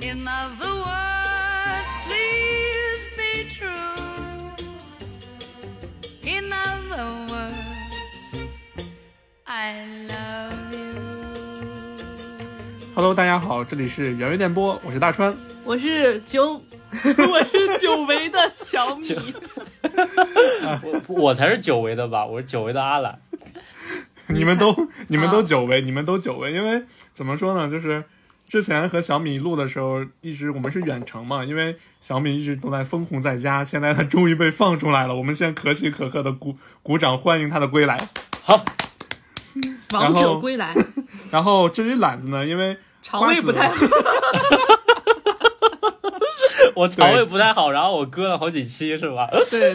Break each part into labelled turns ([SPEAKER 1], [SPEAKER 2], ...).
[SPEAKER 1] In other words, please be true. In other words, I love you.
[SPEAKER 2] Hello，大家好，这里是圆圆电波，我是大 川。
[SPEAKER 3] 我是久，我是久违的小米。
[SPEAKER 4] 我我才是久违的吧，我是久违的阿懒。
[SPEAKER 2] 你们都 你们
[SPEAKER 4] 啊
[SPEAKER 2] 都久违，你们都久违，因为怎么说呢，就是之前和小米录的时候，一直我们是远程嘛，因为小米一直都在封控在家，现在他终于被放出来了，我们先可喜可贺的鼓鼓掌欢迎他的归来。
[SPEAKER 4] 好，
[SPEAKER 3] 王者归来，
[SPEAKER 2] 然后至于懒子呢，因为
[SPEAKER 3] 肠胃不太好，
[SPEAKER 4] 我肠胃不太好，然后我割了好几期是吧？
[SPEAKER 3] 对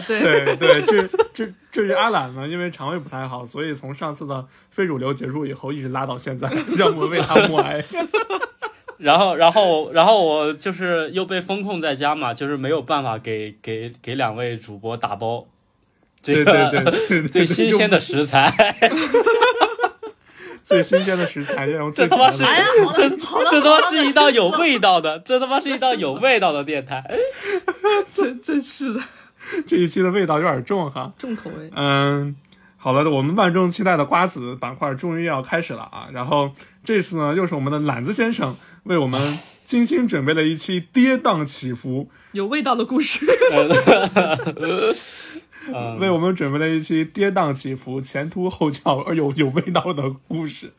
[SPEAKER 2] 对
[SPEAKER 3] 对，
[SPEAKER 2] 对，至至至于阿懒呢，因为肠胃不太好，所以从上次的非主流结束以后，一直拉到现在，让我们为他默哀。
[SPEAKER 4] 然后然后然后我就是又被封控在家嘛，就是没有办法给给给两位主播打包
[SPEAKER 2] 对
[SPEAKER 4] 这
[SPEAKER 2] 对
[SPEAKER 4] 个
[SPEAKER 2] 对对对，
[SPEAKER 4] 最新鲜的 食材，
[SPEAKER 2] 最新鲜的食 材，这种最
[SPEAKER 4] 这他妈
[SPEAKER 2] 简
[SPEAKER 4] 是
[SPEAKER 2] 单的
[SPEAKER 3] 哎呀好了
[SPEAKER 4] 这
[SPEAKER 3] 好了
[SPEAKER 4] 这他妈是一道有味道的，这他妈是一道有味道的 电台。
[SPEAKER 3] 真真是的，
[SPEAKER 2] 这一期的味道有点重哈。
[SPEAKER 3] 重口味。
[SPEAKER 2] 嗯，好了，我们万众期待的瓜子板块终于要开始了啊！然后这次呢，又是我们的懒子先生为我们精心准备了一期跌宕起伏，
[SPEAKER 3] 有味道的故事，
[SPEAKER 4] 嗯
[SPEAKER 2] 为我们准备了一期跌宕起伏、前凸后翘而有有味道的故事。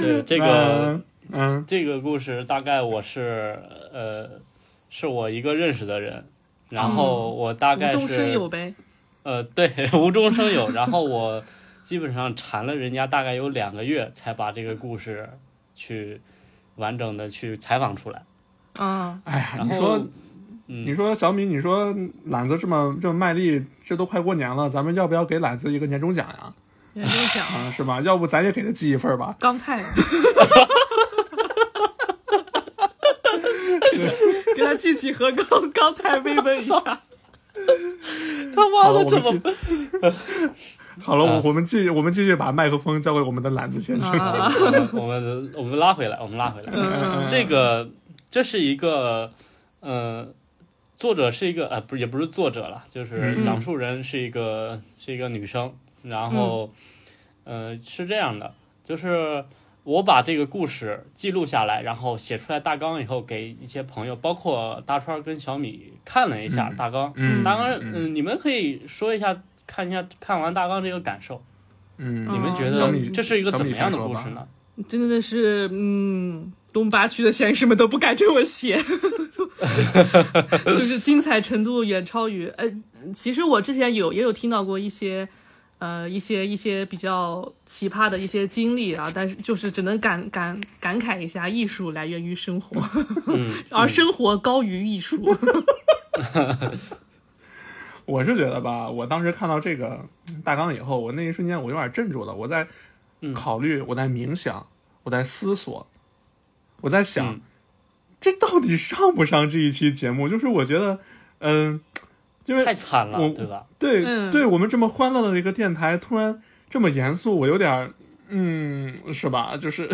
[SPEAKER 4] 对这个
[SPEAKER 2] 嗯，嗯，
[SPEAKER 4] 这个故事大概我是呃，是我一个认识的人，然后我大
[SPEAKER 3] 无
[SPEAKER 4] 概
[SPEAKER 3] 中生
[SPEAKER 4] 是、
[SPEAKER 3] 有呗。
[SPEAKER 4] 呃对 无中生有，然后我基本上缠了人家大概有两个月，才把这个故事去完整的去采访出来。
[SPEAKER 3] 啊，
[SPEAKER 2] 哎呀，
[SPEAKER 4] 然
[SPEAKER 2] 你
[SPEAKER 4] 后
[SPEAKER 2] 说，
[SPEAKER 4] 嗯
[SPEAKER 2] 你说小米，你说懒子这么这么卖力，这都快过年了，咱们要不要给懒子一个年终奖呀？
[SPEAKER 3] 原来这样，
[SPEAKER 2] 啊，是吧？要不咱也给他寄一份儿吧？
[SPEAKER 3] 刚太， 给他聚集和刚刚太慰问 一下。
[SPEAKER 4] 他
[SPEAKER 2] 好
[SPEAKER 4] 妈
[SPEAKER 2] 了，我
[SPEAKER 4] 的这
[SPEAKER 2] 们
[SPEAKER 4] 么
[SPEAKER 2] 继 好了，我
[SPEAKER 4] 啊
[SPEAKER 2] 我们继我们继续把麦克风交给我们的篮子先生。
[SPEAKER 3] 啊，
[SPEAKER 4] 我们我们我们拉回来，我们拉回来。
[SPEAKER 3] 嗯
[SPEAKER 4] 这个这是一个，呃，作者是一个呃，不是也不是作者了，就是
[SPEAKER 2] 嗯
[SPEAKER 4] 讲述人是一个、是一个女生，然后，
[SPEAKER 2] 嗯
[SPEAKER 4] 呃，是这样的，就是我把这个故事记录下来，然后写出来大纲以后，给一些朋友，包括大川跟小米看了一下
[SPEAKER 2] 嗯
[SPEAKER 4] 大纲，
[SPEAKER 2] 嗯
[SPEAKER 4] 大纲，嗯、你们可以说一下，看一下看完大纲这个感受，
[SPEAKER 2] 嗯
[SPEAKER 4] 你们觉
[SPEAKER 3] 小
[SPEAKER 4] 得
[SPEAKER 2] 米
[SPEAKER 4] 这是一个
[SPEAKER 2] 小
[SPEAKER 4] 怎
[SPEAKER 2] 米
[SPEAKER 4] 么样
[SPEAKER 2] 先
[SPEAKER 4] 的
[SPEAKER 2] 说
[SPEAKER 4] 故
[SPEAKER 2] 吧
[SPEAKER 4] 事呢？
[SPEAKER 3] 真的是，嗯，东八区的先生们都不敢这么写，就是精彩程度远超于，呃，其实我之前有也有听到过一些，呃，一些一些比较奇葩的一些经历啊，但是就是只能感感感慨一下，艺术来源于生活，，
[SPEAKER 4] 嗯
[SPEAKER 3] 而生活高于艺术，
[SPEAKER 2] 我是觉得吧，我当时看到这个嗯大纲以后，我那一瞬间我有点镇住了，我在
[SPEAKER 4] 嗯
[SPEAKER 2] 考虑，我在冥想，我在思索，我在 想、
[SPEAKER 4] 嗯
[SPEAKER 2] 这到底上不上这一期节目？就是我觉得，嗯，因为
[SPEAKER 4] 太惨了
[SPEAKER 2] 我，
[SPEAKER 4] 对吧？
[SPEAKER 2] 对、
[SPEAKER 3] 嗯
[SPEAKER 2] 对，我们这么欢乐的一个电台，突然这么严肃，我有点儿，嗯，是吧？就是，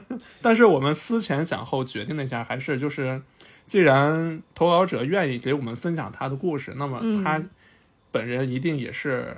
[SPEAKER 2] 但是我们思前想后决定了一下，还是就是，既然投稿者愿意给我们分享他的故事，那么
[SPEAKER 3] 嗯
[SPEAKER 2] 他本人一定也是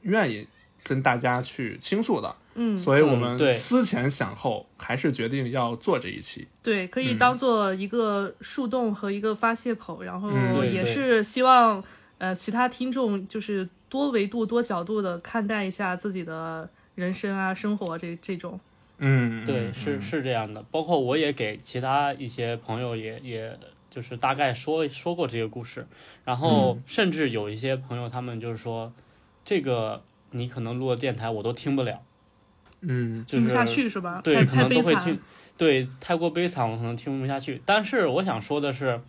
[SPEAKER 2] 愿意跟大家去倾诉的，
[SPEAKER 3] 嗯，
[SPEAKER 2] 所以我
[SPEAKER 4] 嗯
[SPEAKER 2] 们
[SPEAKER 4] 对
[SPEAKER 2] 思前想后，还是决定要做这一期。
[SPEAKER 3] 对，可以
[SPEAKER 2] 嗯
[SPEAKER 3] 当做一个树洞和一个发泄口，然后
[SPEAKER 2] 嗯
[SPEAKER 4] 对
[SPEAKER 3] 也
[SPEAKER 4] 对
[SPEAKER 3] 是希望呃其他听众就是多维度、多角度的看待一下自己的人生啊、生活这这种。
[SPEAKER 2] 嗯，
[SPEAKER 4] 对，
[SPEAKER 2] 嗯
[SPEAKER 4] 是是这样的。包括我也给其他一些朋友也也就是大概说说过这个故事，然后
[SPEAKER 2] 嗯
[SPEAKER 4] 甚至有一些朋友他们就是说，这个你可能录的电台我都听不了，
[SPEAKER 2] 嗯
[SPEAKER 4] 就是
[SPEAKER 3] 听不下去是吧？
[SPEAKER 4] 对，
[SPEAKER 3] 太
[SPEAKER 4] 可
[SPEAKER 3] 太
[SPEAKER 4] 能
[SPEAKER 3] 悲
[SPEAKER 4] 都会
[SPEAKER 3] 惨
[SPEAKER 4] 听
[SPEAKER 3] 了。，
[SPEAKER 4] 对，太过悲惨，我可能听不下去。但是我想说的是，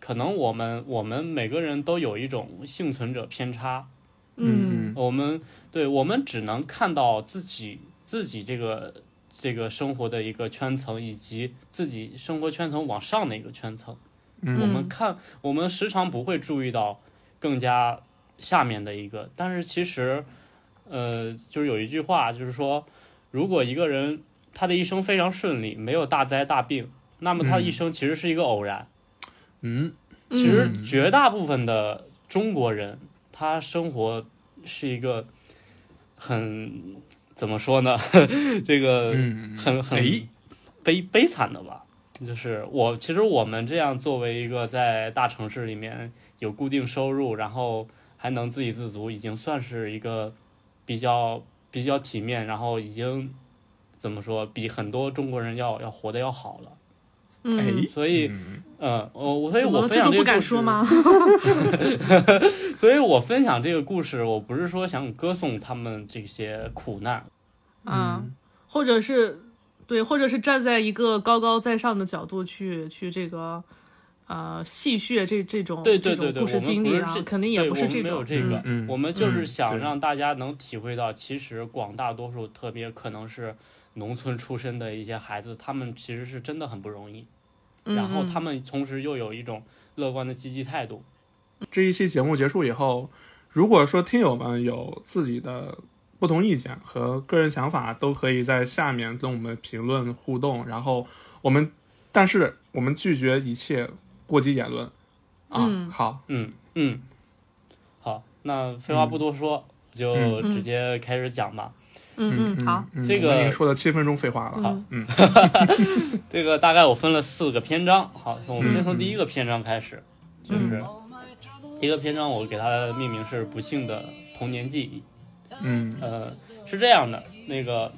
[SPEAKER 4] 可能我们我们每个人都有一种幸存者偏差，
[SPEAKER 3] 嗯，
[SPEAKER 4] 我们对我们只能看到自己自己这个这个生活的一个圈层，以及自己生活圈层往上的一个圈层。
[SPEAKER 2] 嗯
[SPEAKER 4] 我们看，我们时常不会注意到更加下面的一个，但是其实，呃，就是有一句话，就是说，如果一个人他的一生非常顺利，没有大灾大病，那么他的一生其实是一个偶然。
[SPEAKER 2] 嗯，
[SPEAKER 4] 其实绝大部分的中国人，他生活是一个很怎么说呢？ 这个
[SPEAKER 2] 嗯
[SPEAKER 4] 很很
[SPEAKER 2] 哎
[SPEAKER 4] 悲悲惨的吧。就是我，其实我们这样作为一个在大城市里面有固定收入，然后还能自给自足，已经算是一个比较比较体面，然后已经怎么说，比很多中国人要要活得要好了。
[SPEAKER 3] 嗯，
[SPEAKER 2] 哎
[SPEAKER 4] 所以，
[SPEAKER 2] 嗯
[SPEAKER 4] 嗯，我、我所以
[SPEAKER 3] 怎么
[SPEAKER 4] 我
[SPEAKER 3] 了
[SPEAKER 4] 分
[SPEAKER 3] 这
[SPEAKER 4] 享
[SPEAKER 3] 都
[SPEAKER 4] 这
[SPEAKER 3] 不
[SPEAKER 4] 个
[SPEAKER 3] 敢
[SPEAKER 4] 故事
[SPEAKER 3] 说 吗？
[SPEAKER 4] 所以我分享这个故事，我不是说想歌颂他们这些苦难，
[SPEAKER 3] 啊，
[SPEAKER 4] 嗯
[SPEAKER 3] 或者是对，或者是站在一个高高在上的角度去去这个呃戏谑这这种
[SPEAKER 4] 对对
[SPEAKER 3] 这
[SPEAKER 4] 对对，
[SPEAKER 3] 种故
[SPEAKER 4] 我
[SPEAKER 3] 事
[SPEAKER 4] 们
[SPEAKER 3] 经
[SPEAKER 4] 不
[SPEAKER 3] 历
[SPEAKER 4] 是
[SPEAKER 3] 啊
[SPEAKER 4] 这，
[SPEAKER 3] 肯定也
[SPEAKER 4] 对
[SPEAKER 3] 不
[SPEAKER 4] 我
[SPEAKER 3] 是
[SPEAKER 4] 们没有
[SPEAKER 3] 种。
[SPEAKER 4] 这个，
[SPEAKER 2] 嗯嗯
[SPEAKER 4] 我们就是想
[SPEAKER 2] 对
[SPEAKER 4] 让大家能体会到，其实广大多数，特别可能是农村出身的一些孩子，他们其实是真的很不容易，
[SPEAKER 3] 嗯
[SPEAKER 4] 然后
[SPEAKER 3] 嗯
[SPEAKER 4] 他们同时又有一种乐观的积极态度。
[SPEAKER 2] 这一期节目结束以后，如果说听友们有自己的不同意见和个人想法，都可以在下面跟我们评论互动。然后我们，但是我们拒绝一切过激言论。啊，
[SPEAKER 3] 嗯
[SPEAKER 2] 好，
[SPEAKER 4] 嗯嗯，好，那废话不多说，就
[SPEAKER 2] 嗯
[SPEAKER 4] 直接开始讲吧。
[SPEAKER 3] 嗯嗯，好，
[SPEAKER 2] 嗯
[SPEAKER 4] 这个
[SPEAKER 2] 我们已经说了七分钟废话了。
[SPEAKER 4] 好
[SPEAKER 3] 嗯
[SPEAKER 4] 这个大概我分了四个篇章，好，我们先
[SPEAKER 3] 嗯
[SPEAKER 4] 从第一个篇章开始，就是
[SPEAKER 2] 嗯
[SPEAKER 4] 第一个篇章我给它的命名是“不幸的童年记忆
[SPEAKER 2] 嗯”。
[SPEAKER 4] 呃，是这样的，那个，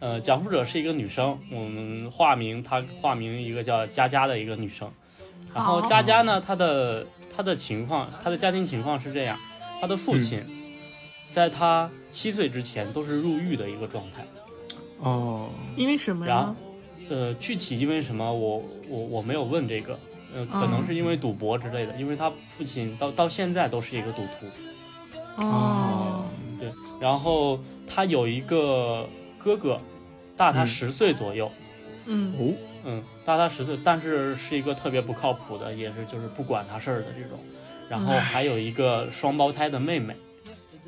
[SPEAKER 4] 呃，讲述者是一个女生，我们化名她化名一个叫佳佳的一个女生，然后
[SPEAKER 3] 好
[SPEAKER 4] 佳佳呢，她的她的情况，她的家庭情况是这样，她的父亲在她七岁之前都是入狱的一个状态。
[SPEAKER 2] 哦，
[SPEAKER 3] 因为什么
[SPEAKER 4] 然后
[SPEAKER 3] 呀？
[SPEAKER 4] 呃，具体因为什么，我我我没有问这个，呃，可
[SPEAKER 3] 嗯
[SPEAKER 4] 能是因为赌博之类的，因为他父亲到到现在都是一个赌徒，
[SPEAKER 3] 哦，
[SPEAKER 4] 对，然后他有一个哥哥，大他
[SPEAKER 2] 嗯
[SPEAKER 4] 十岁左右，
[SPEAKER 3] 嗯
[SPEAKER 2] 哦，
[SPEAKER 4] 嗯，大他十岁，但是是一个特别不靠谱的，也是就是不管他事儿的这种，然
[SPEAKER 2] 嗯
[SPEAKER 4] 后还有一个双胞胎的妹妹。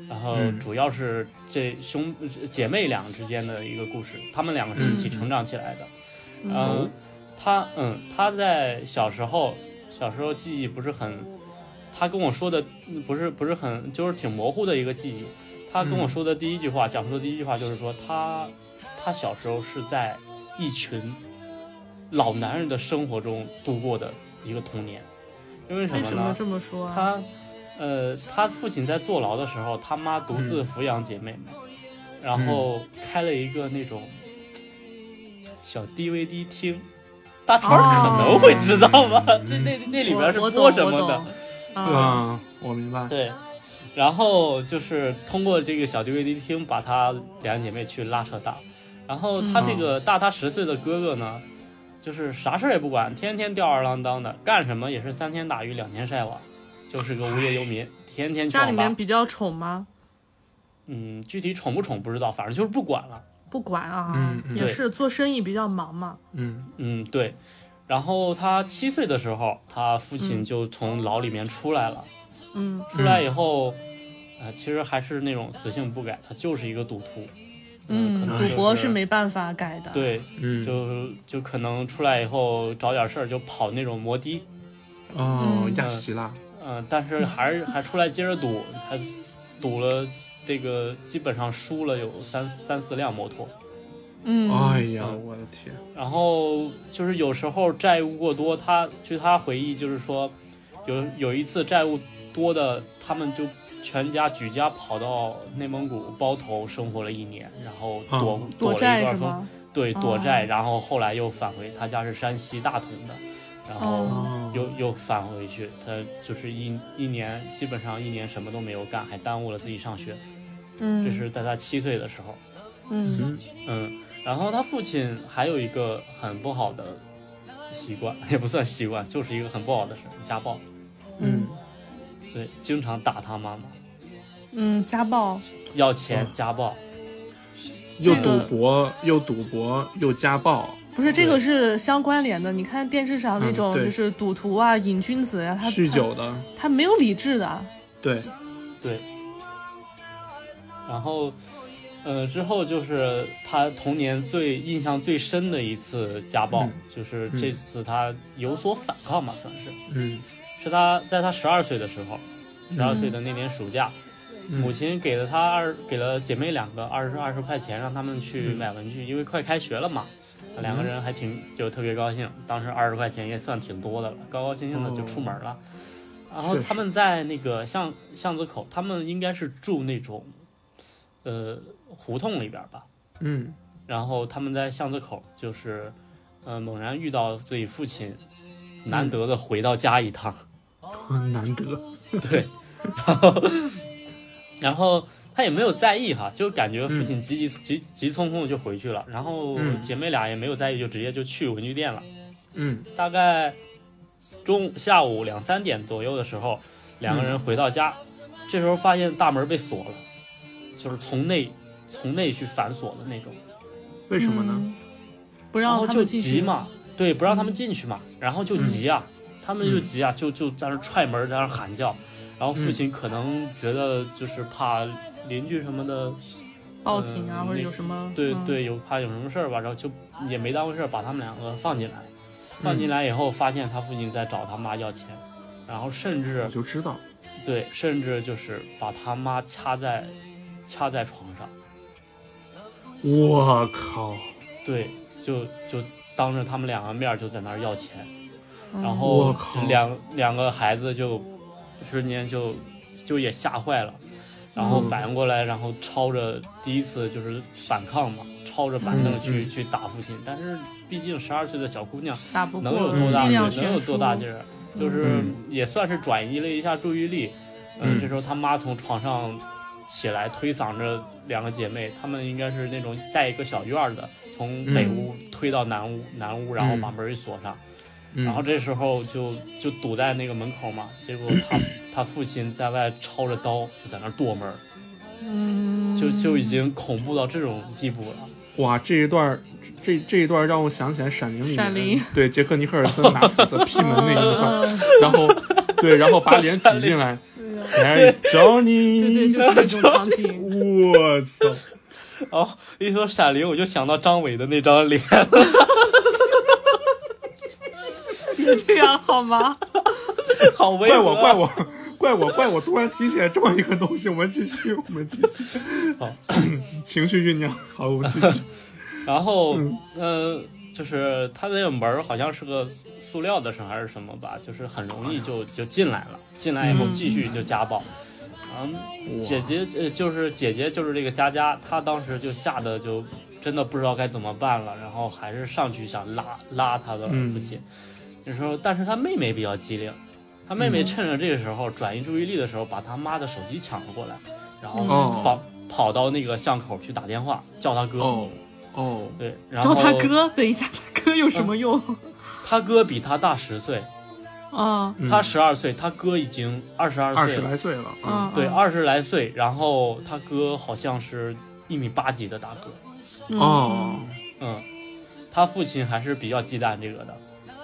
[SPEAKER 4] 然后
[SPEAKER 2] 嗯
[SPEAKER 4] 主要是这兄呃姐妹俩之间的一个故事，她们两个是一
[SPEAKER 2] 嗯
[SPEAKER 4] 起
[SPEAKER 2] 哦
[SPEAKER 4] 成长起来的。
[SPEAKER 3] 嗯
[SPEAKER 4] 嗯，他嗯，他在小时候，小时候记忆不是很，他跟我说的嗯不是不是很，就是挺模糊的一个记忆。他跟我
[SPEAKER 2] 嗯
[SPEAKER 4] 说的第一句话，讲述的第一句话就是说他，他小时候是在一群老男人的生活中度过的一个童年，因为什
[SPEAKER 3] 为
[SPEAKER 4] 么
[SPEAKER 3] 什么
[SPEAKER 4] 呢？
[SPEAKER 3] 这么说啊？
[SPEAKER 4] 他，呃，他父亲在坐牢的时候，他妈独自抚养姐妹，然后开了一个那种小 DVD 厅，大头儿
[SPEAKER 3] 哦
[SPEAKER 4] 可能会知道吧？
[SPEAKER 2] 嗯
[SPEAKER 4] 这那那里
[SPEAKER 3] 我
[SPEAKER 4] 边是
[SPEAKER 3] 我
[SPEAKER 4] 播
[SPEAKER 3] 懂
[SPEAKER 4] 什
[SPEAKER 3] 我
[SPEAKER 4] 么的
[SPEAKER 3] 懂？啊？
[SPEAKER 2] 啊，我明白。
[SPEAKER 4] 对，然后就是通过这个小 DVD 厅把她两姐妹去拉扯大，然后她
[SPEAKER 3] 嗯
[SPEAKER 4] 这个大她十岁的哥哥呢，就是啥事儿也不管，天天吊儿郎当的，干什么也是三天打鱼两天晒网，就是个无业游民，天天去
[SPEAKER 3] 家里
[SPEAKER 4] 网
[SPEAKER 3] 面
[SPEAKER 4] 吧。
[SPEAKER 3] 比较宠吗？
[SPEAKER 4] 嗯，具体宠不宠不知道，反正就是不管了。
[SPEAKER 3] 不管啊
[SPEAKER 2] 嗯，嗯
[SPEAKER 3] 也是做生意比较忙嘛。
[SPEAKER 2] 嗯
[SPEAKER 4] 嗯，对。然后她七岁的时候，她父亲
[SPEAKER 3] 嗯
[SPEAKER 4] 就从牢里面出来了。
[SPEAKER 3] 嗯
[SPEAKER 4] 出来以后，呃，其实还是那种死性不改，他就是一个赌徒。可能
[SPEAKER 3] 嗯，
[SPEAKER 4] 就
[SPEAKER 3] 赌博
[SPEAKER 4] 是
[SPEAKER 3] 是没办法改的。
[SPEAKER 4] 对，
[SPEAKER 2] 嗯，
[SPEAKER 4] 就就可能出来以后找点事儿就跑那种摩的，
[SPEAKER 2] 哦
[SPEAKER 3] 嗯，
[SPEAKER 2] 亚希腊，
[SPEAKER 4] 嗯、但是还是还出来接着赌，还赌了这个基本上输了有三三四辆摩托，
[SPEAKER 3] 嗯，
[SPEAKER 2] 哎呀，
[SPEAKER 4] 嗯
[SPEAKER 2] 我的天，
[SPEAKER 4] 然后就是有时候债务过多，他据他回忆就是说，有有一次债务多的，他们就全家举家跑到内蒙古包头生活了一年，然后躲、
[SPEAKER 2] 嗯
[SPEAKER 3] 躲
[SPEAKER 4] 了一
[SPEAKER 3] 债
[SPEAKER 4] 段
[SPEAKER 3] 是
[SPEAKER 4] 风，
[SPEAKER 3] 吗？
[SPEAKER 4] 对，躲
[SPEAKER 3] 哦
[SPEAKER 4] 债，然后后来又返回，他家是山西大同
[SPEAKER 3] 嗯
[SPEAKER 4] 的，然后
[SPEAKER 3] 哦
[SPEAKER 2] 哦，
[SPEAKER 4] 又又返回去，他就是一一年基本上一年什么都没有干，还耽误了自己上学，
[SPEAKER 3] 嗯，
[SPEAKER 4] 这是在他七岁的时候。
[SPEAKER 3] 嗯
[SPEAKER 2] 嗯
[SPEAKER 4] 嗯，然后他父亲还有一个很不好的习惯，也不算习惯，就是一个很不好的事，家暴。
[SPEAKER 3] 嗯
[SPEAKER 4] 对，经常打他妈妈，
[SPEAKER 3] 嗯，家暴，
[SPEAKER 4] 要
[SPEAKER 2] 嗯
[SPEAKER 4] 钱，家暴。
[SPEAKER 2] 又
[SPEAKER 3] 这
[SPEAKER 2] 赌
[SPEAKER 3] 个
[SPEAKER 2] 博，又赌博，又家暴，
[SPEAKER 3] 不是这
[SPEAKER 4] 对
[SPEAKER 3] 个是相关联的。你看电视上那
[SPEAKER 2] 嗯
[SPEAKER 3] 种
[SPEAKER 2] 对
[SPEAKER 3] 就是赌徒啊、瘾君子呀、他
[SPEAKER 2] 酗酒的，
[SPEAKER 3] 他，他没有理智的。
[SPEAKER 2] 对，
[SPEAKER 4] 对，然后呃，之后就是他童年最印象最深的一次家暴，
[SPEAKER 2] 嗯
[SPEAKER 4] 就是这次他有所反抗吧，算是
[SPEAKER 2] 嗯
[SPEAKER 4] 是他在他十二岁的时候，十二岁的那年暑假，
[SPEAKER 2] 嗯
[SPEAKER 4] 母亲给了他二给了姐妹两个二十二十块钱，让他们去
[SPEAKER 2] 嗯
[SPEAKER 4] 买文具，因为快开学了嘛，两个人还挺就特别高兴，当时二十块钱也算挺多的了，高高兴兴的就出门了。然后
[SPEAKER 2] 哦确实
[SPEAKER 4] 他们在那个巷巷子口，他们应该是住那种，呃，胡同里边吧。
[SPEAKER 2] 嗯
[SPEAKER 4] 然后他们在巷子口就是，呃，猛然遇到自己父亲，难得的回到家一趟，
[SPEAKER 2] 嗯，难得，
[SPEAKER 4] 对，然后 然后他也没有在意哈，就感觉父亲急急急急匆匆的就回去了，然后
[SPEAKER 2] 嗯
[SPEAKER 4] 姐妹俩也没有在意，就直接就去文具店了。
[SPEAKER 2] 嗯
[SPEAKER 4] 大概中午下午两三点左右的时候，两个人回到家，这时候发现大门被锁了，就是从内从内去反锁的那种。
[SPEAKER 2] 为什么呢？
[SPEAKER 3] 嗯？不
[SPEAKER 4] 然
[SPEAKER 3] 让
[SPEAKER 4] 后
[SPEAKER 3] 他
[SPEAKER 4] 哦就
[SPEAKER 3] 们进
[SPEAKER 4] 急
[SPEAKER 3] 去？嗯
[SPEAKER 4] 嘛，对，不让他们进去嘛，然后就急啊，他们就急啊，就就在那踹门，在那喊叫，然后
[SPEAKER 3] 嗯
[SPEAKER 4] 父亲可能觉得就是怕邻居什么的，
[SPEAKER 3] 报警啊，
[SPEAKER 4] 嗯
[SPEAKER 3] 或者
[SPEAKER 4] 那
[SPEAKER 3] 有什么？
[SPEAKER 4] 对
[SPEAKER 3] 嗯，
[SPEAKER 4] 对，有怕有什么事儿吧，然后就也没当回事儿，把他们两个放进来，
[SPEAKER 3] 嗯
[SPEAKER 4] 放进来以后发现他父亲在找他妈要钱，然后甚至
[SPEAKER 2] 我就知道，
[SPEAKER 4] 对，甚至就是把他妈掐在掐在床上，
[SPEAKER 2] 我靠，
[SPEAKER 4] 对，就就当着他们两个面儿就在那儿要钱。
[SPEAKER 3] 嗯
[SPEAKER 4] 然
[SPEAKER 2] 我
[SPEAKER 4] 后
[SPEAKER 2] 靠
[SPEAKER 4] 两两个孩子就瞬间就就也吓坏了，然后
[SPEAKER 2] 嗯
[SPEAKER 4] 反应过来，然后抄着第一次就是反抗嘛，抄着板凳
[SPEAKER 2] 嗯
[SPEAKER 4] 去、
[SPEAKER 2] 嗯
[SPEAKER 4] 去打父亲，但是毕竟十二岁的小姑娘
[SPEAKER 3] 打不过，
[SPEAKER 4] 能有多大
[SPEAKER 3] 力
[SPEAKER 4] 劲
[SPEAKER 3] 量
[SPEAKER 4] 儿，
[SPEAKER 3] 悬
[SPEAKER 4] 能有
[SPEAKER 3] 殊
[SPEAKER 4] 多大劲儿？就是
[SPEAKER 2] 嗯
[SPEAKER 4] 也算是转移了一下注意力。嗯，
[SPEAKER 2] 嗯
[SPEAKER 4] 这时候他妈从床上起来，推搡着两个姐妹，她们应该是那种带一个小院儿的，从北
[SPEAKER 2] 嗯
[SPEAKER 4] 屋推到南屋，南屋然后
[SPEAKER 2] 嗯
[SPEAKER 4] 把门儿一锁上。
[SPEAKER 2] 嗯
[SPEAKER 4] 然后这时候就就堵在那个门口嘛，结果他 他父亲在外抄着刀就在那儿剁门儿，
[SPEAKER 3] 嗯，
[SPEAKER 4] 就就已经恐怖到这种地步了。
[SPEAKER 2] 哇，这一段儿这这一段儿让我想起来《闪灵》里面，
[SPEAKER 3] 闪灵
[SPEAKER 2] 对杰克尼克尔森拿斧子劈门那一段 儿，然后对，然后把脸挤进来，There is
[SPEAKER 3] 对对，
[SPEAKER 2] Johnny，
[SPEAKER 3] 就是那种场 景。
[SPEAKER 2] 我操，
[SPEAKER 4] 哦，一说《闪灵》，我就想到张伟的那张脸，
[SPEAKER 3] 这样好吗？
[SPEAKER 4] 好啊猥琐。
[SPEAKER 2] 怪我怪我 怪我怪我，突然提起来这么一个东西，我们继续，我们继续，
[SPEAKER 4] 好，
[SPEAKER 2] 情绪酝酿，好，我们继续，
[SPEAKER 4] 然后，
[SPEAKER 2] 嗯
[SPEAKER 4] 呃，就是他那个门儿好像是个塑料的绳还是什么吧，就是很容易就就进来了，进来以后
[SPEAKER 3] 嗯
[SPEAKER 4] 继续就家暴。嗯，姐姐呃就是姐姐就是这个佳佳，她当时就吓得就真的不知道该怎么办了，然后还是上去想拉拉她的
[SPEAKER 2] 嗯
[SPEAKER 4] 父亲。那时候，但是她妹妹比较机灵，她妹
[SPEAKER 2] 嗯
[SPEAKER 4] 妹趁着这个时候转移注意力的时候，把她妈的手机抢了过来，然后
[SPEAKER 2] 哦
[SPEAKER 4] 跑跑到那个巷口去打电话叫她哥。
[SPEAKER 2] 哦哦，
[SPEAKER 4] 对，然
[SPEAKER 3] 找
[SPEAKER 4] 后
[SPEAKER 3] 他哥，等一下，他哥有什么用？
[SPEAKER 4] 他哥比他大十岁，
[SPEAKER 3] 啊
[SPEAKER 2] 嗯
[SPEAKER 4] 他十二岁，他哥已经二十二
[SPEAKER 2] 二
[SPEAKER 4] 岁
[SPEAKER 2] 十
[SPEAKER 4] 了，
[SPEAKER 2] 来岁了，嗯，！
[SPEAKER 3] 啊
[SPEAKER 4] 对，
[SPEAKER 3] 嗯
[SPEAKER 4] 二十来岁。然后他哥好像是一米八几的大哥，
[SPEAKER 3] 嗯
[SPEAKER 2] 哦，
[SPEAKER 4] 嗯，他父亲还是比较忌惮这个的，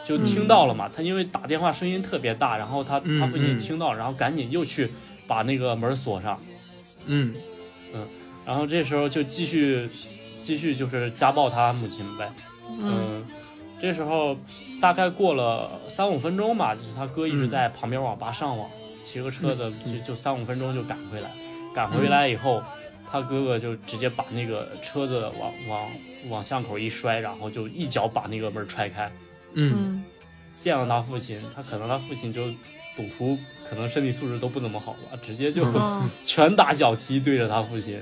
[SPEAKER 4] 就听到了
[SPEAKER 3] 嗯
[SPEAKER 4] 嘛。他因为打电话声音特别大，然后他
[SPEAKER 2] 嗯
[SPEAKER 4] 他父亲
[SPEAKER 2] 嗯
[SPEAKER 4] 听到了，然后赶紧又去把那个门锁上，
[SPEAKER 2] 嗯
[SPEAKER 4] 然后这时候就继续继续就是家暴他母亲呗。
[SPEAKER 3] 嗯
[SPEAKER 4] 嗯，这时候大概过了三五分钟吧，就是他哥一直在旁边网吧上网，骑个车子就就三五分钟就赶回来，赶回来以后，他哥哥就直接把那个车子往往往巷口一摔，然后就一脚把那个门踹开，
[SPEAKER 2] 嗯
[SPEAKER 3] 嗯
[SPEAKER 4] 见了他父亲，他可能他父亲就赌徒，可能身体素质都不怎么好吧，直接就
[SPEAKER 2] 嗯
[SPEAKER 3] 嗯
[SPEAKER 4] 拳打脚踢对着他父亲，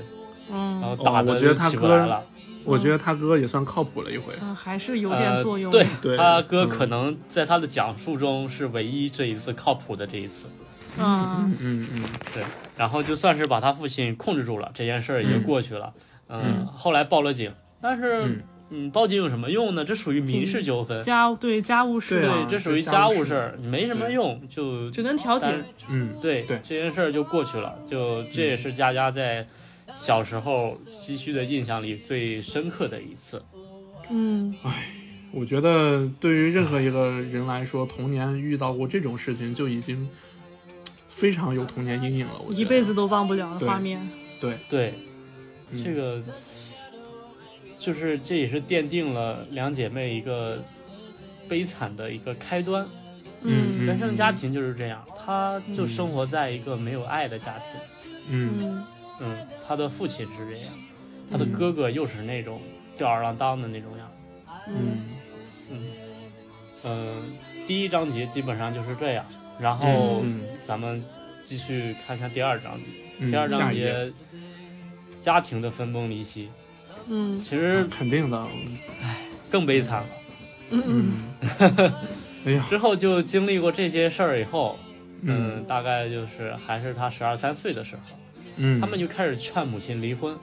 [SPEAKER 4] 然后
[SPEAKER 3] 嗯
[SPEAKER 4] 打
[SPEAKER 2] 哦
[SPEAKER 4] 的
[SPEAKER 2] 我觉
[SPEAKER 4] 就
[SPEAKER 2] 得他
[SPEAKER 4] 起不来
[SPEAKER 2] 哥
[SPEAKER 4] 了。
[SPEAKER 2] 我觉得他哥也算靠谱了一回，
[SPEAKER 3] 嗯，还是有点作用。
[SPEAKER 4] 呃、对
[SPEAKER 2] 对
[SPEAKER 4] 他哥
[SPEAKER 2] 嗯
[SPEAKER 4] 可能在他的讲述中是唯一这一次靠谱的这一次，
[SPEAKER 3] 嗯
[SPEAKER 2] 嗯嗯
[SPEAKER 4] 对。然后就算是把他父亲控制住了，这件事儿也就过去了。嗯，
[SPEAKER 2] 嗯
[SPEAKER 4] 后来报了警，但是嗯
[SPEAKER 2] 嗯
[SPEAKER 4] 报警有什么用呢？这属于民事纠纷，
[SPEAKER 3] 家务对家务事
[SPEAKER 2] 对
[SPEAKER 4] 对
[SPEAKER 2] 啊，
[SPEAKER 4] 这属于
[SPEAKER 2] 这
[SPEAKER 4] 家
[SPEAKER 2] 家务
[SPEAKER 4] 务
[SPEAKER 2] 事
[SPEAKER 4] 事儿，没什么
[SPEAKER 2] 对
[SPEAKER 4] 用，就
[SPEAKER 3] 只能调解
[SPEAKER 4] 但。
[SPEAKER 2] 嗯
[SPEAKER 4] 对
[SPEAKER 2] 对嗯
[SPEAKER 4] 这件事儿就过去了。就这也是佳佳在小时候唏嘘的印象里最深刻的一次。
[SPEAKER 3] 嗯
[SPEAKER 2] 我觉得对于任何一个人来说，童年遇到过这种事情就已经非常有童年阴影了。我觉得
[SPEAKER 3] 一辈子都忘不了的
[SPEAKER 2] 对
[SPEAKER 3] 画面。
[SPEAKER 2] 对，
[SPEAKER 4] 对，
[SPEAKER 2] 嗯
[SPEAKER 4] 这个就是这也是奠定了两姐妹一个悲惨的一个开端。
[SPEAKER 2] 嗯
[SPEAKER 4] 原生家庭就是这样，她就生活在一个没有爱的家庭。
[SPEAKER 2] 嗯
[SPEAKER 3] 嗯
[SPEAKER 4] 嗯，她的父亲是这样，她的哥哥又是那种吊儿郎当的那种样。
[SPEAKER 3] 嗯
[SPEAKER 4] 嗯，嗯，第一章节基本上就是这样，然后
[SPEAKER 2] 嗯
[SPEAKER 4] 咱们继续看看第二章节。
[SPEAKER 2] 嗯，
[SPEAKER 4] 第二章
[SPEAKER 2] 下一页
[SPEAKER 4] 节，家庭的分崩离析，
[SPEAKER 3] 嗯
[SPEAKER 4] 其实
[SPEAKER 2] 肯定的，
[SPEAKER 4] 更悲惨了。
[SPEAKER 3] 嗯
[SPEAKER 2] 嗯，哎呀，
[SPEAKER 4] 之后就经历过这些事儿以后，嗯，
[SPEAKER 2] 嗯
[SPEAKER 4] 大概就是还是他十二三岁的时候，
[SPEAKER 2] 嗯，
[SPEAKER 4] 他们就开始劝母亲离婚。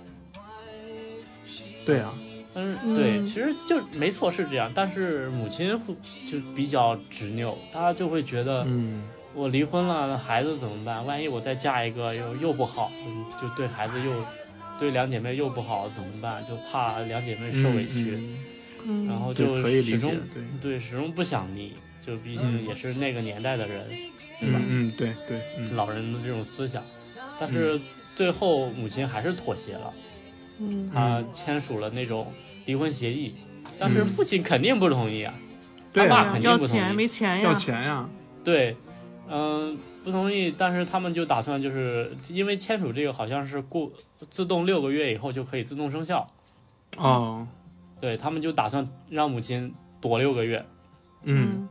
[SPEAKER 2] 对啊，
[SPEAKER 4] 但是
[SPEAKER 3] 嗯
[SPEAKER 4] 对，其实就没错是这样，但是母亲会就比较执拗，她就会觉得
[SPEAKER 2] 嗯
[SPEAKER 4] 我离婚了，孩子怎么办？万一我再嫁一个又又不好，嗯就对孩子又对两姐妹又不好，怎么办？就怕两姐妹受委屈，
[SPEAKER 2] 嗯嗯
[SPEAKER 3] 嗯，
[SPEAKER 4] 然后就
[SPEAKER 2] 对，可以
[SPEAKER 4] 始
[SPEAKER 2] 理
[SPEAKER 4] 终
[SPEAKER 2] 解，嗯对，
[SPEAKER 4] 对始终不想离，就毕竟也是那个年代的人，对吧？
[SPEAKER 2] 嗯嗯，对对，嗯
[SPEAKER 4] 老人的这种思想，但是最后母亲还是妥协了，
[SPEAKER 3] 嗯
[SPEAKER 4] 她签署了那种离婚协议，但是父亲肯定不同意啊，
[SPEAKER 2] 对
[SPEAKER 4] 他
[SPEAKER 2] 啊
[SPEAKER 4] 爸，肯定
[SPEAKER 3] 要
[SPEAKER 4] 不同
[SPEAKER 3] 钱
[SPEAKER 4] 意
[SPEAKER 3] 没钱呀？
[SPEAKER 2] 要钱呀，
[SPEAKER 4] 对，嗯、不同意，但是他们就打算就是因为签署这个好像是过自动六个月以后就可以自动生效，
[SPEAKER 2] 哦，
[SPEAKER 4] 对他们就打算让母亲躲六个月，
[SPEAKER 2] 嗯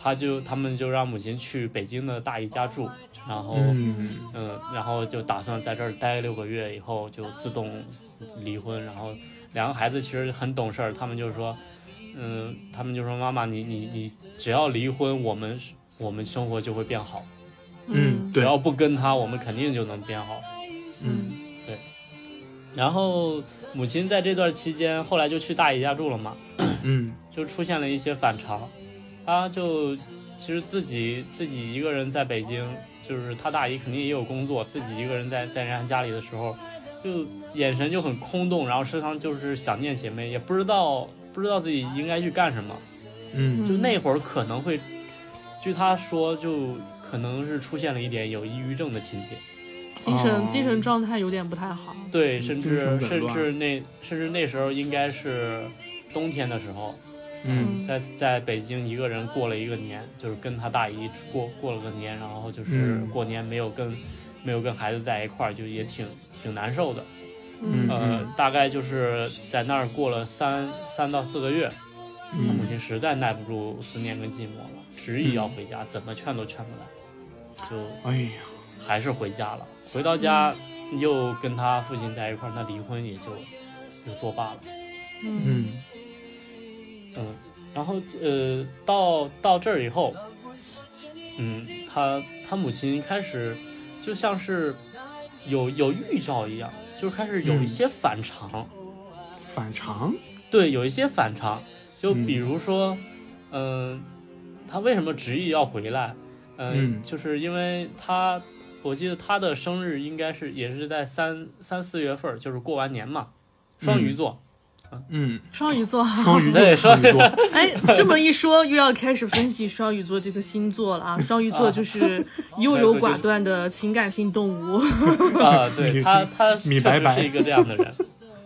[SPEAKER 4] 他就他们就让母亲去北京的大姨家住，然后嗯
[SPEAKER 2] 嗯
[SPEAKER 4] 然后就打算在这儿待六个月以后就自动离婚，然后两个孩子其实很懂事儿，他们就说，嗯、他们就说妈妈你你你只要离婚，我们我们生活就会变好。
[SPEAKER 2] 嗯，
[SPEAKER 4] 只
[SPEAKER 2] 对，
[SPEAKER 4] 要不跟他，我们肯定就能变好。
[SPEAKER 2] 嗯
[SPEAKER 4] 然后母亲在这段期间，后来就去大姨家住了嘛，
[SPEAKER 2] 嗯
[SPEAKER 4] 就出现了一些反常。她就其实自己自己一个人在北京，就是她大姨肯定也有工作，自己一个人在在人家家里的时候，就眼神就很空洞，然后时常就是想念姐妹，也不知道不知道自己应该去干什么。
[SPEAKER 2] 嗯
[SPEAKER 4] 就那会儿可能会，据她说，就可能是出现了一点有抑郁症的情节。
[SPEAKER 3] 精神
[SPEAKER 2] 哦
[SPEAKER 3] 精神状态有点不太好。
[SPEAKER 4] 对，
[SPEAKER 2] 嗯
[SPEAKER 4] 甚
[SPEAKER 2] 精神
[SPEAKER 4] 至
[SPEAKER 2] 紊
[SPEAKER 4] 甚
[SPEAKER 2] 乱
[SPEAKER 4] 至那甚至那时候应该是冬天的时候，
[SPEAKER 2] 嗯
[SPEAKER 4] 在在北京一个人过了一个年，就是跟他大姨过过了个年，然后就是
[SPEAKER 2] 嗯
[SPEAKER 4] 过年没有跟没有跟孩子在一块儿，就也挺挺难受的。
[SPEAKER 2] 嗯
[SPEAKER 4] 呃，大概就是在那儿过了三三到四个月，他母
[SPEAKER 2] 嗯，
[SPEAKER 4] 亲实在耐不住思念跟寂寞了，执意要回家，怎么劝都劝不来，就
[SPEAKER 2] 哎呀，
[SPEAKER 4] 还是回家了。
[SPEAKER 2] 嗯
[SPEAKER 4] 回到家又跟他父亲在一块儿，那离婚也就就作罢了。
[SPEAKER 3] 嗯
[SPEAKER 2] 嗯
[SPEAKER 4] 嗯，然后呃，到到这儿以后，嗯，他他母亲开始就像是有有预兆一样，就是开始有一些反常，
[SPEAKER 2] 嗯反常，
[SPEAKER 4] 对，有一些反常，就
[SPEAKER 2] 嗯
[SPEAKER 4] 比如说，嗯、他为什么执意要回来？嗯，
[SPEAKER 2] 嗯
[SPEAKER 4] 就是因为他，我记得他的生日应该是也是在三三四月份儿，就是过完年嘛，双鱼
[SPEAKER 2] 嗯
[SPEAKER 4] 座，
[SPEAKER 2] 嗯，
[SPEAKER 3] 双鱼座，
[SPEAKER 2] 双鱼
[SPEAKER 4] 对
[SPEAKER 2] 座，双鱼座，
[SPEAKER 3] 哎，这么一说，又要开始分析双鱼座这个星座了啊！双鱼座就是 优柔寡断的情感性动物。
[SPEAKER 4] 啊，对
[SPEAKER 2] 米
[SPEAKER 4] 他，他确
[SPEAKER 2] 米白
[SPEAKER 4] 实
[SPEAKER 2] 白
[SPEAKER 4] 是一个这样的人。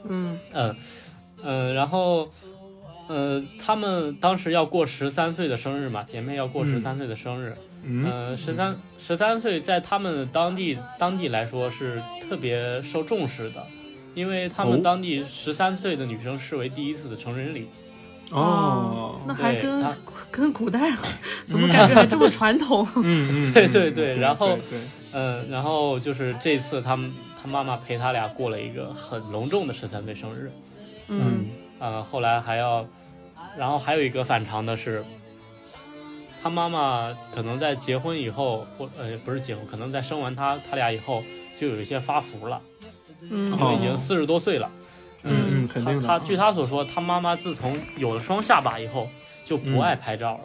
[SPEAKER 3] 嗯
[SPEAKER 4] 嗯嗯，然后呃，他们当时要过十三岁的生日嘛，姐妹要过
[SPEAKER 2] 嗯
[SPEAKER 4] 十三岁的生日。
[SPEAKER 2] 嗯
[SPEAKER 4] 嗯，十三十三岁在他们当地当地来说是特别受重视的，因为他
[SPEAKER 2] 哦
[SPEAKER 4] 们当地十三岁的女生视为第一次的成人礼。
[SPEAKER 3] 那
[SPEAKER 2] 哦，
[SPEAKER 3] 还
[SPEAKER 4] 对
[SPEAKER 3] 跟
[SPEAKER 4] 他
[SPEAKER 3] 跟古代 怎么感觉还这么传统？
[SPEAKER 2] 嗯嗯，
[SPEAKER 4] 对对
[SPEAKER 2] 嗯
[SPEAKER 4] 对然后
[SPEAKER 2] 对对
[SPEAKER 4] 嗯，然后就是这次他们他妈妈陪他俩过了一个很隆重的十三岁生日。
[SPEAKER 3] 嗯
[SPEAKER 4] 呃，后来还要，然后还有一个反常的是，他妈妈可能在结婚以后，或呃不是结婚，可能在生完他他俩以后，就有一些发福了，
[SPEAKER 3] 嗯
[SPEAKER 4] 因为已
[SPEAKER 2] 哦
[SPEAKER 4] 经四十多岁了。
[SPEAKER 2] 嗯嗯肯定的
[SPEAKER 4] 他他据他所说，他妈妈自从有了双下巴以后，就不
[SPEAKER 2] 嗯
[SPEAKER 4] 爱拍照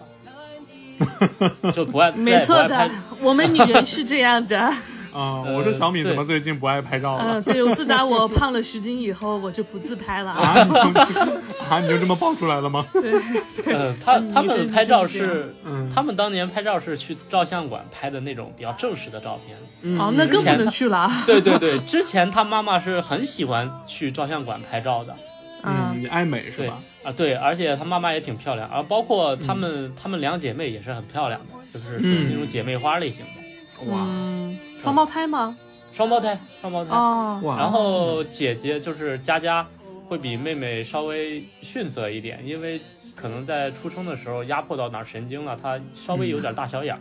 [SPEAKER 4] 了，就不爱，
[SPEAKER 3] 没错
[SPEAKER 4] 再也不爱
[SPEAKER 3] 的
[SPEAKER 4] 拍，
[SPEAKER 3] 我们女人是这样的。
[SPEAKER 2] 啊、
[SPEAKER 4] 呃
[SPEAKER 2] 我说小米怎么最近不爱拍照了？
[SPEAKER 3] 嗯，对，我自打我胖了十斤以后，我就不自拍了啊。
[SPEAKER 2] 啊，你就啊，你就这么爆出来了吗？
[SPEAKER 4] 呃，他他
[SPEAKER 3] 嗯你
[SPEAKER 4] 们
[SPEAKER 3] 是
[SPEAKER 4] 拍照
[SPEAKER 3] 你是这
[SPEAKER 4] 是，
[SPEAKER 2] 嗯
[SPEAKER 4] 他们当年拍照是去照相馆拍的那种比较正式的照片。
[SPEAKER 3] 哦，那更不
[SPEAKER 2] 嗯
[SPEAKER 3] 能去了啊。
[SPEAKER 4] 对对对，之前他妈妈是很喜欢去照相馆拍照的，
[SPEAKER 3] 嗯
[SPEAKER 2] 嗯，你爱美是
[SPEAKER 4] 对
[SPEAKER 2] 吧？
[SPEAKER 4] 啊对，而且她妈妈也挺漂亮，而包括她们她们两姐妹也是很漂亮的，就是属于那种姐妹花类型的
[SPEAKER 2] 哇
[SPEAKER 3] 嗯，双胞胎吗？
[SPEAKER 4] 双胞胎，双胞胎。
[SPEAKER 3] 哦，
[SPEAKER 2] 哇，
[SPEAKER 4] 然后姐姐就是佳佳，会比妹妹稍微逊色一点，因为可能在出生的时候压迫到哪儿神经了，她稍微有点大小眼儿，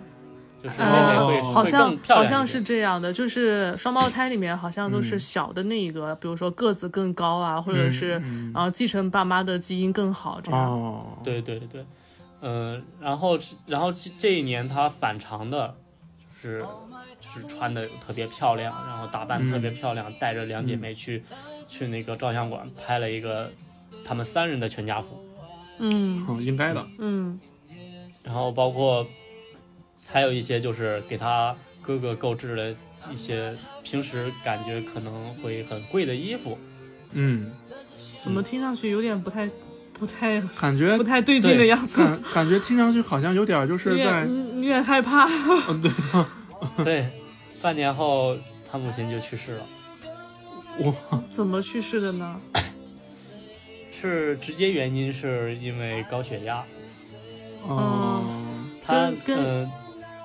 [SPEAKER 4] 就是妹妹会、
[SPEAKER 2] 哦
[SPEAKER 3] 好
[SPEAKER 4] 会更
[SPEAKER 3] 像
[SPEAKER 4] 漂亮
[SPEAKER 3] 好
[SPEAKER 4] 一点
[SPEAKER 3] 像是这样的，就是双胞胎里面好像都是
[SPEAKER 2] 嗯
[SPEAKER 3] 小的那一个，比如说个子更高啊，或者
[SPEAKER 2] 嗯
[SPEAKER 3] 是啊
[SPEAKER 2] 嗯
[SPEAKER 3] 然后继承爸妈的基因更好这样。
[SPEAKER 2] 哦，
[SPEAKER 4] 对对对，嗯、然后是然后这这一年她反常的，就是就是穿的特别漂亮，然后打扮
[SPEAKER 2] 嗯
[SPEAKER 4] 特别漂亮，带着两姐妹去、去那个照相馆拍了一个她们三人的全家福，
[SPEAKER 3] 嗯
[SPEAKER 2] 嗯，应该的，
[SPEAKER 3] 嗯
[SPEAKER 4] 然后包括还有一些就是给她哥哥购置了一些平时感觉可能会很贵的衣服，
[SPEAKER 2] 嗯，
[SPEAKER 3] 怎么听上去有点不太不太
[SPEAKER 2] 感觉
[SPEAKER 3] 不太对劲的
[SPEAKER 4] 对嗯
[SPEAKER 3] 样子，
[SPEAKER 2] 感感觉听上去好像有点就
[SPEAKER 3] 有
[SPEAKER 2] 是在
[SPEAKER 3] 点，嗯有点害怕。
[SPEAKER 2] 嗯，对，
[SPEAKER 4] 对，半年后她母亲就去世了。
[SPEAKER 2] 我
[SPEAKER 3] 怎么去世的呢？
[SPEAKER 4] 是直接原因是因为高血压，
[SPEAKER 2] 哦，
[SPEAKER 4] 他
[SPEAKER 3] 跟
[SPEAKER 4] 呃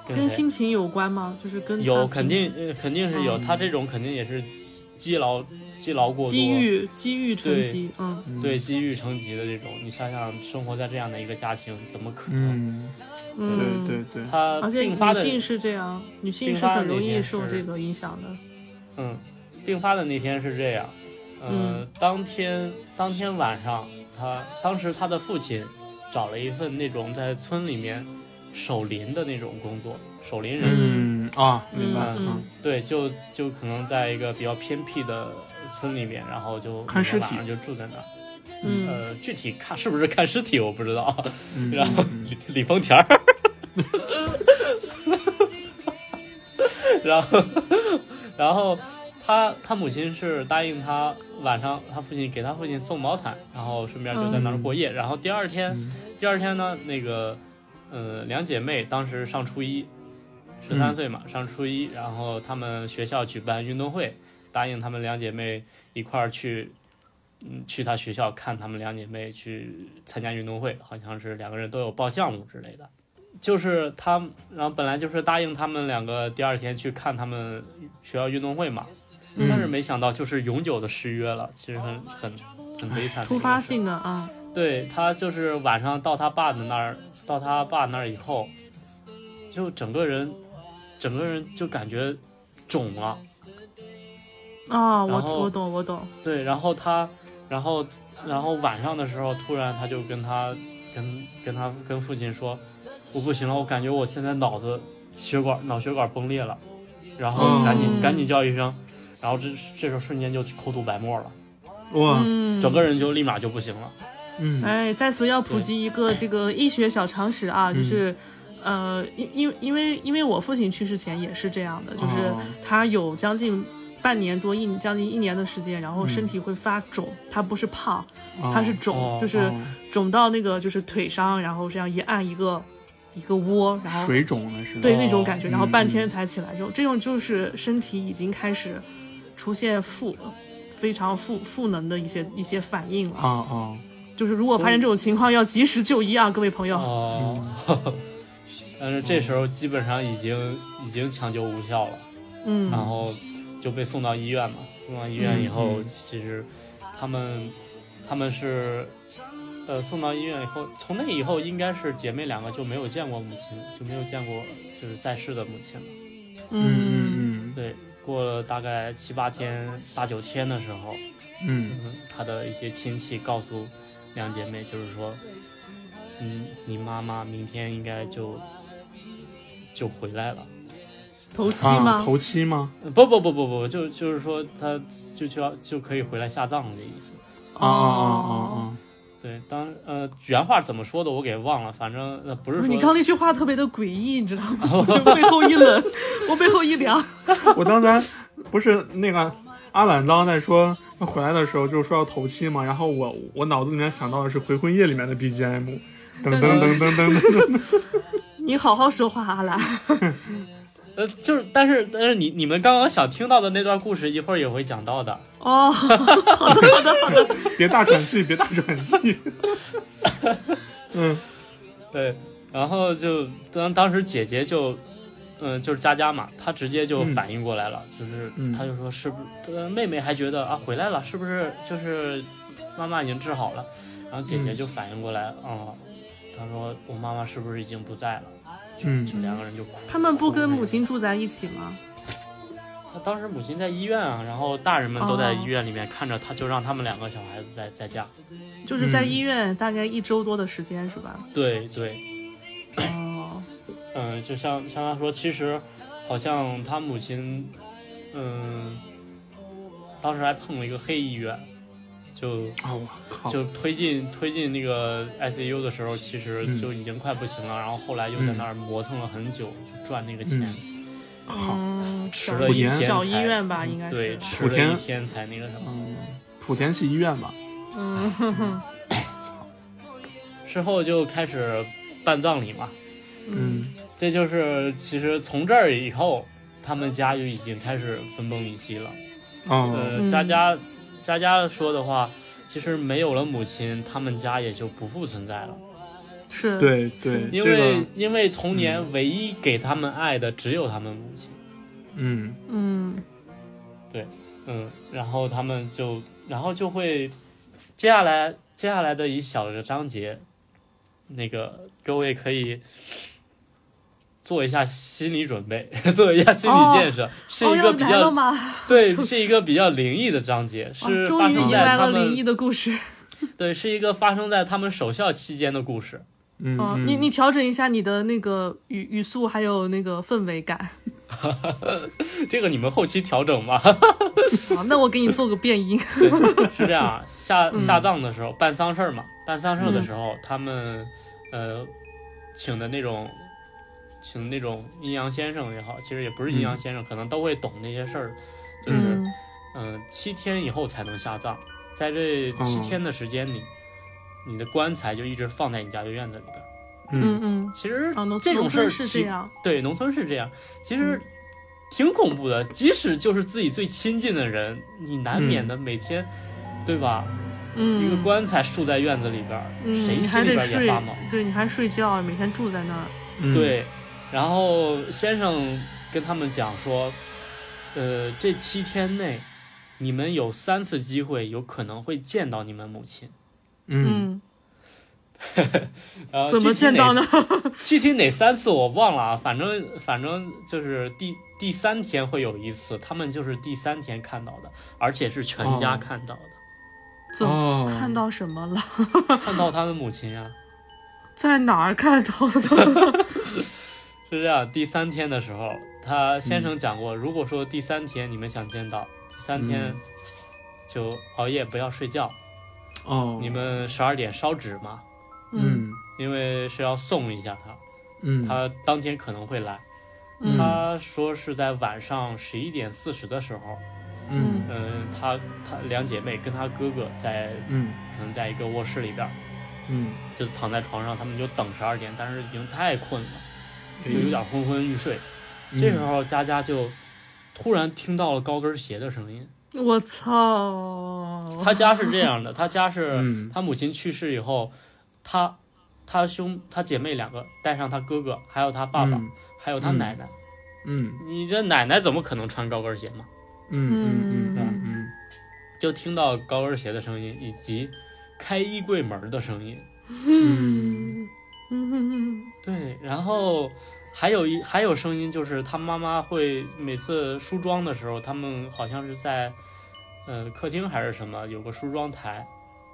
[SPEAKER 4] 跟
[SPEAKER 3] 跟
[SPEAKER 4] 谁
[SPEAKER 3] 心情有关吗？就是跟他
[SPEAKER 4] 有肯定呃肯定是有，
[SPEAKER 2] 嗯
[SPEAKER 4] 他这种肯定也是积积劳积劳过多，
[SPEAKER 3] 机遇机遇成
[SPEAKER 4] 对
[SPEAKER 3] 疾，嗯
[SPEAKER 2] 嗯
[SPEAKER 4] 对，机遇成疾的这种，你想想生活在这样的一个家庭，怎么可能？
[SPEAKER 2] 嗯，对
[SPEAKER 3] 嗯，
[SPEAKER 2] 对对，
[SPEAKER 4] 他
[SPEAKER 3] 而且
[SPEAKER 4] 并发
[SPEAKER 3] 女
[SPEAKER 4] 的
[SPEAKER 3] 性是这样，女性
[SPEAKER 4] 并
[SPEAKER 3] 是
[SPEAKER 4] 发
[SPEAKER 3] 很
[SPEAKER 4] 的
[SPEAKER 3] 容
[SPEAKER 4] 那
[SPEAKER 3] 易
[SPEAKER 4] 天
[SPEAKER 3] 受
[SPEAKER 4] 是
[SPEAKER 3] 这个影响的。
[SPEAKER 4] 嗯，病发的那天是这样，呃、
[SPEAKER 3] 嗯
[SPEAKER 4] 当天当天晚上，他当时他的父亲找了一份那种在村里面守林的那种工作，守林人。
[SPEAKER 2] 嗯啊，明白，
[SPEAKER 3] 嗯
[SPEAKER 2] 嗯，
[SPEAKER 4] 对，就就可能在一个比较偏僻的村里面，然后就
[SPEAKER 2] 看尸体
[SPEAKER 4] 晚上就住在那儿。
[SPEAKER 3] 嗯，
[SPEAKER 4] 呃，具体看是不是看尸体我不知道。
[SPEAKER 2] 嗯
[SPEAKER 4] 然后
[SPEAKER 2] 嗯
[SPEAKER 4] 李李丰田儿，然后然后他他母亲是答应他晚上他父亲给他父亲送毛毯，然后顺便就在那儿过夜。然后第二天、
[SPEAKER 2] 嗯
[SPEAKER 4] 第二天呢，那个呃两姐妹当时上初一，十三
[SPEAKER 2] 嗯
[SPEAKER 4] 岁嘛，上初一，然后她们学校举办运动会，答应她们两姐妹一块儿去，嗯，去她学校看她们两姐妹去参加运动会，好像是两个人都有报项目之类的。就是她，然后本来就是答应她们两个第二天去看她们学校运动会嘛，
[SPEAKER 2] 嗯
[SPEAKER 4] 但是没想到就是永久的失约了，其实很很很悲惨的一个事。
[SPEAKER 3] 突发性的啊，
[SPEAKER 4] 对他就是晚上到他爸的那儿，到他爸那儿以后，就整个人，整个人就感觉肿了。
[SPEAKER 3] 啊，
[SPEAKER 4] 然
[SPEAKER 3] 我
[SPEAKER 4] 后
[SPEAKER 3] 我懂我懂，
[SPEAKER 4] 对，然后他，然后然后晚上的时候，突然他就跟他跟跟他跟父亲说，我不行了，我感觉我现在脑子血管脑血管崩裂了，然后赶紧、
[SPEAKER 3] 嗯
[SPEAKER 4] 赶紧叫医生，然后这这时候瞬间就口吐白沫了，
[SPEAKER 2] 哇，
[SPEAKER 3] 嗯，
[SPEAKER 4] 整个人就立马就不行了。
[SPEAKER 2] 嗯，
[SPEAKER 3] 哎，在此要普及一个这个医学小常识啊，
[SPEAKER 4] 嗯
[SPEAKER 3] 就是，呃，因因因为因为我父亲去世前也是这样的，就是
[SPEAKER 2] 哦
[SPEAKER 3] 他有将近半年多一将近一年的时间，然后身体会发肿，他不是胖，他是肿，
[SPEAKER 4] 嗯哦
[SPEAKER 3] 就是肿到那个就是腿上，然后这样一按一个一个窝，然后
[SPEAKER 2] 水肿了是吧？
[SPEAKER 3] 对
[SPEAKER 4] 哦
[SPEAKER 3] 那种感觉，然后
[SPEAKER 2] 嗯
[SPEAKER 3] 半天才起来，就这种就是身体已经开始出现负。非常负负能的一些一些反应了
[SPEAKER 2] 啊，啊，
[SPEAKER 3] 就是如果发现这种情况，要及时就医啊，各位朋友。
[SPEAKER 4] 哦，但是这时候基本上已经已经抢救无效了，
[SPEAKER 3] 嗯
[SPEAKER 4] 然后就被送到医院嘛。送到医院以后，
[SPEAKER 2] 嗯嗯
[SPEAKER 4] 其实他们他们是呃送到医院以后，从那以后应该是姐妹两个就没有见过母亲，就没有见过就是在世的母亲了。
[SPEAKER 3] 嗯
[SPEAKER 2] 嗯嗯
[SPEAKER 4] 对，过了大概七八天、八九天的时候，
[SPEAKER 2] 嗯
[SPEAKER 4] 嗯，他的一些亲戚告诉两姐妹，就是说，嗯，你妈妈明天应该就就回来了。
[SPEAKER 3] 头
[SPEAKER 2] 嗯，
[SPEAKER 3] 七
[SPEAKER 2] 啊，
[SPEAKER 3] 吗？
[SPEAKER 2] 头七吗？
[SPEAKER 4] 呃不不不不不，就就是说，她就就要就可以回来下葬了的意思。
[SPEAKER 2] 啊啊啊啊啊！
[SPEAKER 4] 对，当呃原话怎么说的我给忘了，反正呃不是
[SPEAKER 3] 不
[SPEAKER 4] 说
[SPEAKER 3] 是你刚那句话特别的诡异，你知道吗？我就背后一冷，我背后一凉。
[SPEAKER 2] 我刚才不是那个阿懒刚刚在说他回来的时候，就是说要头七嘛，然后我我脑子里面想到的是《回魂夜》里面的 BGM，噔噔噔噔噔噔，
[SPEAKER 3] 你好好说话，啊阿兰。
[SPEAKER 4] 呃就是，但是但是你你们刚刚想听到的那段故事一会儿也会讲到的。
[SPEAKER 3] 哦，好的，好的，好的。
[SPEAKER 2] 别大喘气，别大喘气。嗯，
[SPEAKER 4] 对，然后就当当时姐姐就，嗯、就是佳佳嘛，她直接就
[SPEAKER 2] 嗯
[SPEAKER 4] 反应过来了，就是
[SPEAKER 2] 嗯
[SPEAKER 4] 她就说是不是、呃妹妹还觉得啊回来了，是不是就是妈妈已经治好了？然后姐姐
[SPEAKER 2] 嗯
[SPEAKER 4] 就反应过来，嗯，她说我妈妈是不是已经不在了？就
[SPEAKER 2] 嗯
[SPEAKER 4] 就两个人就哭。
[SPEAKER 3] 他们不跟母亲
[SPEAKER 4] 哭
[SPEAKER 3] 住在一起吗？
[SPEAKER 4] 那个，她当时母亲在医院啊，然后大人们都在
[SPEAKER 3] 哦
[SPEAKER 4] 医院里面看着她，就让他们两个小孩子在在家。
[SPEAKER 3] 就是在医院大概一周多的时间是吧？
[SPEAKER 4] 对对，
[SPEAKER 3] 哦，
[SPEAKER 4] 嗯，就像像他说，其实好像他母亲，嗯，当时还碰了一个黑医院，就
[SPEAKER 2] 啊、我靠，
[SPEAKER 4] 就推进推进那个 ICU 的时候，其实就已经快不行了，然后后来又在那儿磨蹭了很久，就赚那个钱，
[SPEAKER 2] 好，
[SPEAKER 3] 嗯，
[SPEAKER 4] 吃
[SPEAKER 3] 小
[SPEAKER 4] 了
[SPEAKER 2] 一
[SPEAKER 3] 医
[SPEAKER 2] 天
[SPEAKER 3] 小
[SPEAKER 4] 才嗯
[SPEAKER 3] 医院吧，应该是。
[SPEAKER 4] 对，吃
[SPEAKER 2] 我
[SPEAKER 4] 了
[SPEAKER 2] 天
[SPEAKER 4] 一天才那个什么。
[SPEAKER 2] 嗯，莆田系医院吧，
[SPEAKER 3] 嗯，哼哼
[SPEAKER 4] 之后就开始办葬礼嘛，
[SPEAKER 3] 嗯，
[SPEAKER 2] 嗯
[SPEAKER 4] 这就是其实从这儿以后，他们家就已经开始分崩离析了。
[SPEAKER 2] 哦，
[SPEAKER 4] 呃，
[SPEAKER 3] 嗯
[SPEAKER 4] 佳佳，佳佳说的话，其实没有了母亲，他们家也就不复存在了，
[SPEAKER 3] 嗯是。。
[SPEAKER 2] 对对，
[SPEAKER 4] 因
[SPEAKER 2] 这
[SPEAKER 4] 为、
[SPEAKER 2] 个
[SPEAKER 4] 因为童
[SPEAKER 3] 嗯
[SPEAKER 4] 年唯一给他们爱的只有他们母亲，
[SPEAKER 2] 嗯
[SPEAKER 3] 嗯，
[SPEAKER 4] 嗯，然后他们就然后就会，接下来接下来的一小个章节，那个各位可以。做一下心理准备， 做一下心理建设，是
[SPEAKER 3] 哦，
[SPEAKER 4] 一个
[SPEAKER 3] 要
[SPEAKER 4] 比
[SPEAKER 3] 来
[SPEAKER 4] 较、
[SPEAKER 3] 了吗？
[SPEAKER 4] 对，
[SPEAKER 3] 就是
[SPEAKER 4] 一个比较灵异的章节，是
[SPEAKER 3] 哦
[SPEAKER 4] 发
[SPEAKER 3] 终于
[SPEAKER 4] 生
[SPEAKER 3] 迎
[SPEAKER 4] 在
[SPEAKER 3] 来
[SPEAKER 4] 他
[SPEAKER 3] 了
[SPEAKER 4] 们
[SPEAKER 3] 灵异的故事。
[SPEAKER 4] 对，是一个发生在他们守孝期间的故事。
[SPEAKER 2] 嗯，
[SPEAKER 3] 哦，
[SPEAKER 2] 嗯
[SPEAKER 3] 你你调整一下你的那个语语速，还有那个氛围感。
[SPEAKER 4] 这个你们后期调整吧。
[SPEAKER 3] 好，那我给你做个变音。
[SPEAKER 4] 是这样啊，下下葬的时候办丧事儿嘛，办丧事儿的时候，他们呃请的那种请那种阴阳先生也好，其实也不是阴阳先生，可能都会懂那些事儿，就是
[SPEAKER 3] 嗯，
[SPEAKER 4] 嗯、呃七天以后才能下葬，在这七
[SPEAKER 2] 哦
[SPEAKER 4] 天的时间里。你的棺材就一直放在你家的院子里边儿。
[SPEAKER 3] 嗯
[SPEAKER 2] 嗯
[SPEAKER 3] 嗯，
[SPEAKER 4] 其实
[SPEAKER 3] 啊，农
[SPEAKER 4] 这种
[SPEAKER 3] 农
[SPEAKER 4] 事
[SPEAKER 3] 村
[SPEAKER 4] 儿
[SPEAKER 3] 是
[SPEAKER 4] 其
[SPEAKER 3] 这样，
[SPEAKER 4] 对，农村是这样，其
[SPEAKER 3] 嗯
[SPEAKER 4] 实挺恐怖的。即使就是自己最亲近的人，你难免的每天，对吧？
[SPEAKER 3] 嗯，
[SPEAKER 4] 一个棺材竖在院子里边儿，
[SPEAKER 3] 嗯，
[SPEAKER 4] 谁
[SPEAKER 3] 你还
[SPEAKER 4] 心
[SPEAKER 3] 得
[SPEAKER 4] 里边儿也
[SPEAKER 3] 睡
[SPEAKER 4] 发毛。，
[SPEAKER 3] 对，你还睡觉，啊每天住在那儿，
[SPEAKER 2] 嗯，
[SPEAKER 4] 对，然后先生跟他们讲说，呃，这七天内，你们有三次机会有可能会见到你们母亲。
[SPEAKER 2] 嗯，
[SPEAKER 3] 嗯，
[SPEAKER 4] 呃，
[SPEAKER 3] 怎么
[SPEAKER 4] 具体
[SPEAKER 3] 见
[SPEAKER 4] 哪
[SPEAKER 3] 到呢？
[SPEAKER 4] 具体哪三次我忘了啊，反正反正就是第第三天会有一次，他们就是第三天看到的，而且是全家
[SPEAKER 2] 哦
[SPEAKER 4] 看到的，
[SPEAKER 3] 怎么
[SPEAKER 2] 哦，
[SPEAKER 3] 看到什么了？
[SPEAKER 4] 看到他的母亲啊呀、
[SPEAKER 3] 在哪儿看到的？
[SPEAKER 4] 是这样。第三天的时候，他先生讲过，如果说第三天你们想见到，第三天
[SPEAKER 2] 嗯
[SPEAKER 4] 就熬夜不要睡觉，
[SPEAKER 2] 哦，
[SPEAKER 4] 你们十二点烧纸嘛，
[SPEAKER 3] 嗯
[SPEAKER 2] 嗯
[SPEAKER 4] 因为是要送一下他，
[SPEAKER 2] 嗯，
[SPEAKER 4] 他当天可能会来。
[SPEAKER 3] 嗯
[SPEAKER 4] 他说是在晚上十一点四十的时候。
[SPEAKER 2] 嗯
[SPEAKER 4] 嗯，她她两姐妹跟她哥哥在
[SPEAKER 2] 嗯
[SPEAKER 4] 可能在一个卧室里边儿，
[SPEAKER 2] 嗯，
[SPEAKER 4] 就躺在床上，他们就等十二点，但是已经太困了，就
[SPEAKER 2] 嗯
[SPEAKER 4] 有点昏昏欲睡。这时候佳佳就突然听到了高跟鞋的声音。
[SPEAKER 3] 我操！
[SPEAKER 4] 她家是这 样的，她家是
[SPEAKER 2] 哦嗯
[SPEAKER 4] 她母亲去世以后，她她兄她姐妹两个带上她哥哥，还有她爸爸，
[SPEAKER 2] 嗯
[SPEAKER 4] 还有她奶奶。
[SPEAKER 2] 嗯
[SPEAKER 4] 你这奶奶怎么可能穿高跟鞋嘛？
[SPEAKER 2] 嗯嗯嗯嗯
[SPEAKER 4] 就听到高跟鞋的声音，以及开衣柜门的声音。
[SPEAKER 2] 嗯
[SPEAKER 3] 嗯，
[SPEAKER 4] 对，然后还有一还有声音，就是他妈妈会每次梳妆的时候，他们好像是在呃客厅还是什么有个梳妆台，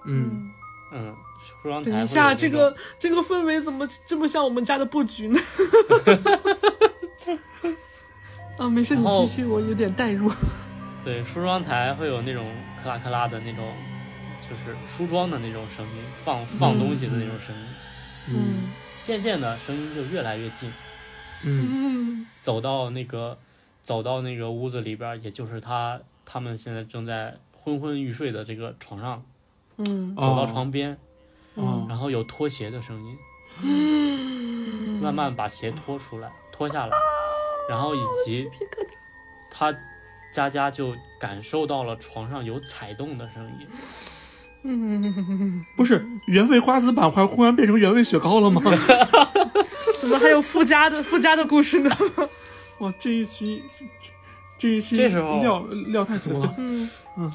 [SPEAKER 2] 嗯
[SPEAKER 4] 嗯，梳妆台会
[SPEAKER 3] 等
[SPEAKER 4] 有
[SPEAKER 3] 一下，
[SPEAKER 4] 那
[SPEAKER 3] 这
[SPEAKER 4] 种
[SPEAKER 3] 个这个氛围怎么这么像我们家的布局 呢？啊，没事，你
[SPEAKER 4] 然后
[SPEAKER 3] 继续，我有点代入。
[SPEAKER 4] 对梳妆台会有那种克拉克拉的那种就是梳妆的那种声音，放放东西的那种声音。
[SPEAKER 2] 嗯
[SPEAKER 4] 渐渐的，声音就越来越近，
[SPEAKER 2] 嗯
[SPEAKER 3] 嗯
[SPEAKER 4] 走到那个走到那个屋子里边儿，也就是他他们现在正在昏昏欲睡的这个床上，
[SPEAKER 3] 嗯
[SPEAKER 4] 走到
[SPEAKER 2] 哦
[SPEAKER 4] 床嗯边，
[SPEAKER 2] 哦
[SPEAKER 4] 然后有拖鞋的声音，慢慢把鞋拖出来，脱下来，然后以及他佳佳就感受到了床上有踩动的声音，
[SPEAKER 3] 嗯
[SPEAKER 2] 不是原味花籽板块忽然变成原味雪糕了 吗？
[SPEAKER 3] 怎么还有附加的附加的故事呢？
[SPEAKER 2] 哇，这一期这一期
[SPEAKER 4] 这时候
[SPEAKER 2] 料料太足了，
[SPEAKER 3] 嗯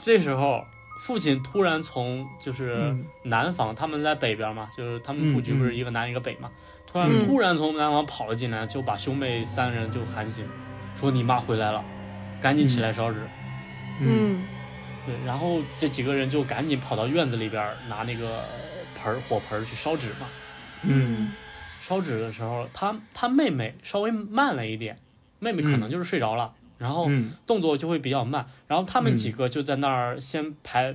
[SPEAKER 4] 这时候，父亲突然从 就是
[SPEAKER 2] 嗯
[SPEAKER 4] 南房，他们在北边嘛，就是他们布局
[SPEAKER 2] 嗯嗯
[SPEAKER 4] 不是一个南一个北嘛，突然、
[SPEAKER 2] 嗯
[SPEAKER 4] 突然从南房跑了进来，就把兄妹三人就喊醒，说你妈回来了，赶紧起来烧纸。
[SPEAKER 2] 嗯
[SPEAKER 3] 嗯
[SPEAKER 4] 对，然后这几个人就赶紧跑到院子里边儿拿那个盆儿火盆儿去烧纸嘛。
[SPEAKER 2] 嗯
[SPEAKER 4] 烧纸的时候，他他妹妹稍微慢了一点，妹妹可能就是睡着了，然后
[SPEAKER 2] 嗯
[SPEAKER 4] 动作就会比较慢。然后他们
[SPEAKER 2] 嗯
[SPEAKER 4] 几个就在那儿先排，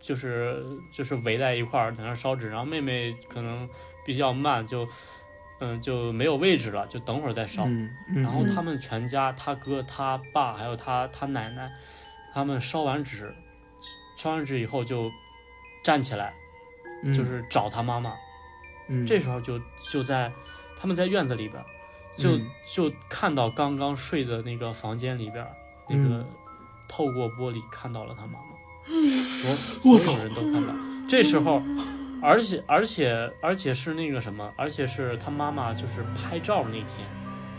[SPEAKER 4] 就是就是围在一块儿在那儿烧纸，然后妹妹可能比较慢，就嗯就没有位置了，就等会儿再烧。
[SPEAKER 2] 嗯，嗯
[SPEAKER 4] 然后他们全家，他哥、他爸还有他他奶奶，他们烧完纸，烧完纸以后就站起来，
[SPEAKER 2] 嗯
[SPEAKER 4] 就是找他妈妈。
[SPEAKER 2] 嗯
[SPEAKER 4] 这时候就就在他们在院子里边儿，就、
[SPEAKER 2] 嗯
[SPEAKER 4] 就看到刚刚睡的那个房间里边儿，那
[SPEAKER 2] 嗯
[SPEAKER 4] 个透过玻璃看到了他妈妈，
[SPEAKER 2] 我
[SPEAKER 4] 所所
[SPEAKER 2] 操
[SPEAKER 4] 有人都看到。这时候，而且而且而且是那个什么，而且是他妈妈就是拍照那天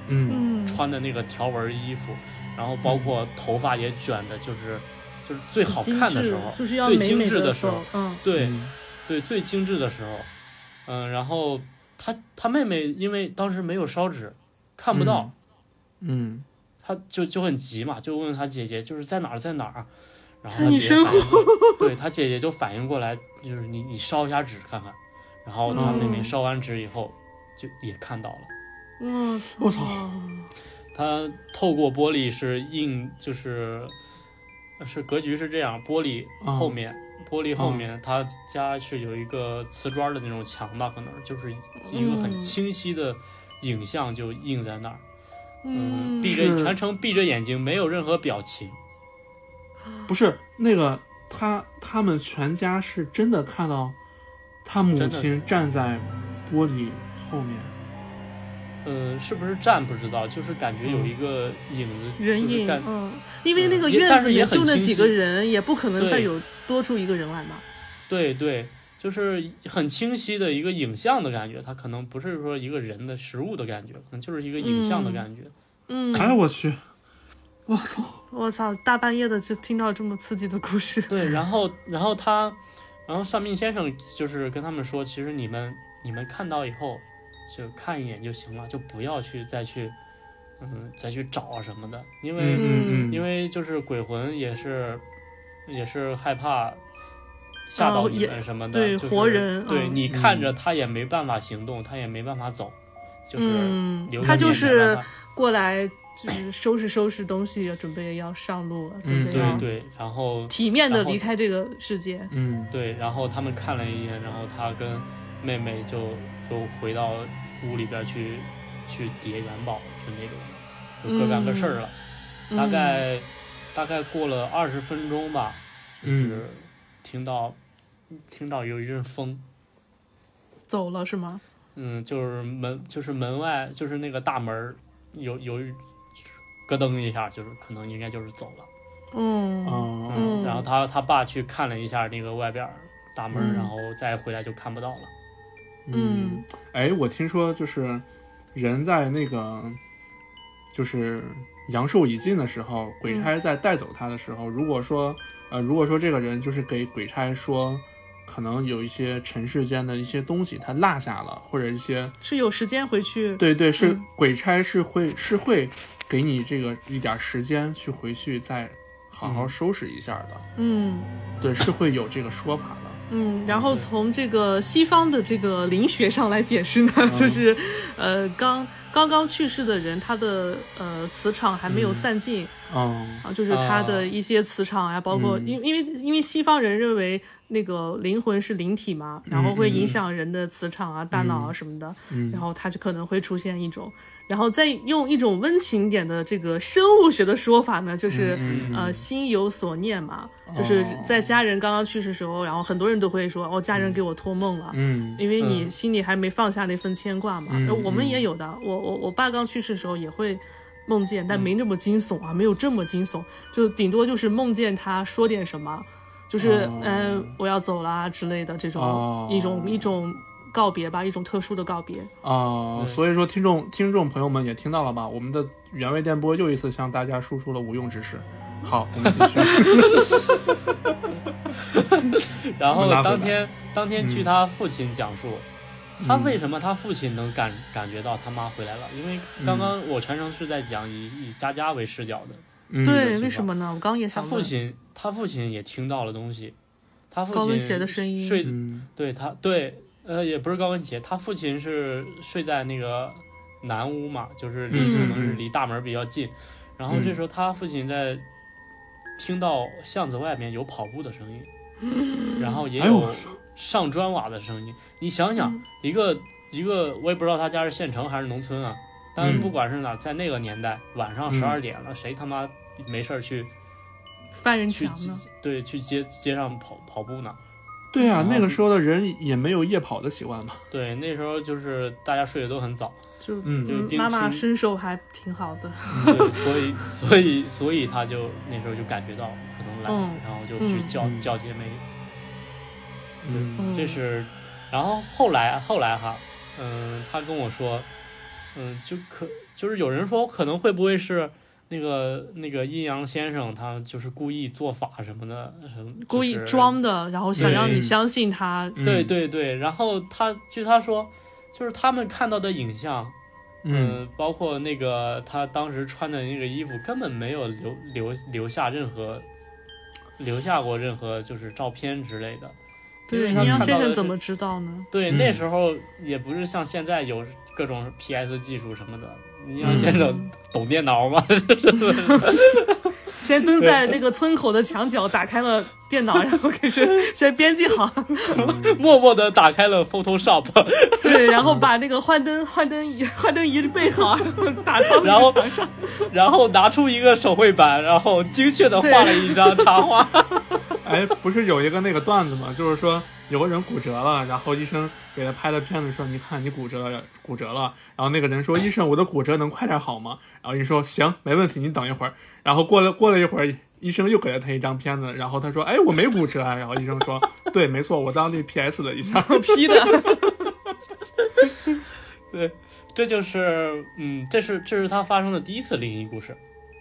[SPEAKER 2] 嗯
[SPEAKER 3] 嗯
[SPEAKER 4] 穿的那个条纹衣服，然后包括头发也卷的，就是就是最好看的时候，
[SPEAKER 3] 就是要
[SPEAKER 4] 最
[SPEAKER 3] 美
[SPEAKER 4] 精
[SPEAKER 3] 美
[SPEAKER 4] 致
[SPEAKER 3] 的
[SPEAKER 4] 的时候，
[SPEAKER 3] 嗯
[SPEAKER 4] 对。
[SPEAKER 2] 嗯
[SPEAKER 4] 对最精致的时候，嗯，然后他他妹妹因为当时没有烧纸，看不到，
[SPEAKER 2] 嗯
[SPEAKER 4] 他就就很急嘛，就问他姐姐就是在哪儿在哪儿，然后
[SPEAKER 3] 趁
[SPEAKER 4] 他
[SPEAKER 3] 你
[SPEAKER 4] 姐姐
[SPEAKER 3] 身
[SPEAKER 4] 反应过来 对他姐姐就反应过来，就是你你烧一下纸看看，然后他妹妹
[SPEAKER 3] 嗯
[SPEAKER 4] 烧完纸以后就也看到了，
[SPEAKER 3] 嗯，
[SPEAKER 2] 我操
[SPEAKER 4] 他透过玻璃是映就是是格局是这样，玻璃
[SPEAKER 2] 嗯
[SPEAKER 4] 后面。玻璃后
[SPEAKER 3] 嗯
[SPEAKER 4] 面，他家是有一个瓷砖的那种墙吧，可能就是一个很
[SPEAKER 3] 嗯
[SPEAKER 4] 清晰的影像就映在那儿。
[SPEAKER 3] 嗯
[SPEAKER 4] 闭着
[SPEAKER 2] 是
[SPEAKER 4] 全程闭着眼睛，没有任何表情。
[SPEAKER 2] 嗯不是那个他他们全家是真的看到他母亲站在玻璃后面，
[SPEAKER 4] 呃，是不是站不知道，就是感觉有一个影子，
[SPEAKER 3] 嗯人
[SPEAKER 4] 就是
[SPEAKER 3] 影
[SPEAKER 4] 干
[SPEAKER 3] 嗯，因为那个
[SPEAKER 4] 也但
[SPEAKER 3] 院
[SPEAKER 4] 是
[SPEAKER 3] 子
[SPEAKER 4] 也
[SPEAKER 3] 也
[SPEAKER 4] 很
[SPEAKER 3] 就那
[SPEAKER 4] 清
[SPEAKER 3] 几
[SPEAKER 4] 晰
[SPEAKER 3] 个人，也不可能再
[SPEAKER 4] 对
[SPEAKER 3] 有多出一个人来嘛。
[SPEAKER 4] 对对，就是很清晰的一个影像的感觉。它可能不是说一个人的实物的感觉，可能就是一个影像的感觉。
[SPEAKER 3] 嗯，
[SPEAKER 2] 哎我去，我操，
[SPEAKER 3] 我操，大半夜的就听到这么刺激的故事。
[SPEAKER 4] 对，然后然后他，然后算命先生就是跟他们说，其实你们你们看到以后就看一眼就行了，就不要去再去嗯再去找啊什么的，因为。
[SPEAKER 2] 嗯嗯嗯，
[SPEAKER 4] 因为就是鬼魂也是也是害怕吓到
[SPEAKER 3] 哦
[SPEAKER 4] 你
[SPEAKER 3] 也
[SPEAKER 4] 们什么的，
[SPEAKER 3] 对
[SPEAKER 4] 就是
[SPEAKER 3] 活人
[SPEAKER 4] 对
[SPEAKER 3] 嗯
[SPEAKER 4] 你看着他也没办法行动，他也没办法走，就是
[SPEAKER 3] 嗯
[SPEAKER 4] 留，
[SPEAKER 3] 他
[SPEAKER 4] 个
[SPEAKER 3] 就
[SPEAKER 4] 念想让
[SPEAKER 3] 是
[SPEAKER 4] 他
[SPEAKER 3] 过来就是收拾收拾东西，准备要上路了，准
[SPEAKER 2] 嗯
[SPEAKER 3] 备
[SPEAKER 4] 对
[SPEAKER 3] 要
[SPEAKER 4] 对，然后
[SPEAKER 3] 哦体面的
[SPEAKER 4] 然后
[SPEAKER 3] 离开这个世界。
[SPEAKER 2] 嗯
[SPEAKER 4] 对，然后他们看了一眼，然后他跟妹妹就又回到屋里边去去叠元宝，就那种就各干各事儿了。
[SPEAKER 3] 嗯
[SPEAKER 4] 大概大概过了二十分钟吧，就是听到、听到有一阵风，
[SPEAKER 3] 走了是吗？
[SPEAKER 4] 嗯，就是门就是门外就是那个大门儿有有一咯噔一下，就是可能应该就是走了。
[SPEAKER 3] 嗯
[SPEAKER 2] 哦
[SPEAKER 4] 嗯，然后他他爸去看了一下那个外边儿大门儿，
[SPEAKER 3] 嗯
[SPEAKER 4] 然后再回来就看不到了。
[SPEAKER 3] 嗯，
[SPEAKER 2] 哎，我听说就是人在那个就是阳寿已尽的时候，鬼差在带走他的时候，如果说呃，如果说这个人就是给鬼差说，可能有一些尘世间的一些东西他落下了，或者一些
[SPEAKER 3] 是有时间回去。
[SPEAKER 2] 对对是、
[SPEAKER 3] 嗯
[SPEAKER 2] 鬼差是会是会给你这个一点时间去回去再好好
[SPEAKER 4] 嗯
[SPEAKER 2] 收拾一下的，
[SPEAKER 3] 嗯
[SPEAKER 2] 对，是会有这个说法的，
[SPEAKER 3] 嗯，然
[SPEAKER 4] 嗯
[SPEAKER 3] 后从这个西方的这个灵学上来解释呢，就是，呃，刚刚刚去世的人，他的呃磁场还没有散尽，
[SPEAKER 2] 嗯
[SPEAKER 3] 啊，就是他的
[SPEAKER 4] 啊
[SPEAKER 3] 一些磁场啊，包括
[SPEAKER 2] 嗯
[SPEAKER 3] 因因为因为西方人认为那个灵魂是灵体嘛，然后会影响人的磁场啊、大
[SPEAKER 2] 嗯
[SPEAKER 3] 脑啊什么的，然后他就可能会出现一种，然后再用一种温情一点的这个生物学的说法呢，
[SPEAKER 2] 嗯
[SPEAKER 3] 就是、呃心有所念嘛，
[SPEAKER 2] 哦
[SPEAKER 3] 就是在家人刚刚去世时候，然后很多人都会说哦，家人给我托梦了，
[SPEAKER 2] 嗯
[SPEAKER 3] 因为你心里还没放下那份牵挂嘛。
[SPEAKER 2] 嗯
[SPEAKER 3] 呃我们也有的，我我我爸刚去世的时候也会梦见，
[SPEAKER 4] 嗯
[SPEAKER 3] 但没那么惊悚啊，没有这么惊悚，就顶多就是梦见他说点什么，就是
[SPEAKER 2] 哦
[SPEAKER 3] 嗯、呃我要走啦之类的这种、
[SPEAKER 2] 哦
[SPEAKER 3] 一种一种告别吧，一种特殊的告别。
[SPEAKER 2] 啊，
[SPEAKER 4] 对
[SPEAKER 2] 所以说听众听众朋友们也听到了吧，我们的原味电波又一次向大家输出了无用知识。好，我们继续。
[SPEAKER 4] 然后
[SPEAKER 2] 我们拉回来嗯
[SPEAKER 4] 当天当天据他父亲讲述，他为什么他父亲能感感觉到他妈回来了？因为刚刚我全程是在讲以以佳佳为视角的，
[SPEAKER 2] 嗯
[SPEAKER 3] 对，
[SPEAKER 4] 是
[SPEAKER 3] 为什
[SPEAKER 4] 吧
[SPEAKER 3] 么呢？我刚刚也
[SPEAKER 4] 他
[SPEAKER 3] 想
[SPEAKER 4] 父
[SPEAKER 3] 问，
[SPEAKER 4] 亲他父亲也听到了东西，他父亲
[SPEAKER 3] 高跟鞋的声音
[SPEAKER 4] 睡
[SPEAKER 2] 嗯
[SPEAKER 4] 对他对呃也不是高跟鞋，他父亲是睡在那个南屋嘛，就是离、
[SPEAKER 3] 嗯
[SPEAKER 4] 可能是离大门比较近，然
[SPEAKER 2] 嗯
[SPEAKER 4] 后这时候他父亲在听到巷子外面有跑步的声音，然后也
[SPEAKER 2] 哎呦
[SPEAKER 4] 有上砖瓦的声音。你想
[SPEAKER 3] 嗯
[SPEAKER 4] 想，一个一个我也不知道他家是县城还是农村啊，但
[SPEAKER 2] 嗯
[SPEAKER 4] 是不管是哪，在那个年代晚上
[SPEAKER 2] 嗯
[SPEAKER 4] 十二点了，谁他妈没事儿去
[SPEAKER 3] 犯人
[SPEAKER 4] 去
[SPEAKER 3] 墙
[SPEAKER 4] 街
[SPEAKER 3] 呢？
[SPEAKER 4] 对去街街上跑跑步呢？
[SPEAKER 2] 对啊，那个时候的人也没有夜跑的习惯嘛。
[SPEAKER 4] 对，那时候就是大家睡得都很早。
[SPEAKER 3] 就
[SPEAKER 2] 嗯，
[SPEAKER 4] 有
[SPEAKER 3] 嗯
[SPEAKER 4] 钉
[SPEAKER 3] 妈妈
[SPEAKER 4] 钉
[SPEAKER 3] 身手还挺好的，
[SPEAKER 4] 对，所以所以所以他就那时候就感觉到可能来，
[SPEAKER 3] 嗯
[SPEAKER 4] 然后就去
[SPEAKER 3] 嗯
[SPEAKER 4] 叫、
[SPEAKER 2] 嗯
[SPEAKER 4] 叫姐妹，
[SPEAKER 2] 嗯
[SPEAKER 3] 嗯，
[SPEAKER 4] 这是，然后后来后来哈，嗯，他跟我说，嗯，就可就是有人说可能会不会是。那个那个阴阳先生，他就是故意做法什么的，什么
[SPEAKER 3] 故意
[SPEAKER 4] 就是
[SPEAKER 3] 装嗯的，然后想让你
[SPEAKER 2] 嗯
[SPEAKER 3] 相信他。
[SPEAKER 4] 对，对对，然后他据他说，就是他们看到的影像，
[SPEAKER 2] 嗯，
[SPEAKER 4] 嗯，包括那个他当时穿的那个衣服，根本没有留留留下任何留下过任何就是照片之类的。
[SPEAKER 3] 对，
[SPEAKER 2] 因为他
[SPEAKER 3] 阴阳
[SPEAKER 2] 看
[SPEAKER 3] 先
[SPEAKER 4] 到的
[SPEAKER 3] 生
[SPEAKER 4] 是
[SPEAKER 3] 怎么知道呢？
[SPEAKER 4] 对，
[SPEAKER 2] 嗯
[SPEAKER 4] 那时候也不是像现在有各种 PS 技术什么的，你让先
[SPEAKER 3] 嗯
[SPEAKER 4] 生懂电 脑吗？
[SPEAKER 3] 先蹲在那个村口的墙角，打开了电脑，然后开 始先编辑好，
[SPEAKER 4] 默默的打开了 Photoshop，
[SPEAKER 2] 嗯
[SPEAKER 3] 对，然后把那个幻灯、幻灯仪、幻灯仪备好， 然后打到
[SPEAKER 4] 然
[SPEAKER 3] 那
[SPEAKER 4] 后
[SPEAKER 3] 个墙上。
[SPEAKER 4] 然后拿出一个手绘板，然后精确的画了一张插画。
[SPEAKER 2] 哎，不是有一个那个段子吗？就是说有个人骨折了，然后医生给他拍了片子说：“你看你骨折了，骨折了。”然后那个人说：“医生，我的骨折能快点好吗？”然后医生说：“行，没问题，你等一会儿。”然后过了过了一会儿，医生又给了他一张片子，然后他说：“哎，我没骨折。”啊。”然后医生说：“对，没错，我当地 PS 了一下。
[SPEAKER 3] P 的，
[SPEAKER 4] 对， 这就是嗯，这是这是他发生的第一次灵异故事。”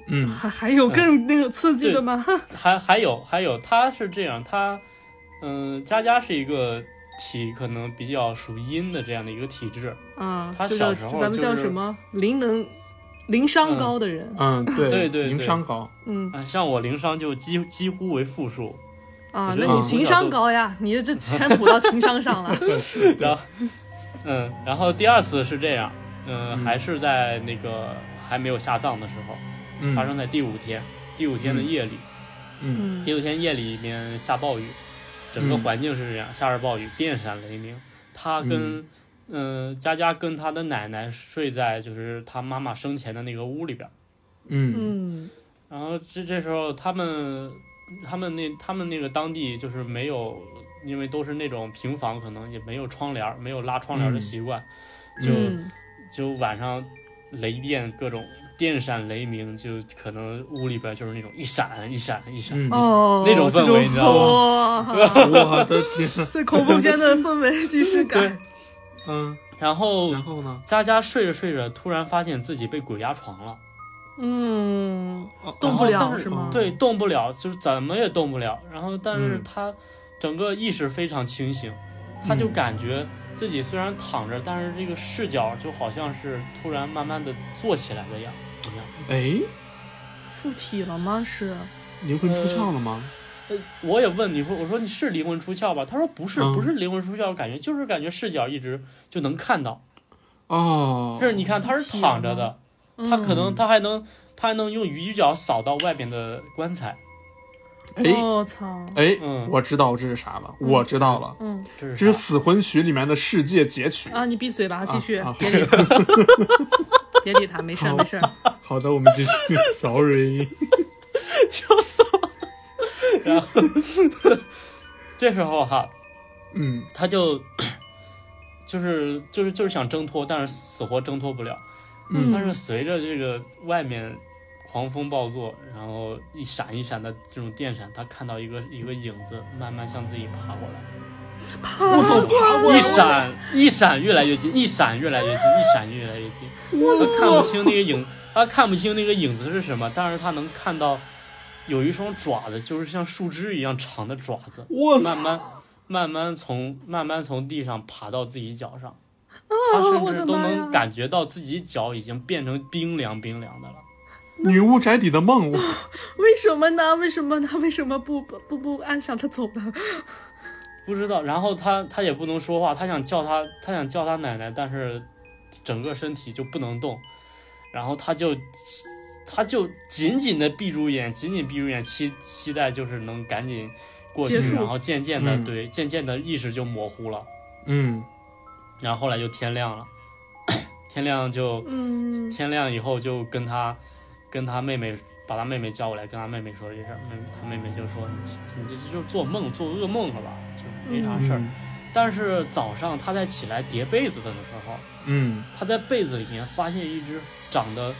[SPEAKER 2] 嗯
[SPEAKER 3] 还还有更那个刺激的吗？
[SPEAKER 4] 还还有还有，他是这样，他嗯，佳佳是一个体可能比较属阴的这样的一个体质，
[SPEAKER 3] 啊，
[SPEAKER 4] 他
[SPEAKER 3] 这
[SPEAKER 4] 小
[SPEAKER 3] 个
[SPEAKER 4] 时候
[SPEAKER 3] 咱们叫
[SPEAKER 4] 就是
[SPEAKER 3] 什么？灵能、灵商
[SPEAKER 4] 嗯
[SPEAKER 3] 高的人，
[SPEAKER 2] 嗯，对
[SPEAKER 4] 对对
[SPEAKER 2] 情商高，
[SPEAKER 3] 嗯
[SPEAKER 4] 嗯，像我灵商就几几乎为负数，
[SPEAKER 3] 啊
[SPEAKER 4] 我，
[SPEAKER 3] 那
[SPEAKER 4] 觉得
[SPEAKER 3] 你
[SPEAKER 4] 我
[SPEAKER 3] 情商高呀，你这全补到情商上 了。
[SPEAKER 4] 然后嗯，然后第二次是这样，嗯，还是在那个还没有下葬的时候，
[SPEAKER 2] 嗯，
[SPEAKER 4] 发生在第五天，第五天的夜里，
[SPEAKER 2] 嗯
[SPEAKER 3] 嗯
[SPEAKER 4] 第五天夜里面下暴雨，整个环境是这样，下着暴雨，电闪雷鸣。他跟嗯，佳佳跟他的奶奶睡在就是他妈妈生前的那个屋里边。
[SPEAKER 2] 嗯
[SPEAKER 3] 嗯
[SPEAKER 4] 然后这这时候他们他们那他们那个当地就是没有，因为都是那种平房，可能也没有窗帘儿，没有拉窗帘儿的习惯，就、
[SPEAKER 3] 嗯，
[SPEAKER 4] 就晚上雷电各种电闪雷鸣，就可能屋里边就是那种一闪一闪一闪。
[SPEAKER 2] 嗯，
[SPEAKER 3] 哦，
[SPEAKER 4] 那种
[SPEAKER 3] 这
[SPEAKER 4] 氛围你知道
[SPEAKER 3] 吗？
[SPEAKER 2] 我的天，
[SPEAKER 3] 这恐怖片的氛围即视感。
[SPEAKER 2] 嗯，
[SPEAKER 4] 然后
[SPEAKER 2] 然后呢？
[SPEAKER 4] 佳佳睡着睡着，突然发现自己被鬼压床了，
[SPEAKER 3] 嗯，
[SPEAKER 2] 哦
[SPEAKER 3] 动不
[SPEAKER 4] 然后
[SPEAKER 3] 了
[SPEAKER 4] 但是
[SPEAKER 3] 是吗？
[SPEAKER 4] 对，动不了，就是怎么也动不了。然后，但是
[SPEAKER 2] 嗯
[SPEAKER 4] 他整个意识非常清醒，他
[SPEAKER 2] 嗯
[SPEAKER 4] 就感觉自己虽然躺着，但是这个视角就好像是突然慢慢的坐起来的样一样。
[SPEAKER 2] 哎，
[SPEAKER 3] 附体了吗？是，
[SPEAKER 2] 灵魂出窍了吗？
[SPEAKER 4] 呃，我也问你说，我说你是灵魂出窍吧？他说不是，
[SPEAKER 2] 嗯
[SPEAKER 4] 不是灵魂出窍，感觉就是感觉视角一直就能看到。
[SPEAKER 2] 哦，嗯
[SPEAKER 4] 呃就是你看他是躺着的，
[SPEAKER 3] 嗯
[SPEAKER 4] 他可能他还能他还能用鱼角扫到外边的棺材，
[SPEAKER 2] 哎
[SPEAKER 4] 哦
[SPEAKER 3] 我哦操，
[SPEAKER 2] 哎，
[SPEAKER 4] 嗯
[SPEAKER 2] 我知道这是啥了，我知道了，
[SPEAKER 3] 嗯
[SPEAKER 4] 这是
[SPEAKER 2] 这是《
[SPEAKER 4] 啥
[SPEAKER 2] 死魂曲》里面的世界截取。
[SPEAKER 3] 啊，你闭嘴吧，继续
[SPEAKER 2] 啊，好
[SPEAKER 3] 别理他，别理他，没事儿
[SPEAKER 2] 好
[SPEAKER 3] 没事儿，
[SPEAKER 2] 好的，我们继续。Sorry，
[SPEAKER 4] 这时候哈，
[SPEAKER 2] 嗯
[SPEAKER 4] 他就 就是就是就是想挣脱，但是死活挣脱不了。但
[SPEAKER 2] 嗯
[SPEAKER 4] 是随着这个外面狂风暴作，然后一闪一闪的这种电闪，他看到一个一个影子慢慢向自己爬过来，
[SPEAKER 3] 我走爬
[SPEAKER 4] 一闪一闪越来越近，一闪越来越近，一闪越来越近。他看不清那个影，他看不清那个影子是什么，但是他能看到有一双爪子，就是像树枝一样长的爪子，
[SPEAKER 2] 我
[SPEAKER 4] 慢慢慢慢从慢慢从地上爬到自己脚上。他甚
[SPEAKER 3] 哦我
[SPEAKER 4] 至
[SPEAKER 3] 的
[SPEAKER 4] 都
[SPEAKER 3] 妈
[SPEAKER 4] 能
[SPEAKER 3] 呀
[SPEAKER 4] 感觉到自己脚已经变成冰凉冰凉的了。
[SPEAKER 2] 女巫宅邸的梦，我
[SPEAKER 3] 为什么呢？为什么呢？为什么不不不不按想他走呢？
[SPEAKER 4] 不知道，然后他他也不能说话，他想叫他他想叫他奶奶，但是整个身体就不能动，然后他就他就紧紧的闭住眼，紧紧闭住眼，期期待就是能赶紧过去
[SPEAKER 3] 结，束
[SPEAKER 4] 然后渐渐的、
[SPEAKER 2] 嗯
[SPEAKER 4] 对，渐渐的意识就模糊了，
[SPEAKER 2] 嗯
[SPEAKER 4] 然后后来就天亮了， 天亮就
[SPEAKER 3] 嗯，
[SPEAKER 4] 天亮以后就跟他跟他妹妹把他妹妹叫过来，跟他妹妹说这事儿，妹他妹妹就说你这你这就是做梦做噩梦了吧，就没啊啥事儿。
[SPEAKER 2] 嗯
[SPEAKER 4] 但是早上他在起来叠被子的时候，
[SPEAKER 2] 嗯
[SPEAKER 4] 他在被子里面发现一只长得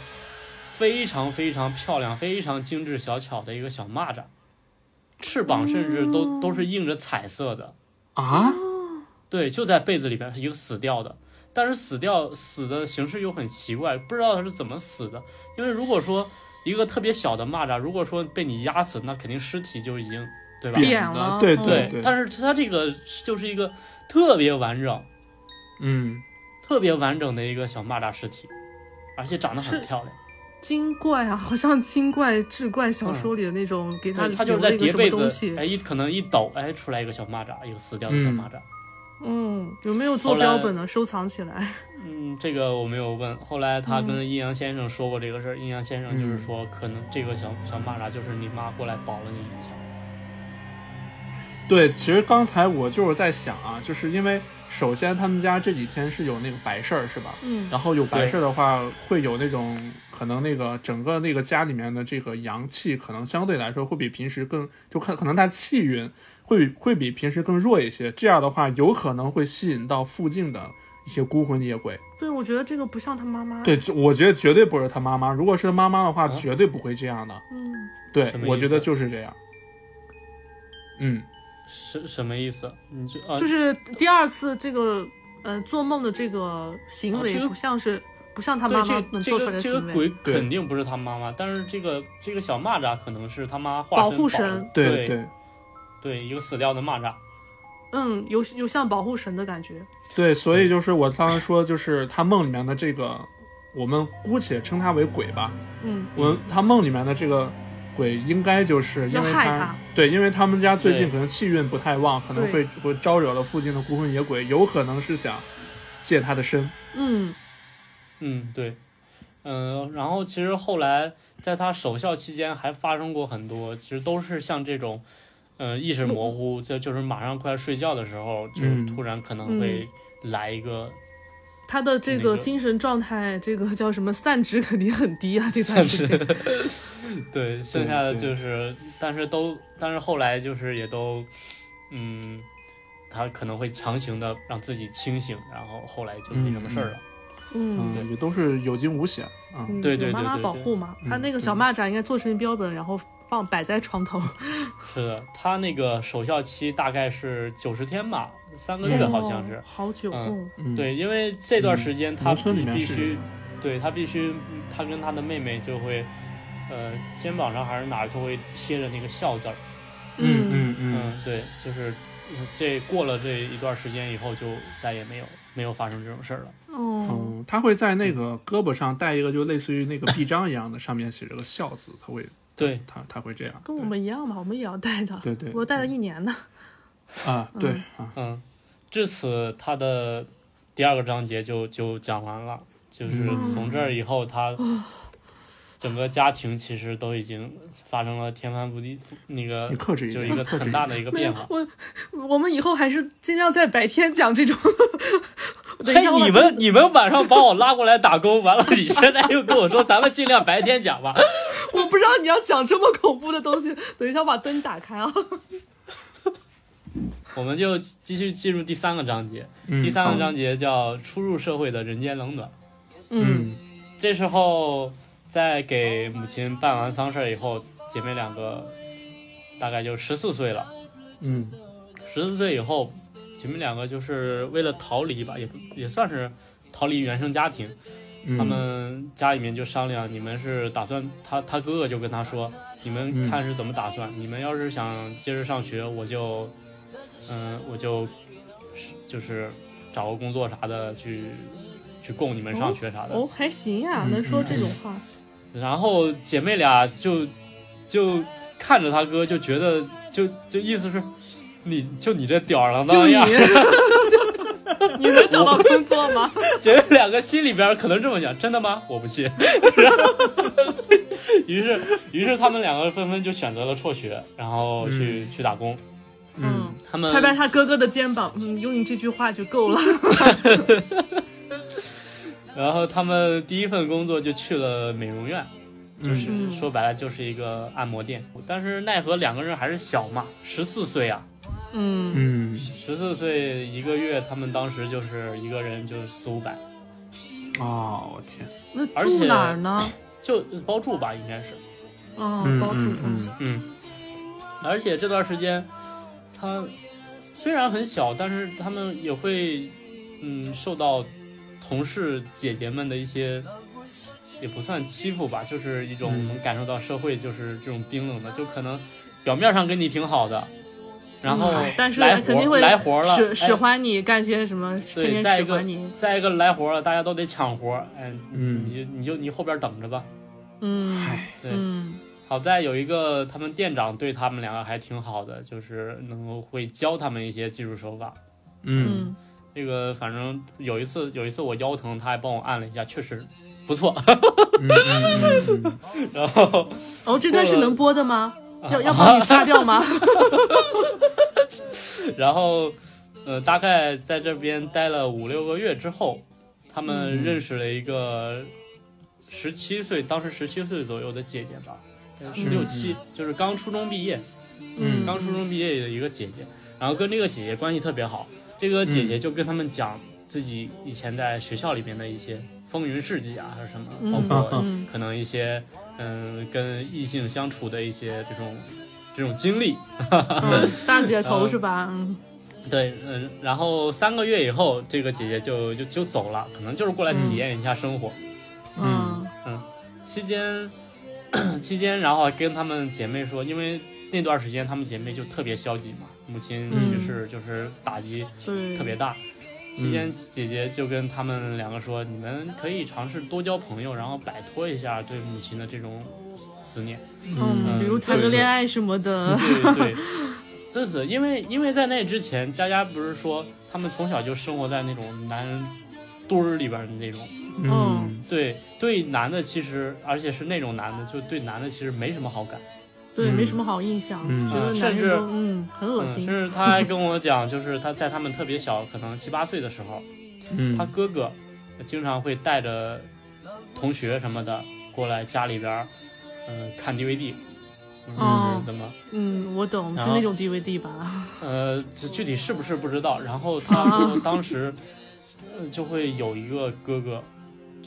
[SPEAKER 4] 非常非常漂亮、非常精致小巧的一个小蚂蚱，翅膀甚至都都是映着彩色的。
[SPEAKER 2] 啊，
[SPEAKER 4] 嗯对，就在被子里边是一个死掉的，但是死掉死的形式又很奇怪，不知道它是怎么死的。因为如果说一个特别小的蚂蚱，如果说被你压死，那肯定尸体就已经对吧？
[SPEAKER 3] 变
[SPEAKER 2] 扁的，
[SPEAKER 3] 了
[SPEAKER 2] 对
[SPEAKER 3] 嗯
[SPEAKER 4] 对，
[SPEAKER 2] 对，
[SPEAKER 4] 但是它这个就是一个特别完整。
[SPEAKER 2] 嗯
[SPEAKER 4] 特别完整的一个小蚂蚱尸体，而且长得很
[SPEAKER 3] 是
[SPEAKER 4] 漂亮。
[SPEAKER 3] 精怪啊，好像精怪志怪小说里的那种，给他
[SPEAKER 4] 嗯对，它就
[SPEAKER 3] 留
[SPEAKER 4] 是在
[SPEAKER 3] 了一个
[SPEAKER 4] 叠
[SPEAKER 3] 什么
[SPEAKER 4] 被
[SPEAKER 3] 东西
[SPEAKER 4] 子，哎，，一可能一抖，哎，出来一个小蚂蚱，一个死掉的小蚂蚱。
[SPEAKER 3] 嗯，有没有做
[SPEAKER 4] 后来
[SPEAKER 3] 标本呢？收藏起来。
[SPEAKER 4] 嗯这个我没有问。后来他
[SPEAKER 3] 嗯
[SPEAKER 4] 跟阴阳先生说过这个事儿，阴阳先生就是说，可能这个小小蚂蚱就是你妈过来保了你一下。
[SPEAKER 2] 对。其实刚才我就是在想啊，就是因为首先他们家这几天是有那个白事儿，是吧？
[SPEAKER 3] 嗯
[SPEAKER 4] 啊
[SPEAKER 2] 然后有白事儿的话，会有那种可能那个整个那个家里面的这个阳气，可能相对来说会比平时更，就看可能它气运会比会比平时更弱一些。这样的话，有可能会吸引到附近的一些孤魂野鬼。
[SPEAKER 3] 对，我觉得这个不像他妈妈。，
[SPEAKER 2] 对，这我觉得绝对不是他妈妈。如果是他妈妈的话，
[SPEAKER 4] 啊
[SPEAKER 2] 绝对不会这样的。
[SPEAKER 3] 嗯，
[SPEAKER 2] 对
[SPEAKER 4] 什么，意思
[SPEAKER 2] 我觉得就是这样。嗯，
[SPEAKER 4] 什什么意思？你就啊，
[SPEAKER 3] 就是第二次这个呃做梦的这个行
[SPEAKER 4] 啊
[SPEAKER 3] 为，
[SPEAKER 4] 这个
[SPEAKER 3] 不像是不像他
[SPEAKER 4] 对
[SPEAKER 3] 妈妈能
[SPEAKER 4] 这
[SPEAKER 3] 做
[SPEAKER 4] 个
[SPEAKER 3] 出来
[SPEAKER 4] 这个
[SPEAKER 3] 的
[SPEAKER 4] 这
[SPEAKER 3] 行
[SPEAKER 4] 个
[SPEAKER 3] 为。
[SPEAKER 4] 鬼肯定不是他妈妈，但是这个这个小蚂蚱可能是他妈化
[SPEAKER 3] 保
[SPEAKER 4] 身
[SPEAKER 3] 护
[SPEAKER 4] 保
[SPEAKER 3] 神
[SPEAKER 2] 对
[SPEAKER 4] 对
[SPEAKER 2] 对
[SPEAKER 4] 对，一个死掉的蚂蚱。
[SPEAKER 3] 嗯，有有像保护神的感觉。
[SPEAKER 2] 对，所以就是我刚刚说，就是他梦里面的这个，我们姑且称他为鬼吧。
[SPEAKER 3] 嗯，
[SPEAKER 2] 我他梦里面的这个鬼，应该就是因为
[SPEAKER 3] 要害
[SPEAKER 2] 他
[SPEAKER 3] 他
[SPEAKER 2] 对，因为他们家最近
[SPEAKER 4] 对
[SPEAKER 2] 可能气运不太旺，可能会
[SPEAKER 3] 对
[SPEAKER 2] 会招惹了附近的孤魂野鬼，有可能是想借他的身。
[SPEAKER 3] 嗯，
[SPEAKER 4] 嗯，对，嗯、然后其实后来在他守孝期间还发生过很多，其实都是像这种，嗯、意识模糊，就就是马上快要睡觉的时候，就
[SPEAKER 2] 嗯
[SPEAKER 4] 突然可能会来一个，
[SPEAKER 3] 他的这
[SPEAKER 4] 那
[SPEAKER 3] 个
[SPEAKER 4] 个
[SPEAKER 3] 精神状态，这个叫什么散值肯定很低啊，这段 时间。
[SPEAKER 4] 对，剩下的
[SPEAKER 2] 对
[SPEAKER 4] 就是，但是都，但是后来就是也都，嗯，他可能会强行的让自己清醒，然后后来就没什么事儿了。
[SPEAKER 3] 嗯，
[SPEAKER 2] 嗯，也都是有惊无险啊。
[SPEAKER 3] 嗯
[SPEAKER 4] 对对
[SPEAKER 3] 有妈
[SPEAKER 4] 对
[SPEAKER 3] 妈
[SPEAKER 4] 对
[SPEAKER 3] 保
[SPEAKER 4] 对
[SPEAKER 3] 护嘛，他
[SPEAKER 2] 嗯
[SPEAKER 3] 那个小蚂蚱应该做成标本，然后放摆在床头。
[SPEAKER 4] 是的，他那个守孝期大概是九十天吧，三个嗯月好像是
[SPEAKER 3] 哦。好久。
[SPEAKER 4] 嗯
[SPEAKER 3] 嗯
[SPEAKER 2] 嗯，
[SPEAKER 4] 对，因为这段时间他
[SPEAKER 2] 农村里面
[SPEAKER 4] 必
[SPEAKER 2] 是
[SPEAKER 4] 须，对他必须，嗯他跟他的妹妹就会，呃，肩膀上还是哪儿都会贴着那个孝字儿。
[SPEAKER 2] 嗯嗯嗯，
[SPEAKER 4] 嗯，对，就是嗯这过了这一段时间以后，就再也没有没有发生这种事儿了。
[SPEAKER 3] 哦，
[SPEAKER 2] 嗯，他会在那个胳膊上带一个，就类似于那个臂章一样的，上面写着个孝字，他会，
[SPEAKER 4] 对，
[SPEAKER 2] 他他会这样。
[SPEAKER 3] 跟我们一样嘛，我们也要戴的。
[SPEAKER 2] 对对，
[SPEAKER 3] 我戴了一年呢。
[SPEAKER 2] 啊，对啊，
[SPEAKER 4] 嗯嗯，至此他的第二个章节就就讲完了，就是
[SPEAKER 2] 嗯
[SPEAKER 4] 从这儿以 后，他整个家庭其实都已经发生了天翻地覆那个
[SPEAKER 2] 你克制一
[SPEAKER 4] 就
[SPEAKER 2] 点
[SPEAKER 4] 一个
[SPEAKER 2] 克制
[SPEAKER 4] 很
[SPEAKER 2] 一
[SPEAKER 4] 大
[SPEAKER 2] 点
[SPEAKER 4] 的一个
[SPEAKER 3] 没
[SPEAKER 4] 变
[SPEAKER 3] 有
[SPEAKER 4] 化。
[SPEAKER 3] 我，我们以后还是尽量在白天讲这种。 等一下，我把
[SPEAKER 4] 你们你们晚上把我拉过来打工，完了你现在又跟我说咱们尽量白天讲吧，
[SPEAKER 3] 我不知道你要讲这么恐怖的东西。等一下，我把灯打开啊。
[SPEAKER 4] 我们就继续进入第三个章节。
[SPEAKER 2] 嗯
[SPEAKER 4] 第三
[SPEAKER 2] 好
[SPEAKER 4] 个章节叫初入社会的人间冷暖。
[SPEAKER 3] 嗯，
[SPEAKER 4] 这时候在给母亲办完丧事儿以后，姐妹两个大概就十四岁了。
[SPEAKER 2] 嗯
[SPEAKER 4] 十四岁以后，姐妹两个就是为了逃离吧，也不也算是逃离原生家庭。
[SPEAKER 2] 嗯，
[SPEAKER 4] 他们家里面就商量，你们是打算他他哥哥就跟他说，你们
[SPEAKER 2] 嗯
[SPEAKER 4] 看是怎么打算，你们要是想接着上学，我就，嗯、我就是就是找个工作啥的去去供你们上学啥的。
[SPEAKER 3] 哦，还行呀、
[SPEAKER 2] 嗯
[SPEAKER 3] 能说这种 话。
[SPEAKER 4] 然后姐妹俩就就看着他哥，就觉得就就意思是，你就你这吊儿郎
[SPEAKER 3] 就
[SPEAKER 4] 当
[SPEAKER 3] 你
[SPEAKER 4] 样儿，，
[SPEAKER 3] 你能找到工作吗？
[SPEAKER 4] 姐妹两个心里边可能这么想，真的吗？我不信。于是，于是他们两个纷纷就选择了辍学，然后去、去打工。
[SPEAKER 2] 嗯，
[SPEAKER 4] 他们
[SPEAKER 3] 拍拍他哥哥的肩膀，嗯，用你这句话就够了。
[SPEAKER 4] 然后他们第一份工作就去了美容院，就是、
[SPEAKER 3] 嗯
[SPEAKER 4] 说白了就是一个按摩店。但是奈何两个人还是小嘛，十四岁啊，
[SPEAKER 3] 嗯，
[SPEAKER 2] 嗯
[SPEAKER 4] 十四岁一个月，他们当时就是一个人就是四五百，
[SPEAKER 2] 哦，我天，
[SPEAKER 3] 那
[SPEAKER 4] 而
[SPEAKER 3] 住
[SPEAKER 4] 且
[SPEAKER 3] 哪儿呢？
[SPEAKER 4] 就包住吧，应该是。
[SPEAKER 3] 哦，
[SPEAKER 2] 嗯
[SPEAKER 3] 包住
[SPEAKER 2] 嗯。嗯
[SPEAKER 4] 嗯，而且这段时间，他虽然很小，但是他们也会，嗯，受到同事姐姐们的一些，也不算欺负吧，就是一种
[SPEAKER 2] 嗯
[SPEAKER 4] 能感受到社会就是这种冰冷的，就可能表面上跟你挺好的，然后
[SPEAKER 3] 嗯但是
[SPEAKER 4] 来活
[SPEAKER 3] 肯定会
[SPEAKER 4] 来活了，
[SPEAKER 3] 使使
[SPEAKER 4] 哎
[SPEAKER 3] 唤你干些什么，天
[SPEAKER 4] 对，
[SPEAKER 3] 天
[SPEAKER 4] 再
[SPEAKER 3] 使
[SPEAKER 4] 一个
[SPEAKER 3] 唤你。，
[SPEAKER 4] 再一个来活了，大家都得抢活，哎，
[SPEAKER 2] 嗯
[SPEAKER 4] 你就你就你后边等着吧。
[SPEAKER 3] 嗯
[SPEAKER 2] 唉，
[SPEAKER 4] 对
[SPEAKER 3] 嗯
[SPEAKER 4] 好在有一个他们店长对他们两个还挺好的，就是能够会教他们一些技术手法。
[SPEAKER 2] 嗯
[SPEAKER 3] 嗯，
[SPEAKER 4] 这个反正有一次有一次我腰疼，他还帮我按了一下，确实不错。
[SPEAKER 2] 嗯嗯嗯
[SPEAKER 4] 然后
[SPEAKER 3] 哦，这段是能播的吗？
[SPEAKER 4] 啊
[SPEAKER 3] 要 要帮你掐掉 吗？
[SPEAKER 4] 然后呃，大概在这边待了五六个月之后，他们认识了一个十七岁，当时十七岁左右的姐姐吧，十六七，就是刚初中毕业，
[SPEAKER 2] 嗯
[SPEAKER 4] 刚初中毕业的一个姐姐，然后跟这个姐姐关系特别好。这个姐姐就跟他们讲自己以前在学校里面的一些风云事迹啊，还是什么，
[SPEAKER 3] 嗯
[SPEAKER 4] 包括
[SPEAKER 3] 嗯
[SPEAKER 4] 可能一些嗯跟异性相处的一些这种这种经历。
[SPEAKER 3] 嗯，大姐头是吧？嗯
[SPEAKER 4] 对，嗯，然后三个月以后，这个姐姐就就就走了，可能就是过来体验一下生活。
[SPEAKER 3] 嗯
[SPEAKER 4] 期间 期间，然后跟她们姐妹说，因为那段时间她们姐妹就特别消极嘛，母亲
[SPEAKER 3] 嗯
[SPEAKER 4] 去世就是打击。
[SPEAKER 3] 对，
[SPEAKER 4] 特别大。
[SPEAKER 3] 嗯
[SPEAKER 4] 期间，姐姐就跟他们两个说：“你们可以尝试多交朋友，然后摆脱一下对母亲的这种 思念。
[SPEAKER 3] 嗯，
[SPEAKER 4] 嗯
[SPEAKER 3] 比如谈个恋爱什么的，
[SPEAKER 4] 对”对对，这是因为因为在那之前，佳佳不是说他们从小就生活在那种男人堆儿里边的那种，
[SPEAKER 2] 嗯
[SPEAKER 4] 对对男的其实而且是那种男的，就对男的其实没什么好感。
[SPEAKER 3] 对，
[SPEAKER 2] 嗯
[SPEAKER 3] 没什么好印象，
[SPEAKER 2] 嗯
[SPEAKER 3] 觉得男人都嗯很恶
[SPEAKER 4] 嗯，甚
[SPEAKER 3] 心。
[SPEAKER 4] 至他还跟我讲，就是他在他们特别小，可能七八岁的时候，
[SPEAKER 2] 嗯，
[SPEAKER 4] 他哥哥经常会带着同学什么的过来家里边儿，嗯、看 DVD，嗯，
[SPEAKER 3] 哦
[SPEAKER 4] 怎么，
[SPEAKER 3] 嗯，我懂，是
[SPEAKER 4] 然后
[SPEAKER 3] 那种 DVD 吧？
[SPEAKER 4] 呃，这具体是不是不知道。然后他
[SPEAKER 3] 啊
[SPEAKER 2] 哦
[SPEAKER 4] 说当时、呃就会有一个哥哥，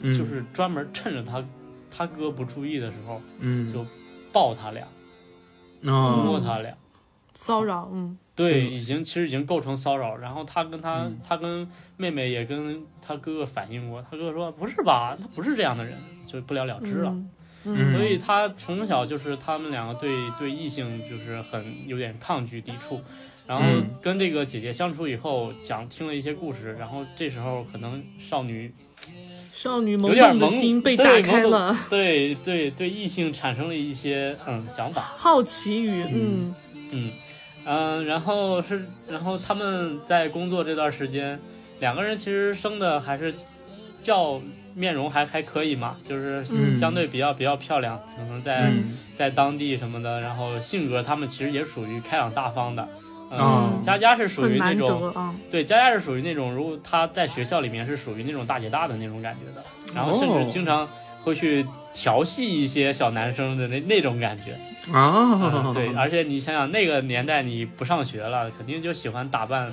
[SPEAKER 2] 嗯
[SPEAKER 4] 就是专门趁着他他哥不注意的时候
[SPEAKER 2] 嗯
[SPEAKER 4] 就抱他俩，
[SPEAKER 2] 哦
[SPEAKER 4] 摸他俩。
[SPEAKER 3] 骚扰，嗯
[SPEAKER 4] 对，
[SPEAKER 2] 嗯
[SPEAKER 4] 已经其实已经构成骚扰。然后他跟他、他跟妹妹也跟他哥哥反映过，他哥哥说不是吧，他不是这样的人，就不了了之了。
[SPEAKER 3] 嗯
[SPEAKER 2] 嗯
[SPEAKER 4] 所以他从小就是他们两个对对异性就是很有点抗拒抵触，然后
[SPEAKER 2] 嗯
[SPEAKER 4] 跟这个姐姐相处以后，讲听了一些故事，然后这时候可能少女
[SPEAKER 3] 少女
[SPEAKER 4] 有
[SPEAKER 3] 萌
[SPEAKER 4] 点
[SPEAKER 3] 动的
[SPEAKER 4] 懵
[SPEAKER 3] 心被打开了，
[SPEAKER 4] 对对对异性产生了一些嗯想法，呃
[SPEAKER 3] 好奇与嗯
[SPEAKER 4] 嗯嗯，然后是然后他们在工作这段时间，两个人其实生的还是叫面容还还可以嘛，就是
[SPEAKER 2] 嗯
[SPEAKER 4] 相对比较比较漂亮，可能在、
[SPEAKER 2] 嗯
[SPEAKER 4] 在当地什么的，然后性格他们其实也属于开朗大方的。
[SPEAKER 2] 哦
[SPEAKER 4] 嗯，佳佳是属
[SPEAKER 3] 很
[SPEAKER 4] 于那
[SPEAKER 3] 难
[SPEAKER 4] 种
[SPEAKER 3] 得啊。
[SPEAKER 4] 对，佳佳是属于那种，如果她在学校里面是属于那种大姐大的那种感觉的，然后甚
[SPEAKER 2] 哦
[SPEAKER 4] 至经常会去调戏一些小男生的那那种感觉。
[SPEAKER 2] 啊
[SPEAKER 4] 嗯，对，而且你想想那个年代，你不上学了，肯定就喜欢打扮，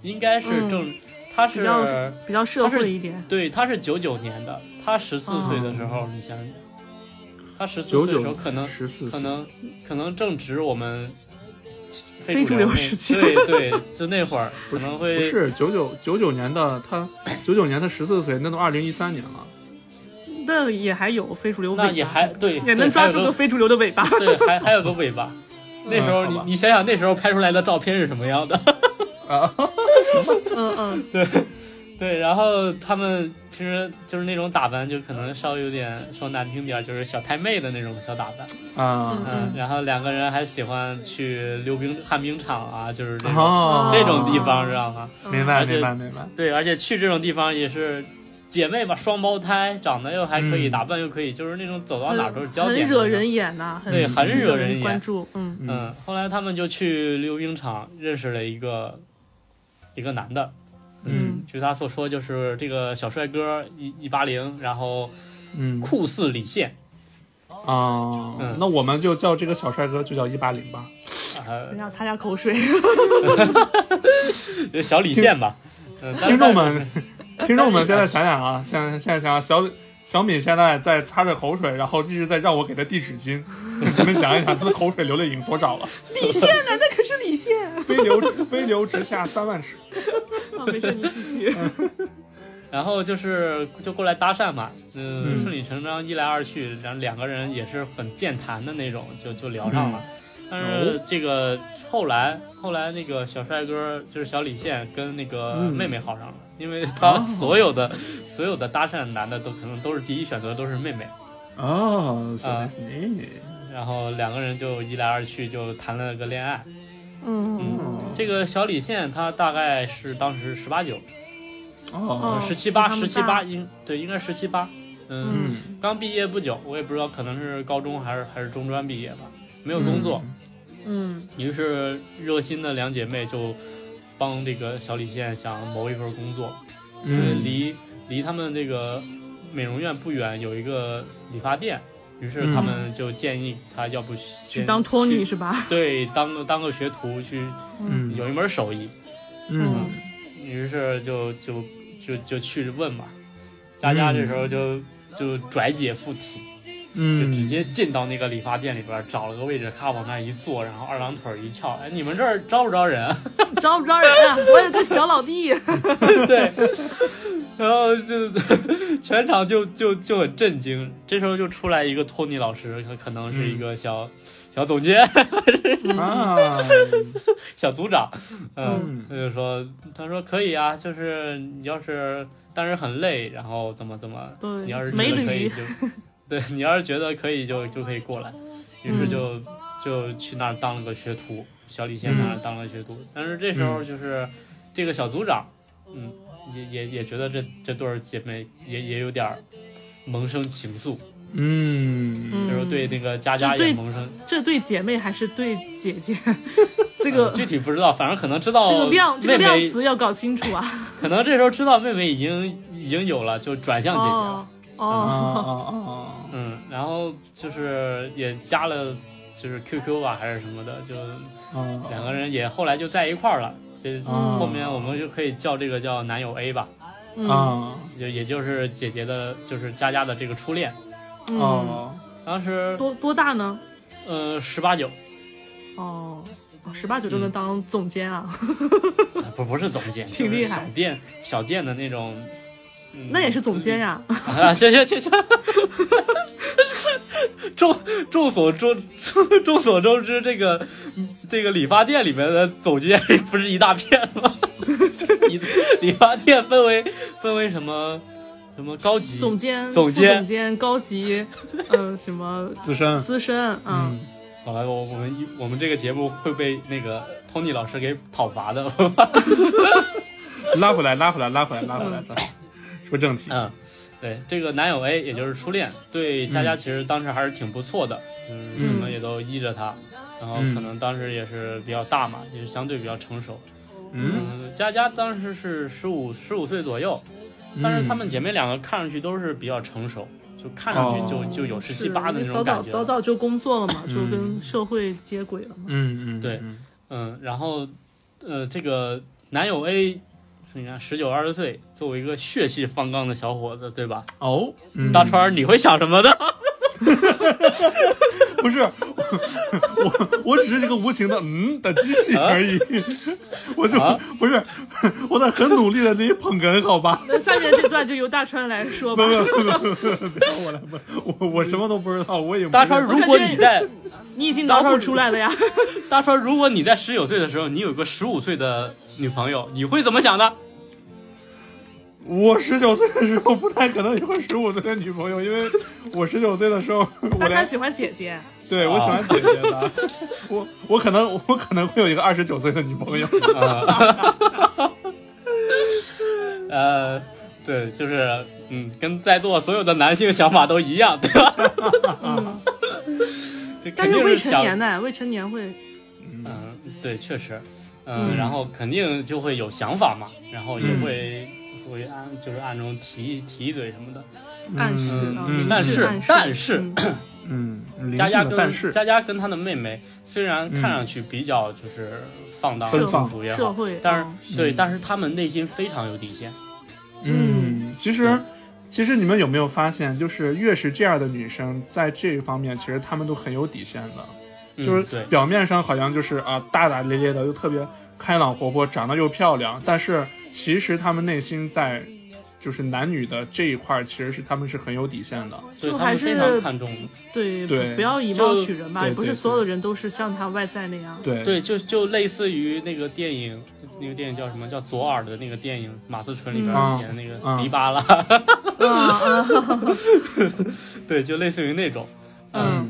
[SPEAKER 4] 应该是正，她
[SPEAKER 3] 嗯比较
[SPEAKER 4] 是
[SPEAKER 3] 比较社会一点，
[SPEAKER 4] 对，她是九九年的，她十四岁的时候，你想想，她十四
[SPEAKER 2] 九
[SPEAKER 4] 岁的
[SPEAKER 2] 九
[SPEAKER 4] 时候可能
[SPEAKER 2] 十四
[SPEAKER 4] 可能可能正值我们非
[SPEAKER 3] 非主流
[SPEAKER 4] 那
[SPEAKER 3] 时期
[SPEAKER 4] 对对，就那会儿可能
[SPEAKER 2] 不
[SPEAKER 4] 会
[SPEAKER 2] 是九九九九年的他，九九年他十四岁，那都二零一三年了。
[SPEAKER 3] 那也还有非主流尾巴，
[SPEAKER 4] 那也还对，
[SPEAKER 3] 也能
[SPEAKER 4] 对
[SPEAKER 3] 抓住个
[SPEAKER 4] 还
[SPEAKER 3] 非主流的尾巴。
[SPEAKER 4] 有个 对，还还有个尾巴。那时候
[SPEAKER 2] 嗯
[SPEAKER 4] 你
[SPEAKER 2] 好吧
[SPEAKER 4] 你想想那时候拍出来的照片是什么样的？
[SPEAKER 2] 啊，
[SPEAKER 3] 嗯嗯，
[SPEAKER 4] 对，然后他们平时就是那种打扮，就可能稍微有点说难听点儿，就是小太妹的那种小打扮。
[SPEAKER 2] 啊
[SPEAKER 4] 嗯，然后两个人还喜欢去溜冰、旱冰场啊，就是这种、
[SPEAKER 2] 哦
[SPEAKER 4] 这种地方，知道吗？
[SPEAKER 2] 明白
[SPEAKER 4] 而且
[SPEAKER 2] 明白明白。
[SPEAKER 4] 对，而且去这种地方也是姐妹吧，双胞胎，长得又还可以，
[SPEAKER 2] 嗯
[SPEAKER 4] 打扮又可以，就是那种走到
[SPEAKER 3] 很
[SPEAKER 4] 哪都是焦点，
[SPEAKER 3] 很惹人。眼呐，很
[SPEAKER 4] 对，很惹
[SPEAKER 3] 人
[SPEAKER 4] 人眼
[SPEAKER 3] 关。注。嗯，
[SPEAKER 4] 嗯，后来他们就去溜冰场认识了一个一个男的，
[SPEAKER 2] 嗯
[SPEAKER 4] 据他所说就是这个小帅哥一一八零，然后
[SPEAKER 2] 嗯
[SPEAKER 4] 酷似李现，
[SPEAKER 2] 啊
[SPEAKER 4] 嗯，
[SPEAKER 2] 那我们就叫这个小帅哥就叫一八零吧。
[SPEAKER 4] 呃，
[SPEAKER 3] 要擦下口 水。
[SPEAKER 4] 小李现吧。嗯，但
[SPEAKER 2] 听众
[SPEAKER 4] 但是
[SPEAKER 2] 们，听众们现在想想啊，现在现在想想小小米现在在擦着口水，然后一直在让我给他递纸巾。 你们想一想，他的口水流了已经多少了？
[SPEAKER 3] 李现呢？那可是李现。
[SPEAKER 2] 飞流飞流直下三万尺。
[SPEAKER 4] 哦
[SPEAKER 3] 啊，没事，你继续。
[SPEAKER 4] 然后就是就过来搭讪嘛，
[SPEAKER 2] 嗯
[SPEAKER 4] 嗯，顺理成章，一来二去，然后两个人也是很健谈的那种，就就聊上了。但是这个后来后来那个小帅哥就是小李现跟那个
[SPEAKER 2] 嗯
[SPEAKER 4] 妹妹好上了，因为他所有的、所有的搭讪男的都可能都是第一选择都是妹妹，
[SPEAKER 2] 哦，
[SPEAKER 4] so that's
[SPEAKER 2] 你
[SPEAKER 4] 然后两个人就一来二去就谈了个恋爱。哎
[SPEAKER 3] 嗯，
[SPEAKER 4] 这个小李现他大概是当时十八九、
[SPEAKER 2] 哦
[SPEAKER 3] 哦
[SPEAKER 4] 呃十七八、
[SPEAKER 3] 比他
[SPEAKER 4] 十
[SPEAKER 3] 们
[SPEAKER 4] 七
[SPEAKER 3] 大
[SPEAKER 4] 八，应对应该十七八，嗯
[SPEAKER 3] 嗯
[SPEAKER 2] 嗯，
[SPEAKER 4] 刚毕业不久，我也不知道可能是高中还是还是中专毕业吧，没有工作，
[SPEAKER 3] 嗯，
[SPEAKER 4] 于是热心的两姐妹就帮这个小李现想谋一份工作，因为
[SPEAKER 2] 嗯，
[SPEAKER 4] 呃离离他们这个美容院不远有一个理发店，于是他们就建议他要不
[SPEAKER 3] 去
[SPEAKER 4] 先
[SPEAKER 3] 当托尼
[SPEAKER 4] 去，
[SPEAKER 3] 是吧？
[SPEAKER 4] 对，当个当个学徒去
[SPEAKER 2] 嗯
[SPEAKER 4] 有一门手艺，
[SPEAKER 2] 嗯
[SPEAKER 4] 于是就就就就去问嘛，佳佳这时候就就拽姐附体。就直
[SPEAKER 2] 嗯，
[SPEAKER 4] 接进到那个理发店里边儿，找了个位置，咔往那儿一坐，然后二郎腿儿一翘，哎，你们这儿招不招人啊？
[SPEAKER 3] 招不招人啊？我有个小老弟。
[SPEAKER 4] 对，然后就 全场就就就很震惊。这时候就出来一个托尼老师，可可能是一个小、小总监、
[SPEAKER 2] 啊，
[SPEAKER 4] 小组长，
[SPEAKER 2] 嗯
[SPEAKER 4] 嗯，他就说，他说可以啊，就是你要是但是很累，然后怎么怎么，
[SPEAKER 3] 对
[SPEAKER 4] 你要是觉
[SPEAKER 3] 美
[SPEAKER 4] 得可以
[SPEAKER 3] 女
[SPEAKER 4] 就，对你要是觉得可以就就可以过来，于是就、
[SPEAKER 3] 嗯
[SPEAKER 4] 就去那儿当了个学徒，小李先那儿当了学徒，但是这时
[SPEAKER 3] 嗯
[SPEAKER 4] 候就是、这个小组长，嗯，也也也觉得这这对儿姐妹也也有点儿萌生情愫，
[SPEAKER 2] 嗯，
[SPEAKER 4] 就是对那个佳佳
[SPEAKER 3] 就对
[SPEAKER 4] 也萌生，
[SPEAKER 3] 这对姐妹还是对姐姐？这个
[SPEAKER 4] 嗯具体不知道，反正可能知道
[SPEAKER 3] 这个量这个量
[SPEAKER 4] 妹妹
[SPEAKER 3] 词要搞清楚啊。
[SPEAKER 4] 可能这时候知道妹妹已经已经有了，就转向姐姐了
[SPEAKER 3] 哦。
[SPEAKER 2] 啊
[SPEAKER 3] 哦，
[SPEAKER 2] 啊
[SPEAKER 4] 嗯，然后就是也加了，就是 QQ 吧还是什么的，就
[SPEAKER 2] 啊，
[SPEAKER 4] 两个人也后来就在一块儿了。这
[SPEAKER 2] 嗯
[SPEAKER 4] 后面我们就可以叫这个叫男友 A 吧，
[SPEAKER 3] 嗯
[SPEAKER 2] 啊，
[SPEAKER 4] 就也就是姐姐的，就是佳佳的这个初恋。
[SPEAKER 3] 嗯，
[SPEAKER 2] 哦，
[SPEAKER 4] 当时
[SPEAKER 3] 多多大呢？
[SPEAKER 4] 呃十八九，
[SPEAKER 3] 哦，十八九
[SPEAKER 4] 嗯
[SPEAKER 3] 就能当总监啊，
[SPEAKER 4] 啊不不是总监，
[SPEAKER 3] 挺
[SPEAKER 4] 就是
[SPEAKER 3] 厉害
[SPEAKER 4] 小店小店的那种。嗯
[SPEAKER 3] 那也是总监呀、
[SPEAKER 4] 啊，行行行 行，众众所周 众众所周知，这个这个理发店里面的总监不是一大片吗？ 理理发店分为分为什么什么高级
[SPEAKER 3] 总监、
[SPEAKER 4] 总
[SPEAKER 3] 副
[SPEAKER 4] 监
[SPEAKER 3] 总监、高 级，嗯、什么
[SPEAKER 2] 自身，
[SPEAKER 3] 资深，嗯，
[SPEAKER 4] 好了，我我们一我们这个节目会被那个托尼老师给讨伐的。
[SPEAKER 2] 拉回来，拉回来，拉回来，拉回来，咱说正题。
[SPEAKER 4] 嗯，对，这个男友 A 也就是初恋，对佳佳其实当时还是挺不错的，嗯，
[SPEAKER 2] 嗯
[SPEAKER 4] 什么也都依着他，然后可能当时也是比较大嘛，也是相对比较成熟。
[SPEAKER 2] 嗯，
[SPEAKER 4] 嗯，佳佳当时是十五十五岁左右，
[SPEAKER 2] 嗯
[SPEAKER 4] 但是她们姐妹两个看上去都是比较成熟，就看上去就、
[SPEAKER 2] 哦
[SPEAKER 4] 嗯就有十七
[SPEAKER 3] 是
[SPEAKER 4] 八的
[SPEAKER 3] 因为早
[SPEAKER 4] 那种
[SPEAKER 3] 早
[SPEAKER 4] 感觉
[SPEAKER 3] 早。早就工作了嘛，就
[SPEAKER 2] 嗯
[SPEAKER 3] 跟社会接轨了嘛。
[SPEAKER 2] 嗯嗯，
[SPEAKER 4] 对
[SPEAKER 2] 嗯
[SPEAKER 4] 嗯，然后呃，这个男友 A，你看十九二十岁，作为一个血气方刚的小伙子，对吧？
[SPEAKER 2] 哦，嗯
[SPEAKER 4] 大川儿，你会想什么的？
[SPEAKER 2] 不是我，我我只是一个无情的嗯的机器而已， 我就
[SPEAKER 4] 啊
[SPEAKER 2] 不是我在很努力的给你捧哏，好吧？
[SPEAKER 3] 那下面这段就由大川来说吧
[SPEAKER 2] 不。不不不不不，别让我来问，我我什么都不知道，我也不
[SPEAKER 4] 大川儿，如果你在
[SPEAKER 3] 你已经脑补出来了呀，
[SPEAKER 4] 大川，如果你在十九岁的时候，你有个十五岁的女朋友，你会怎么想的？
[SPEAKER 2] 我十九岁的时候不太可能有个十五岁的女朋友，因为我十九岁的时候，我
[SPEAKER 3] 大川
[SPEAKER 2] 连
[SPEAKER 3] 喜欢姐姐，
[SPEAKER 2] 对我喜欢姐姐的，我我可能我可能会有一个二十九岁的女朋友，
[SPEAKER 4] 呃，对，就是嗯，跟在座所有的男性想法都一样，对 吧？这
[SPEAKER 3] 嗯但
[SPEAKER 4] 肯
[SPEAKER 3] 是
[SPEAKER 4] 定
[SPEAKER 3] 未成
[SPEAKER 4] 想，
[SPEAKER 3] 年呢，未成年会
[SPEAKER 4] 嗯、对，确实，嗯，然后肯定就会有想法嘛，然后也会、
[SPEAKER 3] 嗯
[SPEAKER 4] 会暗就是暗中提提一嘴什么的，
[SPEAKER 3] 暗示啊，
[SPEAKER 2] 嗯
[SPEAKER 3] 明
[SPEAKER 4] 但
[SPEAKER 3] 示
[SPEAKER 4] 是
[SPEAKER 3] 暗示，
[SPEAKER 4] 但是
[SPEAKER 3] 嗯
[SPEAKER 2] 嗯，灵
[SPEAKER 4] 佳佳
[SPEAKER 2] 性的
[SPEAKER 4] 跟
[SPEAKER 2] 但是
[SPEAKER 4] 佳佳跟她的妹妹虽然看上去比较就是放荡、
[SPEAKER 2] 奔放
[SPEAKER 4] 轻浮也
[SPEAKER 3] 社
[SPEAKER 4] 好，
[SPEAKER 3] 会，
[SPEAKER 4] 但是对，
[SPEAKER 2] 嗯
[SPEAKER 4] 但是她们内心非常有底线。
[SPEAKER 2] 嗯，其实，其实你们有没有发现，就是越是这样的女生，在这一方面，其实她们都很有底线的，
[SPEAKER 4] 嗯
[SPEAKER 2] 就是表面上好像就是啊大大咧咧的，又特别开朗活泼，长得又漂亮，但是其实她们内心在，就是男女的这一块儿，其实是她们是很有底线的。
[SPEAKER 4] 对，
[SPEAKER 3] 就
[SPEAKER 4] 对他
[SPEAKER 3] 还
[SPEAKER 4] 们非常
[SPEAKER 3] 是
[SPEAKER 4] 看重。
[SPEAKER 3] 对
[SPEAKER 2] 对
[SPEAKER 3] 不不要以貌
[SPEAKER 4] 就
[SPEAKER 3] 取人吧，
[SPEAKER 2] 对
[SPEAKER 3] 也不
[SPEAKER 2] 对
[SPEAKER 3] 是
[SPEAKER 2] 对
[SPEAKER 3] 所有人都是像他外在那样。
[SPEAKER 2] 对，
[SPEAKER 4] 对，就就类似于那个电影，那个电影叫什么？叫左耳的那个电影，马思纯里边
[SPEAKER 2] 嗯
[SPEAKER 4] 演的那
[SPEAKER 2] 嗯
[SPEAKER 4] 个黎巴拉。嗯
[SPEAKER 3] 啊，
[SPEAKER 4] 对，就类似于那种。
[SPEAKER 3] 嗯，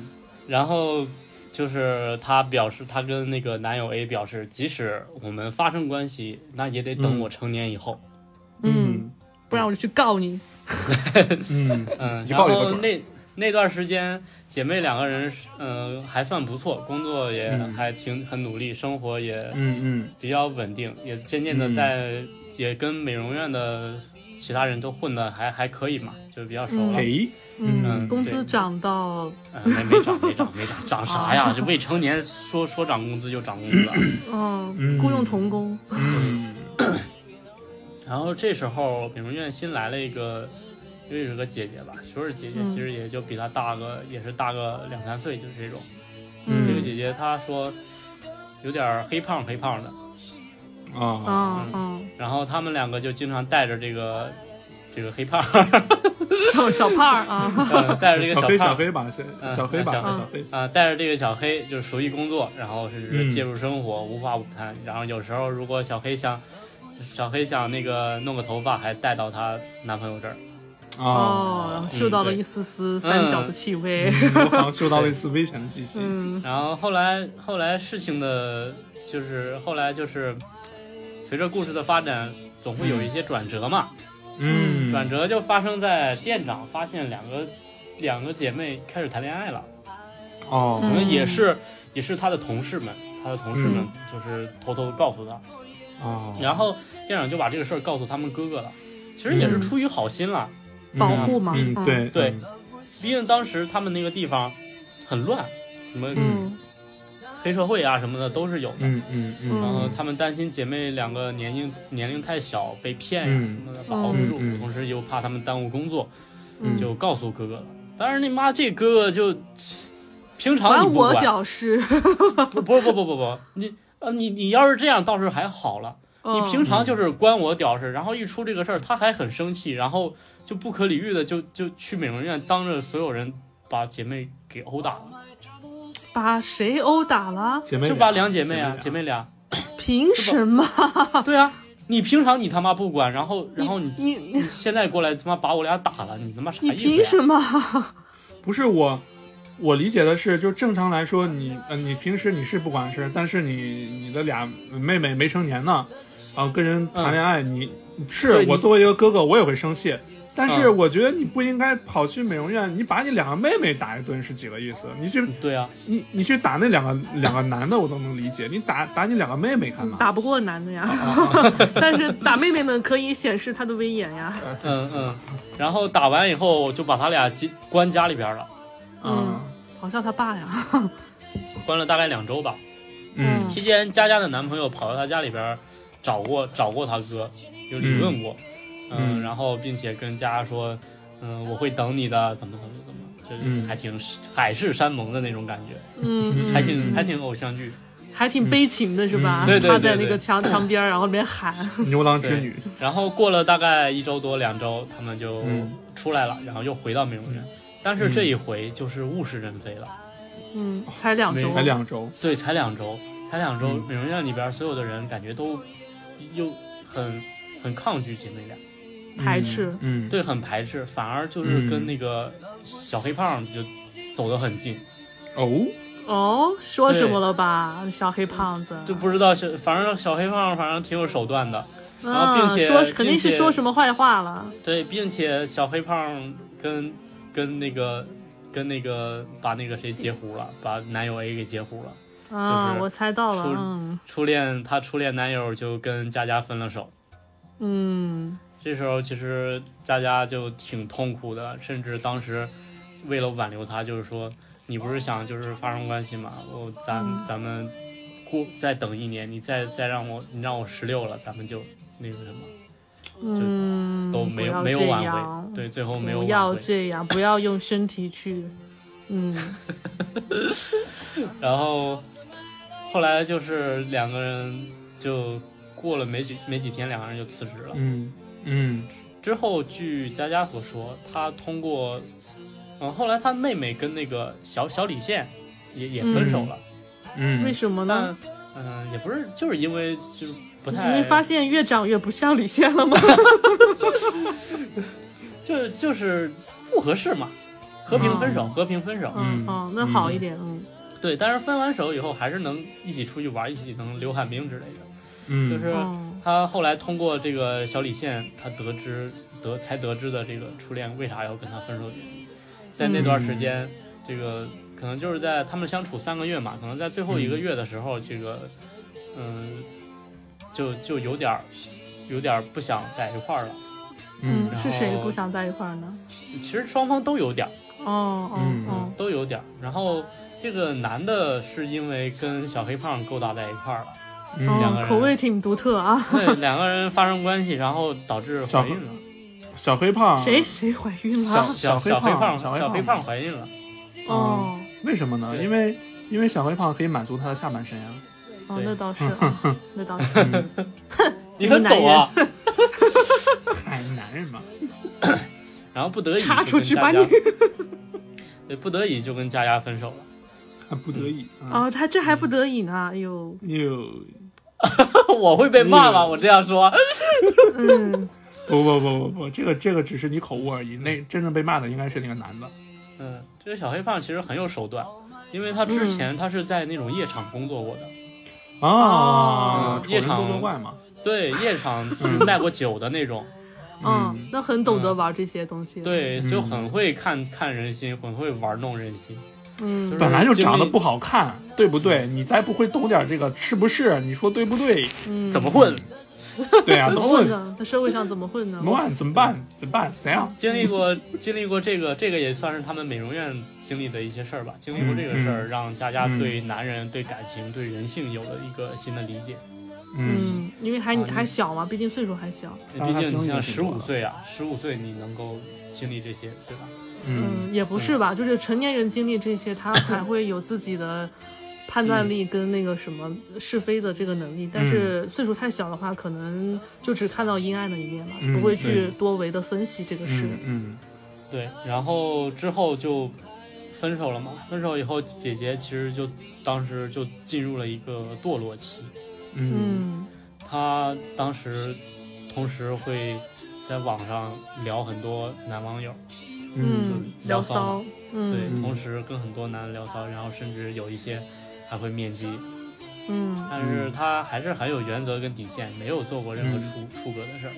[SPEAKER 4] 然后就是她表示，她跟那个男友 A 表示，即使我们发生关系，那也得等
[SPEAKER 2] 嗯
[SPEAKER 4] 我成年以后。
[SPEAKER 3] 嗯，不然我就去告你。
[SPEAKER 2] 嗯
[SPEAKER 4] 嗯，
[SPEAKER 2] 一
[SPEAKER 4] 然
[SPEAKER 2] 抱一个
[SPEAKER 4] 后
[SPEAKER 2] 准儿
[SPEAKER 4] 那那段时间，姐妹两个人是，嗯、还算不错，工作也
[SPEAKER 2] 嗯
[SPEAKER 4] 还挺很努力，生活也
[SPEAKER 2] 嗯
[SPEAKER 4] 比较稳定，也渐渐的
[SPEAKER 2] 嗯
[SPEAKER 4] 在、也跟美容院的其他人都混的还还可以嘛，就比较熟
[SPEAKER 2] 嗯，
[SPEAKER 4] 了。
[SPEAKER 2] 诶，嗯
[SPEAKER 3] 嗯，工
[SPEAKER 4] 对
[SPEAKER 3] 资涨到
[SPEAKER 4] 嗯，没没涨，没涨，没涨，涨啥
[SPEAKER 2] 哦
[SPEAKER 4] 呀？这未成年说说涨工资就涨工资了。
[SPEAKER 3] 嗯，雇佣童工，
[SPEAKER 2] 嗯
[SPEAKER 4] 然后这时候美容院新来了一个，又是个姐姐吧，说是姐姐，
[SPEAKER 3] 嗯
[SPEAKER 4] 其实也就比她大个，也是大个两三岁，就是这种。这个
[SPEAKER 3] 嗯
[SPEAKER 4] 姐姐她说有点儿黑胖黑胖的，
[SPEAKER 2] 啊，
[SPEAKER 3] 啊嗯，
[SPEAKER 4] 然后他们两个就经常带着这个这个黑胖，
[SPEAKER 3] 小小胖儿 啊，
[SPEAKER 4] 嗯 带着这个
[SPEAKER 2] 小黑小
[SPEAKER 4] 胖。
[SPEAKER 2] 黑吧，小
[SPEAKER 4] 嗯
[SPEAKER 2] 小黑吧，
[SPEAKER 4] 小
[SPEAKER 3] 黑
[SPEAKER 2] 小黑，
[SPEAKER 4] 啊、带着这个小黑就是熟悉工作，然后
[SPEAKER 2] 嗯
[SPEAKER 4] 是介入生活，无话不谈。然后有时候如果小黑想，小黑想那个弄个头发，还带到她男朋友这儿。
[SPEAKER 2] 啊，嗯
[SPEAKER 3] 哦，然后嗅到了
[SPEAKER 4] 嗯对
[SPEAKER 3] 一丝丝三角的气味，
[SPEAKER 2] 我好像嗅到了一丝危险的气息。
[SPEAKER 3] 嗯
[SPEAKER 4] 然后后来后来事情的，就是后来就是随着故事的发展，总会有一些转折嘛。
[SPEAKER 2] 嗯，
[SPEAKER 4] 转折就发生在店长发现两个两个姐妹开始谈恋爱了，
[SPEAKER 2] 哦，
[SPEAKER 4] 可
[SPEAKER 3] 嗯
[SPEAKER 4] 能也是也是他的同事们，他的同事们
[SPEAKER 2] 嗯
[SPEAKER 4] 就是偷偷告诉他，
[SPEAKER 2] 哦，
[SPEAKER 4] 然后店长就把这个事儿告诉他们哥哥了。其实也是
[SPEAKER 3] 嗯
[SPEAKER 4] 出于好心了，
[SPEAKER 3] 保护嘛
[SPEAKER 2] 嗯，
[SPEAKER 3] 嗯
[SPEAKER 2] 对
[SPEAKER 4] 对，毕竟当时他们那个地方很乱，什么
[SPEAKER 3] 嗯
[SPEAKER 4] 黑社会啊什么的都是有的。
[SPEAKER 2] 嗯嗯嗯
[SPEAKER 4] 然后
[SPEAKER 2] 嗯
[SPEAKER 4] 他们担心姐妹两个年龄年龄太小被骗呀、
[SPEAKER 2] 嗯
[SPEAKER 4] 什么的，把握不住，
[SPEAKER 2] 嗯嗯
[SPEAKER 4] 同时又怕他们耽误工作，
[SPEAKER 3] 嗯，
[SPEAKER 4] 就告诉哥哥了。当然，你妈这哥哥就平常
[SPEAKER 3] 管
[SPEAKER 4] 你不
[SPEAKER 3] 我
[SPEAKER 4] 管，
[SPEAKER 3] 屌事，
[SPEAKER 4] 不不不不不不，你呃你你要是这样倒是还好了，你
[SPEAKER 3] 嗯
[SPEAKER 4] 平常就是关我屌事，然后一出这个事儿他还很生气，然后就不可理喻的就就去美容院当着所有人把姐妹给殴打了，
[SPEAKER 3] 嗯把谁殴打了？
[SPEAKER 2] 姐妹
[SPEAKER 4] 就把两姐哦妹啊姐
[SPEAKER 2] 妹
[SPEAKER 4] 妹俩，
[SPEAKER 3] 凭什么？哦
[SPEAKER 4] 对啊。你平常你他妈不管，然后然后你
[SPEAKER 3] 你你
[SPEAKER 4] 现在过来他妈把我俩打了，你他妈啥意
[SPEAKER 3] 你
[SPEAKER 4] 思、呀？啊
[SPEAKER 3] 凭什么？
[SPEAKER 2] 不是我。我理解的是，就正常来说，你呃，你平时你是不管事，但是你你的俩妹妹没成年呢，啊跟人谈恋爱，你是
[SPEAKER 4] 嗯对
[SPEAKER 2] 我
[SPEAKER 4] 你
[SPEAKER 2] 作为一个哥哥，我也会生气。但是
[SPEAKER 4] 嗯
[SPEAKER 2] 我觉得你不应该跑去美容院，你把你两个妹妹打一顿是几个意思？你去
[SPEAKER 4] 对啊，
[SPEAKER 2] 你你去打那两个两个男的，我都能理解。你打打你两个妹妹干嘛？
[SPEAKER 3] 打不过男的呀，
[SPEAKER 4] 哦
[SPEAKER 3] 但是打妹妹们可以显示她的威严呀。
[SPEAKER 4] 嗯嗯，然后打完以后就把他俩集关家里边了，
[SPEAKER 2] 嗯
[SPEAKER 3] 嘲笑他爸呀，
[SPEAKER 4] 关了大概两周吧。
[SPEAKER 2] 嗯
[SPEAKER 3] 嗯
[SPEAKER 4] 期间，佳佳的男朋友跑到她家里边找过找过她哥，就理论过，嗯，
[SPEAKER 2] 嗯
[SPEAKER 4] 然后并且跟佳佳说，嗯，我会等你的，怎么怎么怎么，就是
[SPEAKER 2] 嗯
[SPEAKER 4] 还挺海誓山盟的那种感觉，
[SPEAKER 3] 嗯，
[SPEAKER 2] 嗯
[SPEAKER 4] 还挺还挺偶像剧，
[SPEAKER 3] 还挺悲情的是吧？
[SPEAKER 2] 嗯
[SPEAKER 4] 对对
[SPEAKER 3] 趴在
[SPEAKER 4] 对
[SPEAKER 3] 那个
[SPEAKER 4] 对
[SPEAKER 3] 墙墙边儿，然后里面喊，
[SPEAKER 2] 牛郎织女，
[SPEAKER 4] 然后过了大概一周多两周，他们就
[SPEAKER 2] 嗯
[SPEAKER 4] 出来了，然后又回到美容院。但是这一回就是物是人非了，
[SPEAKER 3] 嗯，才两周，
[SPEAKER 2] 才两周，
[SPEAKER 4] 所以才两周，才两周，
[SPEAKER 2] 嗯
[SPEAKER 4] 美容院里边所有的人感觉都又很很抗拒姐妹俩，
[SPEAKER 3] 排斥
[SPEAKER 2] 嗯，
[SPEAKER 4] 对，很排斥，反而就是跟
[SPEAKER 2] 嗯
[SPEAKER 4] 那个小黑胖就走得很近，
[SPEAKER 2] 哦，
[SPEAKER 3] 哦，说什么了吧，小黑胖子，
[SPEAKER 4] 就不知道是，反正小黑胖反正挺有手段的，然后并
[SPEAKER 3] 啊，
[SPEAKER 4] 且
[SPEAKER 3] 说肯定
[SPEAKER 4] 并
[SPEAKER 3] 是
[SPEAKER 4] 且
[SPEAKER 3] 说什么坏话了，
[SPEAKER 4] 对，并且小黑胖跟跟那个跟那个把那个谁截胡了，把男友 A 给截胡了，
[SPEAKER 3] 啊，
[SPEAKER 4] 就是
[SPEAKER 3] 我猜到了
[SPEAKER 4] 出，
[SPEAKER 3] 嗯
[SPEAKER 4] 初恋她初恋男友就跟佳佳分了手。
[SPEAKER 3] 嗯，
[SPEAKER 4] 这时候其实佳佳就挺痛苦的，甚至当时为了挽留他，就是说你不是想就是发生关系吗？我咱、
[SPEAKER 3] 嗯
[SPEAKER 4] 咱们过再等一年，你再再让我你让我十六了，咱们就那个什么
[SPEAKER 3] 嗯，
[SPEAKER 4] 都没有、
[SPEAKER 3] 不要
[SPEAKER 4] 没有
[SPEAKER 3] 这
[SPEAKER 4] 挽
[SPEAKER 3] 样
[SPEAKER 4] 回，对，最后没有
[SPEAKER 3] 不
[SPEAKER 4] 挽
[SPEAKER 3] 要
[SPEAKER 4] 回。
[SPEAKER 3] 这样，不要用身体去，嗯，
[SPEAKER 4] 然后后来就是两个人就过了没几没几天，两个人就辞职了。
[SPEAKER 2] 嗯嗯
[SPEAKER 4] 之后，据佳佳所说，她通过，嗯，后来她妹妹跟那个小小李现也也分手了，
[SPEAKER 2] 嗯，
[SPEAKER 3] 为什么呢
[SPEAKER 4] 但？嗯、也不是，就是因为就是不
[SPEAKER 3] 因
[SPEAKER 4] 太
[SPEAKER 3] 为发现越长越不像李现了吗？
[SPEAKER 4] 就就是不合适嘛，和平分手，
[SPEAKER 2] 嗯
[SPEAKER 4] 和平分手。
[SPEAKER 2] 嗯
[SPEAKER 3] 哦，那好一点，嗯
[SPEAKER 4] 对，但是分完手以后还是能一起出去玩，一起能溜旱冰之类的。
[SPEAKER 2] 嗯
[SPEAKER 4] 就是
[SPEAKER 3] 嗯
[SPEAKER 4] 她后来通过这个小李现，她得知得才得知的这个初恋为啥要跟他分手的原因，在那段时间，这个可能就是在他们相处三个月嘛，可能在最后一个月的时候，这个嗯，就嗯就有点儿有点儿不想在一块儿了。
[SPEAKER 2] 嗯
[SPEAKER 3] 嗯，是谁不想在一块儿呢？
[SPEAKER 4] 其实双方都有点儿，
[SPEAKER 3] 哦哦
[SPEAKER 2] 嗯
[SPEAKER 3] 哦，
[SPEAKER 4] 都有点儿。然后这个男的是因为跟小黑胖勾搭在一块儿了，
[SPEAKER 2] 嗯
[SPEAKER 4] 两个
[SPEAKER 3] 哦，
[SPEAKER 4] 人
[SPEAKER 3] 口味挺独特啊。
[SPEAKER 4] 对，两个人发生关系，然后导致怀孕了。
[SPEAKER 2] 小黑胖
[SPEAKER 3] 谁谁怀孕
[SPEAKER 4] 啊小
[SPEAKER 3] 了？
[SPEAKER 4] 小
[SPEAKER 2] 小
[SPEAKER 4] 小
[SPEAKER 2] 黑
[SPEAKER 4] 黑
[SPEAKER 2] 胖
[SPEAKER 4] 胖
[SPEAKER 2] 小黑
[SPEAKER 4] 小黑
[SPEAKER 2] 胖
[SPEAKER 4] 胖怀孕了，
[SPEAKER 3] 哦
[SPEAKER 2] 为什么呢？
[SPEAKER 4] 对
[SPEAKER 2] 因为因为小黑胖可以满足他的下半身呀。
[SPEAKER 3] 哦，
[SPEAKER 4] 对
[SPEAKER 3] 那倒是，
[SPEAKER 4] 嗯
[SPEAKER 3] 啊 那倒是。
[SPEAKER 4] 你很懂啊。
[SPEAKER 2] 哎，男人嘛，
[SPEAKER 4] 然后不得已
[SPEAKER 3] 插出去把你
[SPEAKER 4] 就跟佳佳对，不得已就跟佳佳分手了。
[SPEAKER 2] 不得已啊。
[SPEAKER 3] 哦，他这还不得已呢，哎呦，
[SPEAKER 2] 哟，
[SPEAKER 4] 我会被骂吗？
[SPEAKER 2] 嗯
[SPEAKER 4] 我这样说，
[SPEAKER 3] 嗯，
[SPEAKER 2] 不不不不不，这个这个只是你口误而已。那真正被骂的应该是那个男的。
[SPEAKER 4] 嗯，这个小黑胖其实很有手段，因为他之前他是在那种夜场工作过的，
[SPEAKER 2] 哦，
[SPEAKER 4] 嗯
[SPEAKER 2] 丑
[SPEAKER 4] 夜
[SPEAKER 2] 人
[SPEAKER 4] 场
[SPEAKER 2] 多作怪嘛。
[SPEAKER 4] 对，夜 场去卖过酒的那种，
[SPEAKER 3] 哦，那很懂得
[SPEAKER 4] 嗯
[SPEAKER 3] 玩这些东西。，
[SPEAKER 4] 对，就很会看看人心，很会玩弄人心。
[SPEAKER 3] 嗯
[SPEAKER 4] 是
[SPEAKER 2] 本来就长得不好看，对不对？你再不会懂点这个，是不是？你说对不对？
[SPEAKER 3] 嗯，
[SPEAKER 4] 怎么混？
[SPEAKER 2] 对啊，怎
[SPEAKER 3] 怎
[SPEAKER 2] 么
[SPEAKER 3] 么
[SPEAKER 2] 问
[SPEAKER 3] 混？呢？在社会上怎么混呢
[SPEAKER 2] 怎？么办？怎么办？怎么办？怎样？
[SPEAKER 4] 经历过经历过这个，这个也算是他们美容院经历的一些事儿吧。经历过这个事儿，让佳佳
[SPEAKER 2] 嗯
[SPEAKER 4] 对男人、对感情、对人性有了一个新的理解。
[SPEAKER 2] 嗯，
[SPEAKER 3] 嗯，因为还
[SPEAKER 4] 啊你
[SPEAKER 3] 还小嘛，毕竟岁数还小，
[SPEAKER 4] 毕竟
[SPEAKER 2] 当
[SPEAKER 4] 你像十
[SPEAKER 2] 然他经历挺多
[SPEAKER 4] 五
[SPEAKER 2] 的
[SPEAKER 4] 岁啊，十五岁你能够经历这些，对吧？
[SPEAKER 2] 嗯
[SPEAKER 3] 嗯，也不是吧，就是成年人经历这些，他还会有自己的判
[SPEAKER 4] 嗯
[SPEAKER 3] 断力跟那个什么是非的这个能力，但是岁数太小的话，可能就只看到阴暗的一面嘛，
[SPEAKER 2] 嗯
[SPEAKER 3] 不会去多维的分析这个事。
[SPEAKER 2] 嗯嗯
[SPEAKER 4] 对，然后之后就分手了嘛。分手以后，姐姐其实就当时就进入了一个堕落期，
[SPEAKER 2] 嗯
[SPEAKER 3] 嗯
[SPEAKER 4] 她当时同时会在网上聊很多男网友，
[SPEAKER 3] 嗯，
[SPEAKER 4] 就
[SPEAKER 3] 聊
[SPEAKER 4] 聊骚
[SPEAKER 3] 骚
[SPEAKER 4] 嘛，对，
[SPEAKER 3] 嗯
[SPEAKER 4] 同时跟很多男的聊骚，然后甚至有一些还会面基，
[SPEAKER 3] 嗯
[SPEAKER 4] 但是他还是很有原则跟底线，没有做过任何出出格的事儿。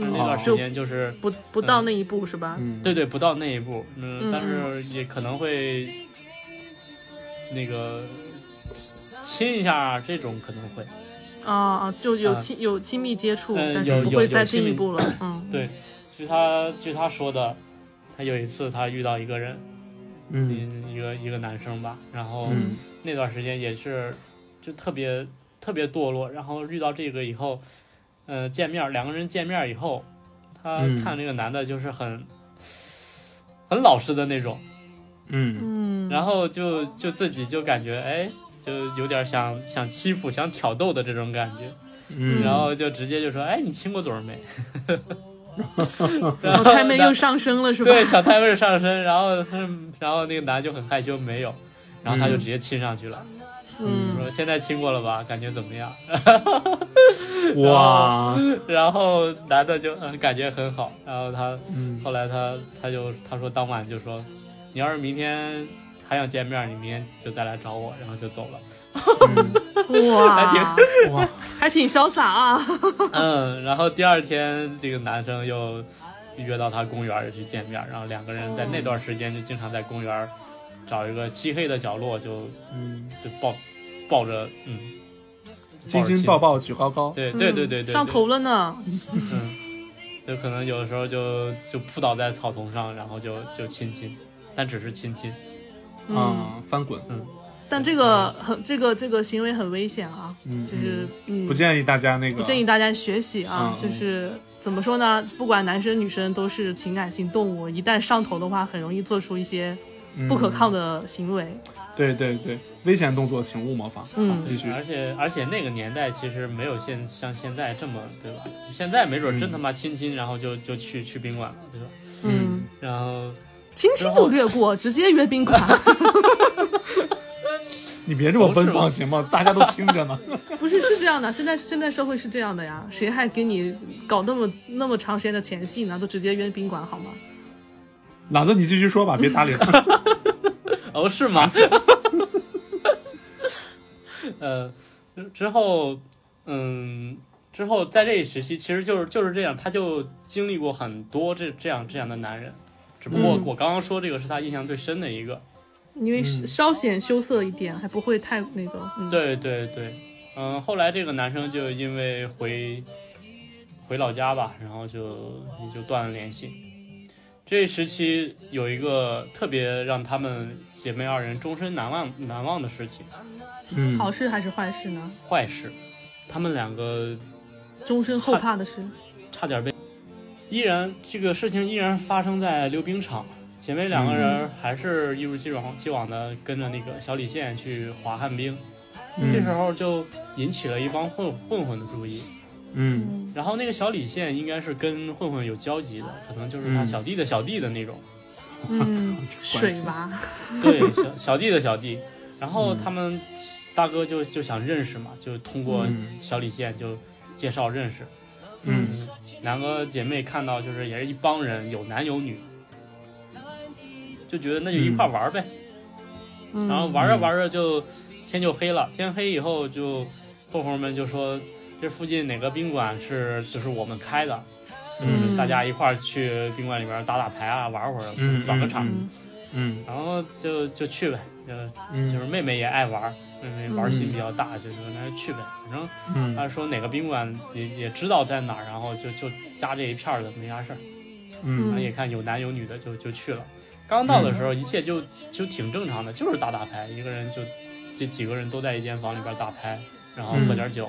[SPEAKER 4] 但那
[SPEAKER 3] 嗯，
[SPEAKER 4] 段时
[SPEAKER 3] 就
[SPEAKER 4] 间就是，
[SPEAKER 3] 不不到那一步是吧？
[SPEAKER 2] 嗯，
[SPEAKER 4] 对对，不到那一步，
[SPEAKER 3] 嗯
[SPEAKER 4] 嗯，但是也可能会那个亲一下，这种可能会。
[SPEAKER 3] 啊啊，就有
[SPEAKER 4] 啊
[SPEAKER 3] 亲有亲密接触，
[SPEAKER 4] 嗯
[SPEAKER 3] 但
[SPEAKER 4] 有
[SPEAKER 3] 是不
[SPEAKER 4] 有
[SPEAKER 3] 会
[SPEAKER 4] 有
[SPEAKER 3] 再
[SPEAKER 4] 亲
[SPEAKER 3] 进一
[SPEAKER 4] 密
[SPEAKER 3] 步了。嗯，
[SPEAKER 4] 对据他据他说的，他有一次他遇到一个人，
[SPEAKER 2] 嗯
[SPEAKER 4] 嗯，一个一个男生吧，然后
[SPEAKER 2] 嗯
[SPEAKER 4] 那段时间也是就特别特别堕落，然后遇到这个以后，呃，见面儿两个人见面儿以后，他
[SPEAKER 2] 嗯
[SPEAKER 4] 看这个男的就是很、很老实的那种，
[SPEAKER 2] 嗯
[SPEAKER 3] 嗯，
[SPEAKER 4] 然后就就自己就感觉哎，就有点想想欺负、想挑逗的这种感觉，
[SPEAKER 2] 嗯，
[SPEAKER 4] 然后就直接就说哎，你亲过嘴儿没？然
[SPEAKER 3] 小
[SPEAKER 4] 后
[SPEAKER 3] 哦太妹
[SPEAKER 4] 那
[SPEAKER 3] 又上升了是吧？
[SPEAKER 4] 对，小太妹上身，然后嗯然后那个男就很害羞，没有，然后他就直接亲上去了，
[SPEAKER 3] 嗯
[SPEAKER 4] 说现在亲过了吧，感觉怎么样？
[SPEAKER 2] 哇，
[SPEAKER 4] 然后男的就嗯感觉很好，然后他
[SPEAKER 2] 嗯
[SPEAKER 4] 后来他他就他说当晚就说，你要是明天还想见面，你明天就再来找我，然后就走了。
[SPEAKER 3] 哇，
[SPEAKER 2] 哇，
[SPEAKER 3] 还挺潇洒啊。
[SPEAKER 4] 嗯，然后第二天这个男生又约到他公园儿去见面儿，然后两个人在那段时间就经常在公园儿找一个漆黑的角落就
[SPEAKER 2] 嗯，
[SPEAKER 4] 就抱抱着嗯，
[SPEAKER 2] 亲
[SPEAKER 4] 着亲
[SPEAKER 2] 亲抱抱举高高，啊
[SPEAKER 4] 对对对对对，
[SPEAKER 3] 上
[SPEAKER 4] 对
[SPEAKER 3] 头了呢。
[SPEAKER 4] 嗯，就可能有的时候就就扑倒在草丛上，然后就就亲亲，但只是亲亲。
[SPEAKER 3] 嗯，
[SPEAKER 2] 啊，翻滚，
[SPEAKER 3] 但这个很这个这个行为很危险啊，
[SPEAKER 2] 嗯，
[SPEAKER 3] 就是嗯
[SPEAKER 2] 不，建议大家那个，
[SPEAKER 3] 不建议大家学习啊，
[SPEAKER 2] 嗯
[SPEAKER 3] 就是。怎么说呢？不管男生女生都是情感性动物，一旦上头的话，很容易做出一些不可抗
[SPEAKER 2] 的，
[SPEAKER 3] 的行为。
[SPEAKER 2] 嗯对对对，危险动作请勿模仿，
[SPEAKER 3] 嗯
[SPEAKER 2] 好继续，
[SPEAKER 4] 而且而且那个年代其实没有现像现在这么对吧？现在没准真他妈亲亲，然后就就去去宾馆了，对吧？
[SPEAKER 3] 嗯，
[SPEAKER 4] 然后
[SPEAKER 3] 亲亲都略过，直接约宾馆。
[SPEAKER 2] 你别这么奔放行吗？大家都听着呢，
[SPEAKER 3] 不是是这样的，现在现在社会是这样的呀，谁还给你搞那么那么长时间的前戏呢？都直接约宾馆好吗？
[SPEAKER 2] 懒子你继续说吧，别搭理他，
[SPEAKER 4] 哦是吗？ 呃，之之后嗯。之后，在这一时期，其实就是就是这样，他就经历过很多这这样这样的男人，只不过
[SPEAKER 3] 嗯
[SPEAKER 4] 我刚刚说这个是他印象最深的一个，
[SPEAKER 3] 因为稍显羞涩一点，还不会太那个。嗯，，
[SPEAKER 4] 嗯对对对，嗯，后来这个男生就因为回回老家吧，然后就也就断了联系。这时期有一个特别让他们姐妹二人终身难忘难忘的事情，
[SPEAKER 2] 嗯
[SPEAKER 3] 好事还是坏事呢？
[SPEAKER 4] 坏事，他们两个
[SPEAKER 3] 终身后怕的事。
[SPEAKER 4] 差点被，依然这个事情依然发生在溜冰场，姐妹两个人还是一如既往既往的跟着那个小李现去滑旱冰，这时
[SPEAKER 2] 嗯
[SPEAKER 4] 候就引起了一帮混混混的注意。
[SPEAKER 2] 嗯
[SPEAKER 3] 嗯
[SPEAKER 4] 然后那个小李现应该是跟混混有交集的，可能就是他
[SPEAKER 2] 嗯
[SPEAKER 4] 小弟的小弟的那种，
[SPEAKER 3] 嗯，
[SPEAKER 2] 系
[SPEAKER 3] 水娃，
[SPEAKER 4] 对，小小弟的小弟。然后
[SPEAKER 2] 嗯
[SPEAKER 4] 他们大哥就就想认识嘛，就通过
[SPEAKER 2] 嗯
[SPEAKER 4] 小李现就介绍认识。
[SPEAKER 2] 嗯
[SPEAKER 4] 两个姐妹看到就是也是一帮人，有男有女，就觉得那就一块玩呗。
[SPEAKER 3] 嗯
[SPEAKER 4] 然后玩着玩着就天就黑了，天黑以后就混混们就说这附近哪个宾馆是就是我们开的，
[SPEAKER 2] 嗯
[SPEAKER 3] 嗯
[SPEAKER 4] 大家一块儿去宾馆里边打打牌啊，玩会儿，
[SPEAKER 2] 嗯
[SPEAKER 4] 转个场，
[SPEAKER 3] 嗯
[SPEAKER 2] 嗯
[SPEAKER 4] 然后就就去呗，就就
[SPEAKER 2] 嗯
[SPEAKER 4] 是妹妹也爱玩，妹妹玩心
[SPEAKER 3] 嗯
[SPEAKER 4] 比较大，就说那就去呗，反正
[SPEAKER 2] 嗯
[SPEAKER 4] 她说哪个宾馆也也知道在哪儿，然后就就加这一片儿的没啥事儿，然
[SPEAKER 2] 嗯嗯
[SPEAKER 4] 后也看有男有女的就就去了。刚到的时候一切就就挺正常的，就是打打牌，一个人就这几个人都在一间房里边打牌，然后
[SPEAKER 2] 嗯
[SPEAKER 4] 喝点酒，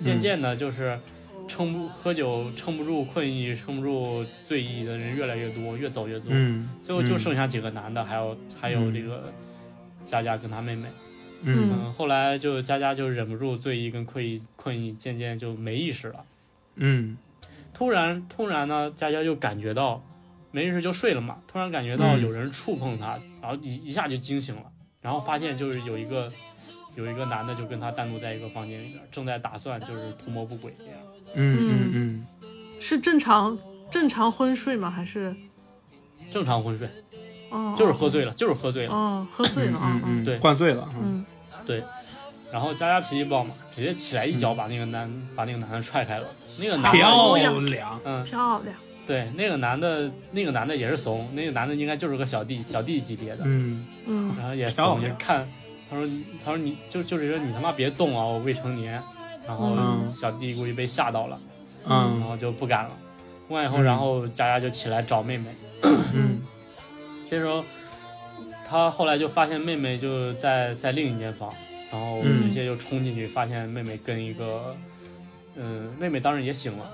[SPEAKER 4] 渐渐的就是撑不喝酒撑不住困意，撑不住醉意的人越来越多，越走越多，
[SPEAKER 2] 嗯，
[SPEAKER 4] 最后就剩下几个男的，还有还有这个佳佳跟她妹妹。
[SPEAKER 2] 嗯
[SPEAKER 4] 嗯，后来就佳佳就忍不住醉意跟困意，困意渐渐就没意识了。
[SPEAKER 2] 嗯
[SPEAKER 4] 突然突然呢，佳佳就感觉到没意识就睡了嘛，突然感觉到
[SPEAKER 2] 嗯
[SPEAKER 4] 有人触碰她，然后一一下就惊醒了，然后发现就是有一个。有一个男的就跟她单独在一个房间里边，正在打算就是图谋不轨这样。
[SPEAKER 2] 嗯嗯
[SPEAKER 3] 是正常正常昏睡吗？还是
[SPEAKER 4] 正常昏睡，
[SPEAKER 3] 哦，
[SPEAKER 4] 就是喝醉了，就是喝醉了。
[SPEAKER 3] 哦，喝醉了啊，
[SPEAKER 2] 嗯
[SPEAKER 3] 嗯
[SPEAKER 2] 嗯，灌醉了，
[SPEAKER 3] 嗯
[SPEAKER 4] 然后佳佳脾气暴嘛，直接起来一脚把那个男、把那个男的踹开了。那个男
[SPEAKER 2] 漂
[SPEAKER 3] 漂
[SPEAKER 4] 的，
[SPEAKER 3] 亮
[SPEAKER 2] 亮，
[SPEAKER 4] 嗯，
[SPEAKER 3] 漂亮，
[SPEAKER 4] 对，那个男的，那个男的也是怂，那个男的应该就是个小弟小弟级别的，
[SPEAKER 2] 嗯，
[SPEAKER 3] 嗯，
[SPEAKER 4] 然后也
[SPEAKER 2] 漂
[SPEAKER 4] 怂，
[SPEAKER 2] 亮
[SPEAKER 4] 也看，他说你他说你就就是说你他妈别动啊，我未成年。然后
[SPEAKER 2] 嗯
[SPEAKER 4] 小弟估计被吓到了，然
[SPEAKER 2] 嗯
[SPEAKER 4] 后就不敢了。不敢以后，
[SPEAKER 2] 嗯
[SPEAKER 4] 然后佳佳就起来找妹妹。
[SPEAKER 2] 嗯
[SPEAKER 4] 这时候，他后来就发现妹妹就在在另一间房，然后
[SPEAKER 2] 嗯
[SPEAKER 4] 直接就冲进去，发现妹妹跟一个，嗯、妹妹当时也醒了，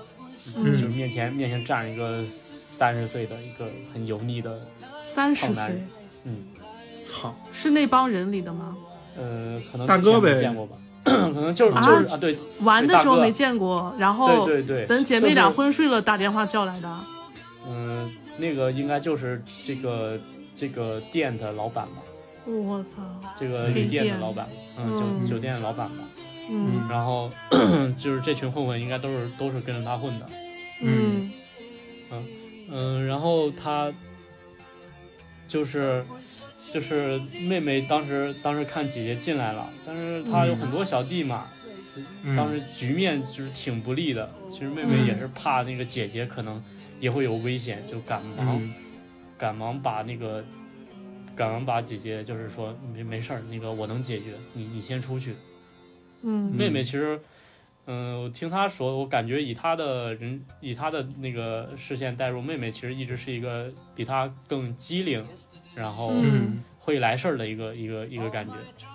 [SPEAKER 4] 就
[SPEAKER 2] 嗯
[SPEAKER 4] 是面前面前站了一个三十岁的一个很油腻的，
[SPEAKER 3] 三十
[SPEAKER 4] 胖男
[SPEAKER 3] 岁
[SPEAKER 4] 人嗯，
[SPEAKER 2] 操，
[SPEAKER 3] 是那帮人里的吗？
[SPEAKER 4] 呃，可能
[SPEAKER 2] 大哥
[SPEAKER 4] 之前没
[SPEAKER 2] 呗
[SPEAKER 4] 见过吧，可能就是
[SPEAKER 3] 啊
[SPEAKER 4] 就是啊，对
[SPEAKER 3] 玩的时候
[SPEAKER 4] 大哥
[SPEAKER 3] 没见过，然后
[SPEAKER 4] 对对对，
[SPEAKER 3] 哦等姐妹俩
[SPEAKER 4] 就是
[SPEAKER 3] 昏睡了打电话叫来的。
[SPEAKER 4] 嗯、那个应该就是这个这个店的老板吧，
[SPEAKER 3] 我操，
[SPEAKER 4] 这个旅店的老板，嗯，
[SPEAKER 3] 嗯
[SPEAKER 4] 酒酒店的老板吧。
[SPEAKER 3] 嗯
[SPEAKER 4] 然后 就是这群混混应该都是都是跟着他混的，
[SPEAKER 3] 嗯
[SPEAKER 4] 嗯，然后他就是就是妹妹当时当时看姐姐进来了，但是她有很多小弟嘛，
[SPEAKER 2] 嗯
[SPEAKER 4] 当时局面就是挺不利的。其实妹妹
[SPEAKER 3] 嗯
[SPEAKER 4] 也是怕那个姐姐可能也会有危险，就赶忙、
[SPEAKER 2] 嗯
[SPEAKER 4] 赶忙把那个赶忙把姐姐就是说没没事儿，那个我能解决，你你先出去。
[SPEAKER 3] 嗯
[SPEAKER 4] 妹妹其实，嗯、我听她说，我感觉以她的人，以她的那个视线带入，妹妹其实一直是一个比她更机灵，然后
[SPEAKER 2] 嗯
[SPEAKER 4] 会来事儿的一个一个一个感觉。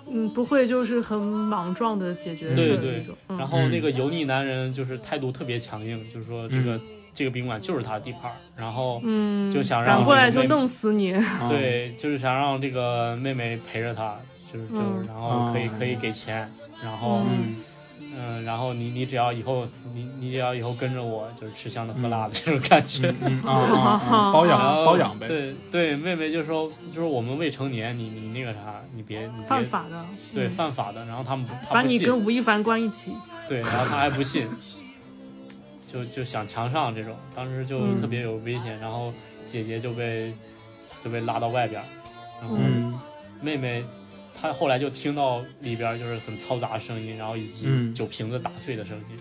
[SPEAKER 3] 嗯，不会就是很莽撞的解决
[SPEAKER 4] 对
[SPEAKER 3] 事儿
[SPEAKER 4] 对
[SPEAKER 3] 那种。嗯
[SPEAKER 4] 然后那个油腻男人就是态度特别强硬，就是说这个、这个宾馆就是他的地盘儿，然后
[SPEAKER 3] 嗯，
[SPEAKER 4] 就想让
[SPEAKER 3] 赶过来
[SPEAKER 4] 那个
[SPEAKER 3] 就
[SPEAKER 4] 妹
[SPEAKER 3] 弄死你。
[SPEAKER 2] 啊
[SPEAKER 4] 对，就是想让这个妹妹陪着他，就是就
[SPEAKER 3] 嗯
[SPEAKER 4] 然后可以可以给钱，然后。
[SPEAKER 2] 嗯
[SPEAKER 4] 嗯，然后你你只要以后你你只要以后跟着我，就是吃香的喝辣的这种感觉。
[SPEAKER 2] 嗯嗯啊啊啊，包养
[SPEAKER 4] 然后
[SPEAKER 2] 包养呗，
[SPEAKER 4] 对对，妹妹就说就是我们未成年，你你那个啥，你别你别
[SPEAKER 3] 犯法的，
[SPEAKER 4] 对
[SPEAKER 3] 嗯
[SPEAKER 4] 犯法的。然后他们不
[SPEAKER 3] 把
[SPEAKER 4] 他不
[SPEAKER 3] 你
[SPEAKER 4] 信，
[SPEAKER 3] 跟吴亦凡关一起，
[SPEAKER 4] 对，然后他还不信，就就想强上这种，当时就
[SPEAKER 3] 嗯
[SPEAKER 4] 特别有危险。然后姐姐就被就被拉到外边儿，然后
[SPEAKER 2] 嗯
[SPEAKER 4] 妹妹她后来就听到里边儿就是很嘈杂的声音，然后以及
[SPEAKER 2] 嗯
[SPEAKER 4] 酒瓶子打碎的声音。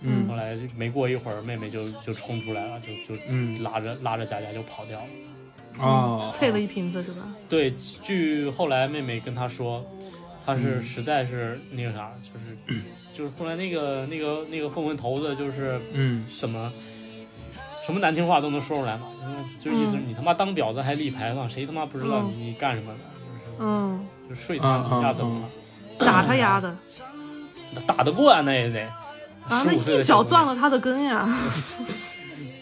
[SPEAKER 2] 嗯
[SPEAKER 4] 后来就没过一会儿，妹妹就就冲出来了，就就
[SPEAKER 2] 嗯
[SPEAKER 4] 拉着拉着佳佳就跑掉了。
[SPEAKER 2] 啊，
[SPEAKER 4] 哦
[SPEAKER 3] 嗯啐了一瓶子是吧？
[SPEAKER 4] 对，据后来妹妹跟她说，她是
[SPEAKER 2] 嗯
[SPEAKER 4] 实在是那个啥， 就是就是后来那个那个那个混混头子就是
[SPEAKER 2] 嗯
[SPEAKER 4] 怎么什么难听话都能说出来嘛，就是就意思是
[SPEAKER 3] 嗯
[SPEAKER 4] 你他妈当婊子还立牌坊，谁他妈不知道
[SPEAKER 3] 嗯
[SPEAKER 4] 你你干什么的？
[SPEAKER 3] 嗯，
[SPEAKER 4] 就是就睡
[SPEAKER 2] 啊
[SPEAKER 4] 他
[SPEAKER 2] 啊
[SPEAKER 4] 一下怎么了？
[SPEAKER 3] 打他丫的，
[SPEAKER 4] 嗯打得过啊，那也得。
[SPEAKER 3] 啊，那
[SPEAKER 4] 15岁
[SPEAKER 3] 一
[SPEAKER 4] 的小
[SPEAKER 3] 脚
[SPEAKER 4] 姑娘
[SPEAKER 3] 断了他的根呀！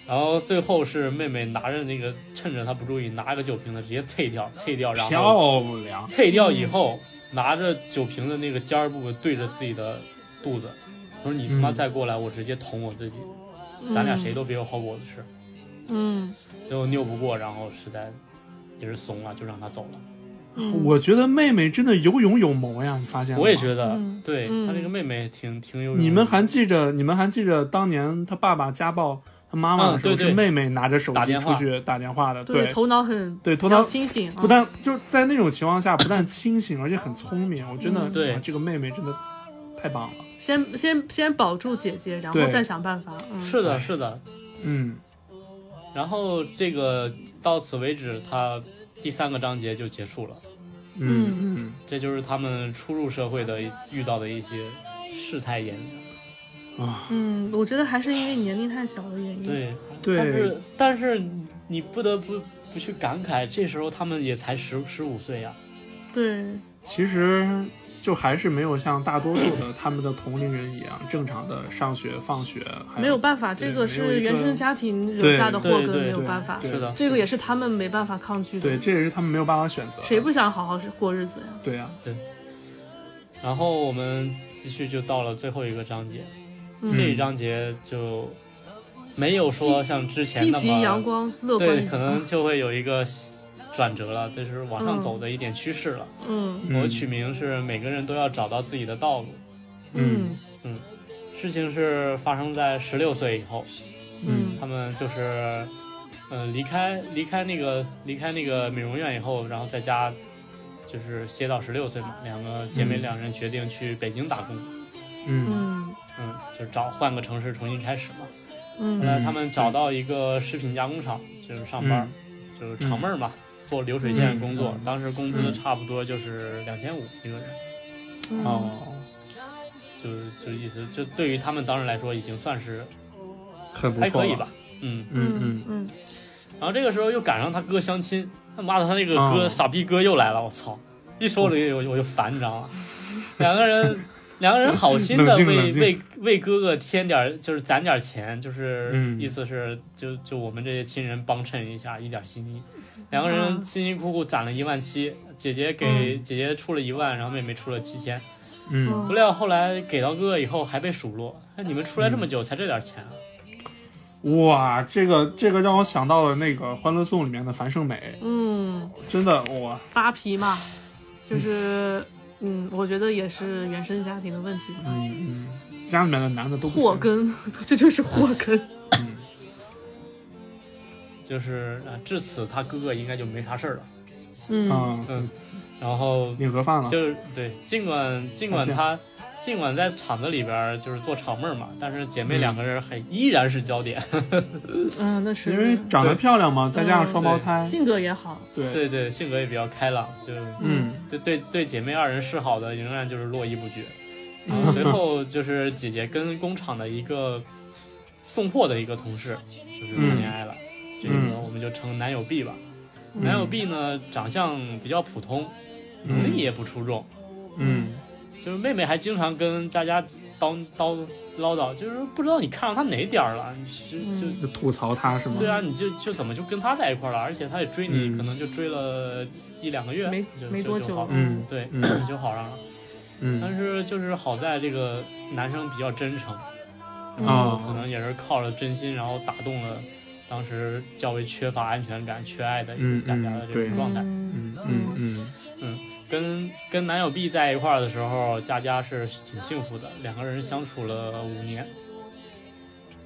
[SPEAKER 4] 然后最后是妹妹拿着那个，趁着他不注意，拿个酒瓶子直接啐掉，啐掉，然后
[SPEAKER 2] 漂亮，
[SPEAKER 4] 啐掉以后，拿着酒瓶的那个尖儿部位对着自己的肚子，他说：“你他妈
[SPEAKER 2] 嗯
[SPEAKER 4] 再过来，我直接捅我自己，咱俩谁都别有好果子吃。
[SPEAKER 3] 嗯，”
[SPEAKER 4] 最后拗不过，然后实在也是怂了，就让他走了。
[SPEAKER 3] 嗯，
[SPEAKER 2] 我觉得妹妹真的有勇有谋呀，你发现了吗？
[SPEAKER 4] 我也觉得，
[SPEAKER 3] 嗯
[SPEAKER 4] 对
[SPEAKER 3] 嗯
[SPEAKER 4] 他这个妹妹挺挺有勇
[SPEAKER 2] 你们还记着，你们还记着当年他爸爸家暴他妈妈的时候，
[SPEAKER 4] 嗯对对
[SPEAKER 2] 是妹妹拿着手
[SPEAKER 4] 打
[SPEAKER 2] 机
[SPEAKER 4] 电
[SPEAKER 2] 出
[SPEAKER 4] 话
[SPEAKER 2] 去打电话的，
[SPEAKER 3] 对，头脑很
[SPEAKER 2] 对，头
[SPEAKER 3] 比较
[SPEAKER 2] 脑
[SPEAKER 3] 清醒，啊
[SPEAKER 2] 不但就是在那种情况下，不但清醒，而且很聪明。我真的，
[SPEAKER 3] 嗯
[SPEAKER 4] 对
[SPEAKER 2] 哇这个妹妹真的太棒了。
[SPEAKER 3] 先先先保住姐姐，然后
[SPEAKER 2] 对
[SPEAKER 3] 再想办法。嗯，
[SPEAKER 4] 是
[SPEAKER 2] 哎
[SPEAKER 4] 的，是的。
[SPEAKER 2] 嗯
[SPEAKER 4] 然后这个到此为止，他第三个章节就结束了。
[SPEAKER 2] 嗯嗯
[SPEAKER 4] 这就是他们初入社会的遇到的一些世态炎凉。
[SPEAKER 2] 啊，
[SPEAKER 3] 嗯，我觉得还是因为年龄太小的原因。，
[SPEAKER 4] 对，
[SPEAKER 2] 嗯对
[SPEAKER 4] 但是但是你不得不不去感慨，这时候他们也才十十五岁啊呀、
[SPEAKER 3] 对，
[SPEAKER 2] 其实就还是没有像大多数的他们的同龄人一样正常的上学、放学，还
[SPEAKER 4] 哎
[SPEAKER 3] 没有办法，这个
[SPEAKER 2] 对没有
[SPEAKER 3] 是
[SPEAKER 2] 一个
[SPEAKER 3] 原生家庭惹下的祸
[SPEAKER 4] 对
[SPEAKER 3] 根，
[SPEAKER 4] 对
[SPEAKER 3] 没有
[SPEAKER 2] 对
[SPEAKER 3] 办法。
[SPEAKER 2] 对
[SPEAKER 4] 是的，
[SPEAKER 3] 这个也是他们没办法抗拒
[SPEAKER 2] 对，
[SPEAKER 3] 的。
[SPEAKER 2] 这也是他们没有办法选择。
[SPEAKER 3] 谁不想好好过日子呀？
[SPEAKER 2] 对呀、啊
[SPEAKER 4] 然后我们继续就到了最后一个章节，这
[SPEAKER 3] 嗯，
[SPEAKER 4] 一章节就没有说像之前
[SPEAKER 3] 积
[SPEAKER 4] 那
[SPEAKER 3] 极、阳
[SPEAKER 4] 么
[SPEAKER 3] 光、乐观
[SPEAKER 4] 对，
[SPEAKER 3] 一
[SPEAKER 4] 可
[SPEAKER 3] 点。
[SPEAKER 4] 能就会有一个转折了，这是往上走的一点趋势了。
[SPEAKER 3] 嗯
[SPEAKER 2] 嗯
[SPEAKER 4] 我取名是每个人都要找到自己的道路。
[SPEAKER 3] 嗯
[SPEAKER 4] 事情是发生在十六岁以后，
[SPEAKER 3] 嗯
[SPEAKER 4] 他们就是，呃嗯、离开离开那个离开那个美容院以后，然后在家就是写到十六岁嘛，两个姐妹两人决定去北京打工，
[SPEAKER 2] 嗯
[SPEAKER 3] 嗯
[SPEAKER 4] 嗯，就找换个城市重新开始嘛。后
[SPEAKER 3] 嗯
[SPEAKER 4] 来他们找到一个食品加工厂，就是上班，就是厂妹儿嘛，做流水线工作，当时工资差不多就是两千五一个人，
[SPEAKER 3] 嗯
[SPEAKER 2] 哦，
[SPEAKER 4] 就是就意思就对于他们当时来说已经算是
[SPEAKER 2] 很不错，
[SPEAKER 4] 还可以？吧，嗯。
[SPEAKER 2] 嗯嗯，
[SPEAKER 3] 嗯
[SPEAKER 4] 然后这个时候又赶上他哥相亲，他妈的，他那个哥、
[SPEAKER 2] 哦
[SPEAKER 4] 傻逼哥又来了，我操！一说这个我就我就烦，你知 道吗？两个人两个人好心的
[SPEAKER 2] 冷静
[SPEAKER 4] 为
[SPEAKER 2] 冷静
[SPEAKER 4] 为为哥哥添点儿，就是攒点儿钱，就是、
[SPEAKER 2] 嗯
[SPEAKER 4] 意思是就就我们这些亲人帮衬一下，一点心意。
[SPEAKER 2] 啊
[SPEAKER 4] 两个人辛辛苦苦攒了一万七，姐姐给、姐姐出了一万，然后妹妹出了七千。
[SPEAKER 2] 嗯
[SPEAKER 4] 不料后来给到哥哥以后还被数落，哎，你们出来这
[SPEAKER 2] 嗯
[SPEAKER 4] 么久才这点儿钱啊？
[SPEAKER 2] 哇，这个这个让我想到了那个《欢乐颂》里面的樊胜美，
[SPEAKER 3] 嗯，
[SPEAKER 2] 真的哇，
[SPEAKER 3] 扒皮嘛，就是嗯，我觉得也是原生家庭的问题吧，
[SPEAKER 2] 嗯嗯，家里面的男的都不
[SPEAKER 3] 祸
[SPEAKER 2] 行，
[SPEAKER 3] 根， 这就是祸根。
[SPEAKER 4] 就是啊，至此他哥哥应该就没啥事儿了。
[SPEAKER 3] 嗯
[SPEAKER 2] 啊，
[SPEAKER 4] 嗯，然后
[SPEAKER 2] 领盒饭了，
[SPEAKER 4] 就是对，尽管尽管她，尽管在厂子里边儿就是做厂妹儿嘛，但是姐妹两个人还依然是焦点。
[SPEAKER 3] 嗯，那
[SPEAKER 2] 因为
[SPEAKER 3] 是
[SPEAKER 2] 长得漂亮嘛，再加上双胞胎，
[SPEAKER 3] 性格也好，
[SPEAKER 2] 对，
[SPEAKER 4] 对对，性格也比较开朗，就
[SPEAKER 2] 嗯
[SPEAKER 4] 对对对姐妹二人示好的仍然就是络绎不绝。然
[SPEAKER 2] 嗯
[SPEAKER 4] 后随后就是姐姐跟工厂的一个送货的一个同事就是谈恋爱了，这个
[SPEAKER 2] 嗯
[SPEAKER 4] 我们就称男友 B 吧。
[SPEAKER 3] 嗯
[SPEAKER 4] 男友 B 呢，长相比较普通，
[SPEAKER 2] 嗯
[SPEAKER 4] 能力也不出众，
[SPEAKER 2] 嗯
[SPEAKER 4] 就是妹妹还经常跟佳佳叨叨唠叨，就是不知道你看上她哪点儿了，你
[SPEAKER 3] 嗯
[SPEAKER 4] 就就
[SPEAKER 2] 就吐槽他是吗？
[SPEAKER 4] 对啊，你就就怎么就跟她在一块儿了，而且她也追你，
[SPEAKER 2] 嗯
[SPEAKER 4] 可能就追了一两个月，
[SPEAKER 3] 没
[SPEAKER 4] 就
[SPEAKER 3] 没
[SPEAKER 4] 就
[SPEAKER 3] 多
[SPEAKER 4] 就
[SPEAKER 3] 久
[SPEAKER 4] 好了，
[SPEAKER 2] 嗯
[SPEAKER 4] 对，
[SPEAKER 2] 嗯
[SPEAKER 4] 就好上了。但
[SPEAKER 2] 嗯
[SPEAKER 4] 是就是好在这个男生比较真诚，
[SPEAKER 3] 嗯
[SPEAKER 4] 然后
[SPEAKER 2] 哦
[SPEAKER 4] 可能也是靠了真心，然后打动了当时较为缺乏安全感、缺爱的一个
[SPEAKER 2] 嗯
[SPEAKER 4] 佳佳
[SPEAKER 2] 嗯
[SPEAKER 4] 的这
[SPEAKER 2] 对
[SPEAKER 4] 种状态。
[SPEAKER 3] 嗯
[SPEAKER 2] 嗯嗯嗯
[SPEAKER 4] 跟跟男友 B 在一块儿的时候，佳佳是挺幸福的，两个人相处了五年，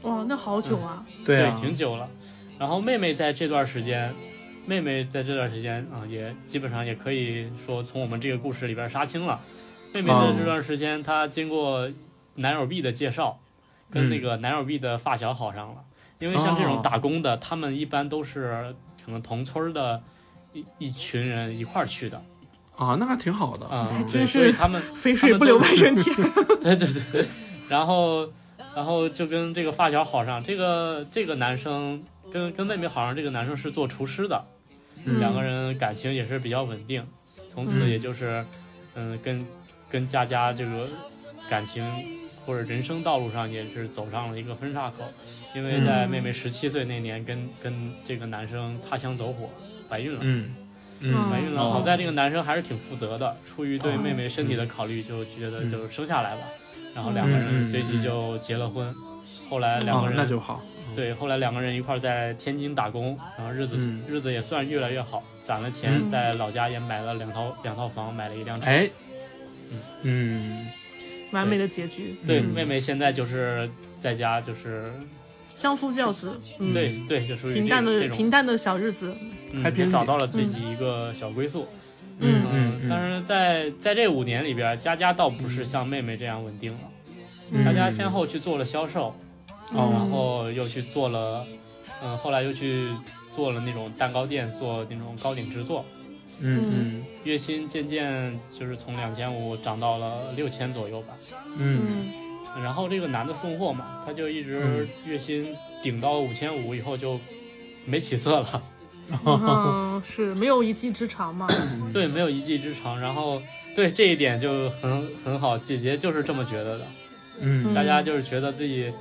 [SPEAKER 3] 哇，那好久啊，
[SPEAKER 2] 嗯，对啊，
[SPEAKER 4] 挺久了。然后妹妹在这段时间，妹妹在这段时间啊、也基本上也可以说从我们这个故事里边杀青了。妹妹
[SPEAKER 2] 哦
[SPEAKER 4] 在这段时间，她经过男友 B 的介绍，跟那个男友 B 的发小好上了。因为像这种
[SPEAKER 2] 嗯哦
[SPEAKER 4] 打工的，他们一般都是可能同村儿的一一群人一块儿去的
[SPEAKER 2] 啊，那还挺好的，
[SPEAKER 4] 啊，
[SPEAKER 3] 还
[SPEAKER 4] 对
[SPEAKER 3] 真
[SPEAKER 4] 所以
[SPEAKER 3] 是
[SPEAKER 4] 他们
[SPEAKER 3] 肥水不流外人田。
[SPEAKER 4] 对对对，然后然后就跟这个发小好上，这个这个男生跟跟妹妹好上，这个男生是做厨师的，
[SPEAKER 2] 嗯
[SPEAKER 4] 两个人感情也是比较稳定，从此也就是嗯跟跟佳佳这个感情或者人生道路上也是走上了一个分岔口，因为在妹妹十七岁那年跟跟这个男生擦枪走火，怀孕了。
[SPEAKER 2] 嗯
[SPEAKER 3] 嗯
[SPEAKER 2] 嗯，
[SPEAKER 4] 怀孕了，
[SPEAKER 2] 哦
[SPEAKER 4] 好在这个男生还是挺负责的，出于对妹妹身体的考虑，就觉得就生下来吧。然后两个
[SPEAKER 2] 嗯
[SPEAKER 4] 人随即就结了婚，后来两个
[SPEAKER 2] 哦，那
[SPEAKER 4] 人
[SPEAKER 2] 就好，
[SPEAKER 4] 对，后来两个人一块儿在天津打工，然后日子
[SPEAKER 2] 嗯
[SPEAKER 4] 日子也算越来越好，攒了钱，在老家也买了两套两套房，买了一辆车。
[SPEAKER 2] 哎，嗯，
[SPEAKER 3] 完美的结局，
[SPEAKER 4] 对，
[SPEAKER 2] 嗯
[SPEAKER 4] 妹妹现在就是在家，就是
[SPEAKER 3] 相夫教子，嗯，
[SPEAKER 4] 对对，就属于
[SPEAKER 3] 平
[SPEAKER 4] 这
[SPEAKER 3] 淡
[SPEAKER 4] 这
[SPEAKER 3] 的
[SPEAKER 4] 种
[SPEAKER 3] 平淡的小日子，
[SPEAKER 4] 嗯
[SPEAKER 2] 还
[SPEAKER 4] 也
[SPEAKER 2] 偏
[SPEAKER 4] 找到了自己一个小归宿。
[SPEAKER 2] 嗯
[SPEAKER 4] 嗯，
[SPEAKER 2] 嗯
[SPEAKER 4] 但是在在这五年里边，佳佳倒不是像妹妹这样稳定了。
[SPEAKER 2] 嗯
[SPEAKER 4] 大家先后去做了销售，
[SPEAKER 2] 哦
[SPEAKER 4] 然后又去做了，嗯，后来又去做了那种蛋糕店，做那种糕点制作，
[SPEAKER 2] 嗯
[SPEAKER 4] 月薪渐渐就是从两千五涨到了六千左右吧。
[SPEAKER 2] 嗯嗯
[SPEAKER 3] 嗯
[SPEAKER 4] 然后这个男的送货嘛，他就一直
[SPEAKER 2] 嗯
[SPEAKER 4] 月薪顶到五千五以后就没起色了，
[SPEAKER 3] 嗯，是没有一技之长 嘛，
[SPEAKER 4] 对，没有一技之长。然后对这一点就很很好，姐姐就是这么觉得的。
[SPEAKER 2] 嗯
[SPEAKER 4] 大家就是觉得自己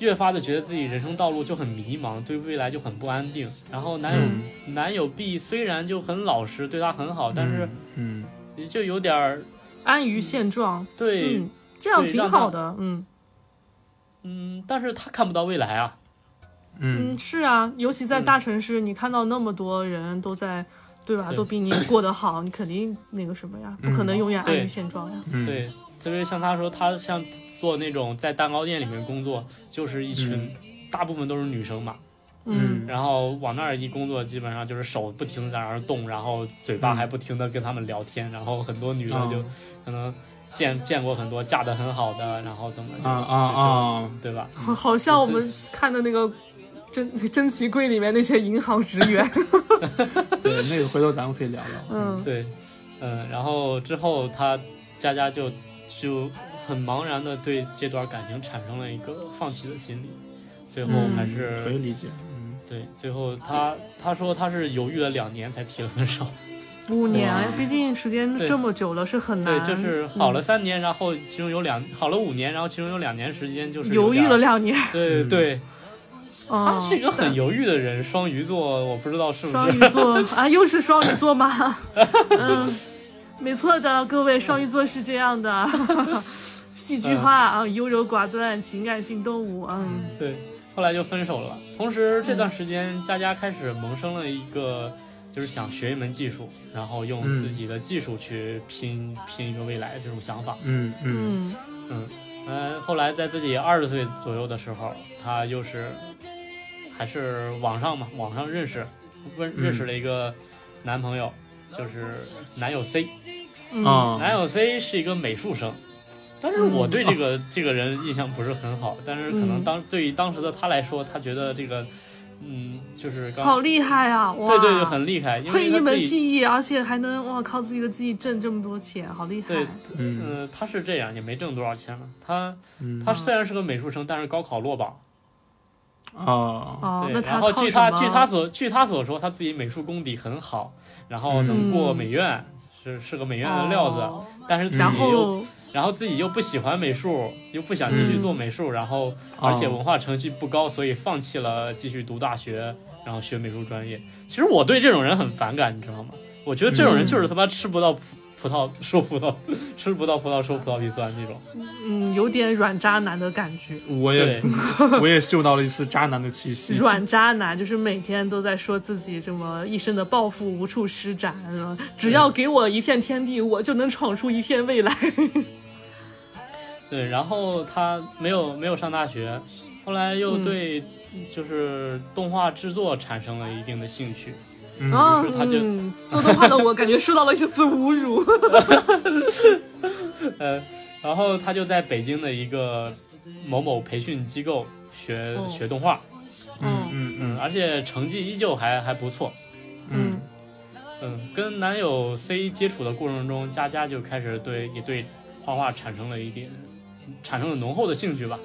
[SPEAKER 4] 越发的觉得自己人生道路就很迷茫，对未来就很不安定。然后男友、
[SPEAKER 2] 嗯
[SPEAKER 4] 男友 B 虽然就很老实，对她很好，但是
[SPEAKER 2] 嗯
[SPEAKER 4] 就有点儿
[SPEAKER 3] 安于现状，
[SPEAKER 4] 对，
[SPEAKER 3] 嗯，这样
[SPEAKER 4] 对
[SPEAKER 3] 挺
[SPEAKER 4] 让他
[SPEAKER 3] 好的，嗯
[SPEAKER 4] 嗯，但是他看不到未来啊。
[SPEAKER 2] 嗯
[SPEAKER 3] 嗯，是啊，尤其在
[SPEAKER 4] 嗯
[SPEAKER 3] 大城市，你看到那么多人都在。对吧？
[SPEAKER 4] 对
[SPEAKER 3] 都比你过得好，你肯定那个什么呀，不可能永远安
[SPEAKER 4] 对
[SPEAKER 3] 于现状呀。
[SPEAKER 2] 嗯，
[SPEAKER 4] 对，特别像他说，他像
[SPEAKER 2] 嗯
[SPEAKER 4] 做那种在蛋糕店里面工作，就是一群、大部分都是女生嘛，
[SPEAKER 3] 嗯
[SPEAKER 4] 然后往那儿一工作，基本上就是手不停的在那儿动，然后嘴
[SPEAKER 2] 嗯
[SPEAKER 4] 巴还不停的跟他们聊天，然后很多女的就可能见见过很多嫁得很好的，然后怎么就
[SPEAKER 2] 啊啊啊！
[SPEAKER 4] 就对吧？
[SPEAKER 3] 好好像我们看的那个 珍珍奇柜里面那些银行职 员，
[SPEAKER 2] 对，那个回头咱们可以聊聊。
[SPEAKER 3] 嗯，
[SPEAKER 4] 对，嗯，然后之后他佳佳就就很茫然的对这段感情产生了一个放弃的心理，最后
[SPEAKER 3] 嗯
[SPEAKER 4] 还是、
[SPEAKER 2] 可以理解。嗯，
[SPEAKER 4] 对，最后他他说他是犹豫了两年才提了分手，
[SPEAKER 3] 五年
[SPEAKER 2] 哇，
[SPEAKER 3] 毕竟时间
[SPEAKER 4] 对
[SPEAKER 3] 这么久了，是很
[SPEAKER 4] 对，
[SPEAKER 3] 难。嗯
[SPEAKER 4] 就是好了三年，然后其中有两好了五年，然后其中有两年时间就是有
[SPEAKER 3] 犹豫
[SPEAKER 4] 点
[SPEAKER 3] 了，两年，
[SPEAKER 4] 对
[SPEAKER 2] 嗯
[SPEAKER 4] 对，他
[SPEAKER 3] 啊
[SPEAKER 4] 是一，个很犹豫的人，双鱼座，我不知道是不
[SPEAKER 3] 双
[SPEAKER 4] 是
[SPEAKER 3] 鱼座啊，又是双鱼座吗？嗯，没错的，各位，双鱼座是这样的，戏剧化啊，优柔寡断，情感性动物，嗯，
[SPEAKER 4] 对，后来就分手了。同时这段时间，佳佳开始萌生了一个，就是想学一门技术，然后用
[SPEAKER 2] 嗯
[SPEAKER 4] 自己的技术去拼拼一个未来这种想法。
[SPEAKER 2] 嗯嗯
[SPEAKER 3] 嗯
[SPEAKER 4] 嗯，呃，后来在自己二十岁左右的时候，她又是还是网上嘛，网上认识，认认识了一个男朋友，就是男友 C。
[SPEAKER 3] 嗯
[SPEAKER 4] 男
[SPEAKER 2] 啊，
[SPEAKER 4] 友 C 是一个美术生，但是我对这
[SPEAKER 3] 啊
[SPEAKER 4] 个、这个人印象不是很好，但是可
[SPEAKER 3] 嗯
[SPEAKER 4] 能当、对于当时的他来说，他觉得这个，嗯，就是
[SPEAKER 3] 好
[SPEAKER 4] 刚
[SPEAKER 3] 厉害啊，哇，
[SPEAKER 4] 对对对很厉害，因
[SPEAKER 3] 会
[SPEAKER 4] 为
[SPEAKER 3] 一
[SPEAKER 4] 他
[SPEAKER 3] 门
[SPEAKER 4] 自己
[SPEAKER 3] 技艺，而且还能哇靠自己的技艺挣这么多钱，好厉害！
[SPEAKER 4] 对，
[SPEAKER 2] 嗯
[SPEAKER 4] 呃，他是这样，也没挣多少钱了。他
[SPEAKER 2] 嗯
[SPEAKER 4] 他虽然是个美术生，但是高考落榜。
[SPEAKER 2] 啊，
[SPEAKER 3] 哦，
[SPEAKER 4] 对，
[SPEAKER 3] 那
[SPEAKER 4] 然
[SPEAKER 3] 他
[SPEAKER 4] 后
[SPEAKER 3] 靠
[SPEAKER 4] 据
[SPEAKER 3] 什
[SPEAKER 4] 他
[SPEAKER 3] 么
[SPEAKER 4] 据他所据他所说，他自己美术功底很好，然后能过
[SPEAKER 3] 嗯
[SPEAKER 4] 美院，是是个美院的料子，啊
[SPEAKER 3] 哦
[SPEAKER 4] 但是自己
[SPEAKER 3] 然
[SPEAKER 4] 又
[SPEAKER 3] 后嗯
[SPEAKER 4] 然后自己又不喜欢美术，又不想继续做美术，然后而
[SPEAKER 2] 哦
[SPEAKER 4] 且文化成绩不高，所以放弃了继续读大学，然后学美术专业。其实我对这种人很反感，你知道吗？我觉得这种
[SPEAKER 2] 嗯
[SPEAKER 4] 人就是他妈吃不到葡葡萄说葡萄， 吃不到葡萄说葡萄皮酸这种。
[SPEAKER 3] 嗯，有点软渣男的感觉。
[SPEAKER 2] 我
[SPEAKER 4] 对
[SPEAKER 2] 也我也嗅到了一丝渣男的气息。
[SPEAKER 3] 软渣男就是每天都在说自己什么一生的抱负无处施展，什么只要给我一片天地，我就能闯出一片未来。
[SPEAKER 4] 对，然后他没有没有上大学，后来又
[SPEAKER 3] 嗯
[SPEAKER 4] 对就是动画制作产生了一定的兴趣。
[SPEAKER 2] 嗯
[SPEAKER 3] 啊，
[SPEAKER 4] 于是他就
[SPEAKER 3] 嗯，做动画的我感觉受到了一丝侮辱。
[SPEAKER 4] 呃，然后他就在北京的一个某某培训机构学、
[SPEAKER 3] 哦
[SPEAKER 4] 学动画，
[SPEAKER 3] 嗯
[SPEAKER 4] 嗯，
[SPEAKER 2] 嗯
[SPEAKER 4] 而且成绩依旧还还不错，
[SPEAKER 2] 嗯
[SPEAKER 4] 嗯，跟男友 C 接触的过程中，佳佳就开始对也对画画产生了一点，产生了浓厚的兴趣吧。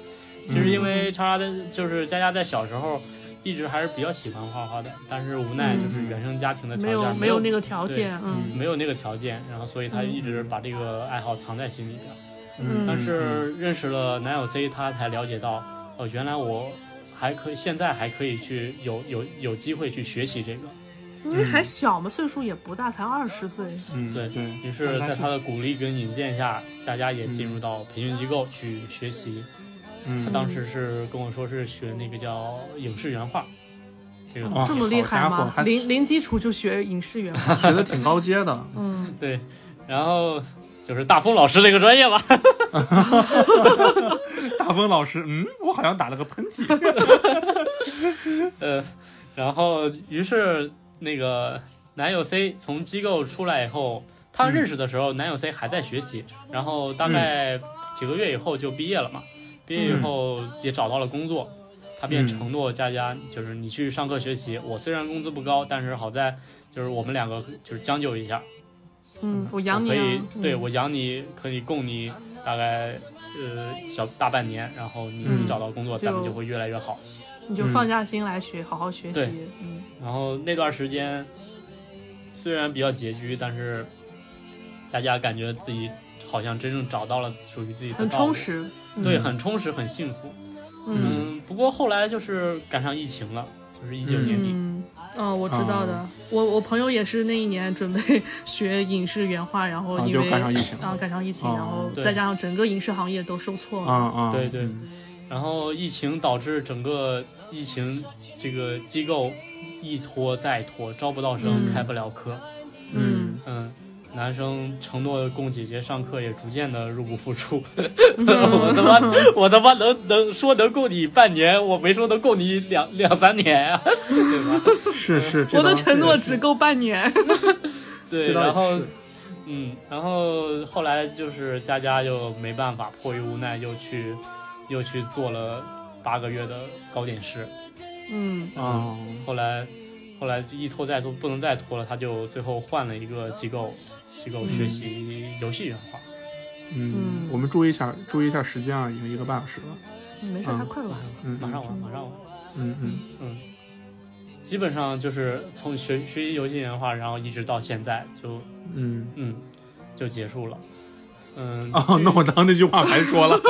[SPEAKER 4] 其实因
[SPEAKER 3] 嗯
[SPEAKER 4] 为叉叉在就是佳佳在小时候一直还是比较喜欢画画的，但是无奈就是原生家庭的
[SPEAKER 3] 嗯没
[SPEAKER 4] 条
[SPEAKER 3] 有
[SPEAKER 4] 件，
[SPEAKER 3] 没
[SPEAKER 4] 有
[SPEAKER 3] 有那个条件，嗯
[SPEAKER 4] 没有那个条件，然后所以她一直把这个爱好藏在心里边。
[SPEAKER 3] 嗯
[SPEAKER 4] 但是认识了男友 C，他才了解到，哦，原来我还可以，现在还可以去有有有机会去学习这个。
[SPEAKER 3] 嗯因为还小嘛，岁数也不大，才二十岁。
[SPEAKER 2] 嗯
[SPEAKER 4] 对
[SPEAKER 2] 对，
[SPEAKER 4] 于是，在
[SPEAKER 2] 但
[SPEAKER 4] 他 的鼓励跟引荐下，佳佳也进入到培训机构去学习。他
[SPEAKER 2] 嗯
[SPEAKER 4] 当时是跟我说是学那个叫影视原画，这个
[SPEAKER 2] 哦
[SPEAKER 3] 这么厉害
[SPEAKER 2] 好家
[SPEAKER 3] 吗
[SPEAKER 2] 伙？还
[SPEAKER 3] 零零基础就学影视原画，
[SPEAKER 2] 学的挺高阶的。
[SPEAKER 3] 嗯，
[SPEAKER 4] 对，然后就是大风老师这个专业吧。
[SPEAKER 2] 大风老师，嗯，我好像打了个喷嚏。
[SPEAKER 4] 呃，然后于是那个男友 C 从机构出来以后，他认识的时
[SPEAKER 3] 嗯
[SPEAKER 4] 候，男友 C 还在学习，然后大概几个月以后就毕业了嘛。毕业以后
[SPEAKER 3] 嗯
[SPEAKER 4] 也找到了工作，他便承诺佳佳，就是你去上课学习。我虽然工资不高，但是好在就是我们两个就是将就一下，
[SPEAKER 3] 嗯，我
[SPEAKER 4] 我
[SPEAKER 3] 养你
[SPEAKER 4] 可
[SPEAKER 3] 啊
[SPEAKER 4] 以，
[SPEAKER 3] 嗯
[SPEAKER 4] 对我养你，可以供你大概呃小大半年，然后你
[SPEAKER 2] 嗯
[SPEAKER 4] 你找到工作，咱们
[SPEAKER 3] 就
[SPEAKER 4] 就会越来越好。
[SPEAKER 3] 你就放下心来学，好好学习
[SPEAKER 4] 对，
[SPEAKER 3] 嗯
[SPEAKER 4] 然后那段时间虽然比较拮据，但是大家感觉自己好像真正找到了属于自己的
[SPEAKER 3] 很
[SPEAKER 4] 道路
[SPEAKER 3] 充，实，嗯
[SPEAKER 4] 对，很充实，很幸福。
[SPEAKER 3] 嗯。
[SPEAKER 4] 嗯，不过后来就是赶上疫情了，就是一九年底，
[SPEAKER 3] 嗯，哦，我知道的，
[SPEAKER 2] 嗯
[SPEAKER 3] 我我朋友也是那一年准备 学影视原画，然后
[SPEAKER 2] 啊
[SPEAKER 3] 因
[SPEAKER 2] 就
[SPEAKER 3] 为
[SPEAKER 2] 赶上疫情了
[SPEAKER 3] 啊赶上疫情，
[SPEAKER 2] 哦
[SPEAKER 3] 然后
[SPEAKER 4] 对
[SPEAKER 3] 再加上整个影视行业都受挫
[SPEAKER 2] 啊
[SPEAKER 3] 了，
[SPEAKER 2] 啊，
[SPEAKER 4] 对对
[SPEAKER 2] 嗯
[SPEAKER 4] 然后疫情导致整个疫情这个机构一拖再拖，招不到
[SPEAKER 3] 嗯
[SPEAKER 4] 生，开不了课。
[SPEAKER 2] 嗯
[SPEAKER 4] 嗯，男生承诺供姐姐上课也逐渐的入不敷 出。我他妈，我他妈能能说能供你半年，我没说能供你两两三 年啊，对吧？
[SPEAKER 2] 是是，这
[SPEAKER 3] 我的
[SPEAKER 2] 倒
[SPEAKER 3] 承诺
[SPEAKER 2] 这
[SPEAKER 3] 只够半 年。
[SPEAKER 4] 对，
[SPEAKER 2] 这倒也
[SPEAKER 4] 然后
[SPEAKER 2] 是
[SPEAKER 4] 嗯，然后后来就是佳佳就没办法，迫于无奈又去又去做了八个月的糕点师。
[SPEAKER 3] 嗯
[SPEAKER 2] 哦
[SPEAKER 4] 后来后来就一拖再拖，不能再拖了，他就最后换了一个机构机构学习游戏原画。
[SPEAKER 2] 嗯
[SPEAKER 3] 嗯，
[SPEAKER 2] 我们注意一下，注意一下时间啊，已经一个半小时了。
[SPEAKER 3] 没事，
[SPEAKER 2] 嗯
[SPEAKER 3] 他快完了。
[SPEAKER 2] 嗯
[SPEAKER 4] 马上玩，马上玩。
[SPEAKER 2] 嗯嗯，
[SPEAKER 4] 嗯，基本上就是从学学习游戏原画，然后一直到现在就
[SPEAKER 2] 嗯，
[SPEAKER 4] 嗯就结束了。嗯，
[SPEAKER 2] 哦，那我刚刚那句话白说了。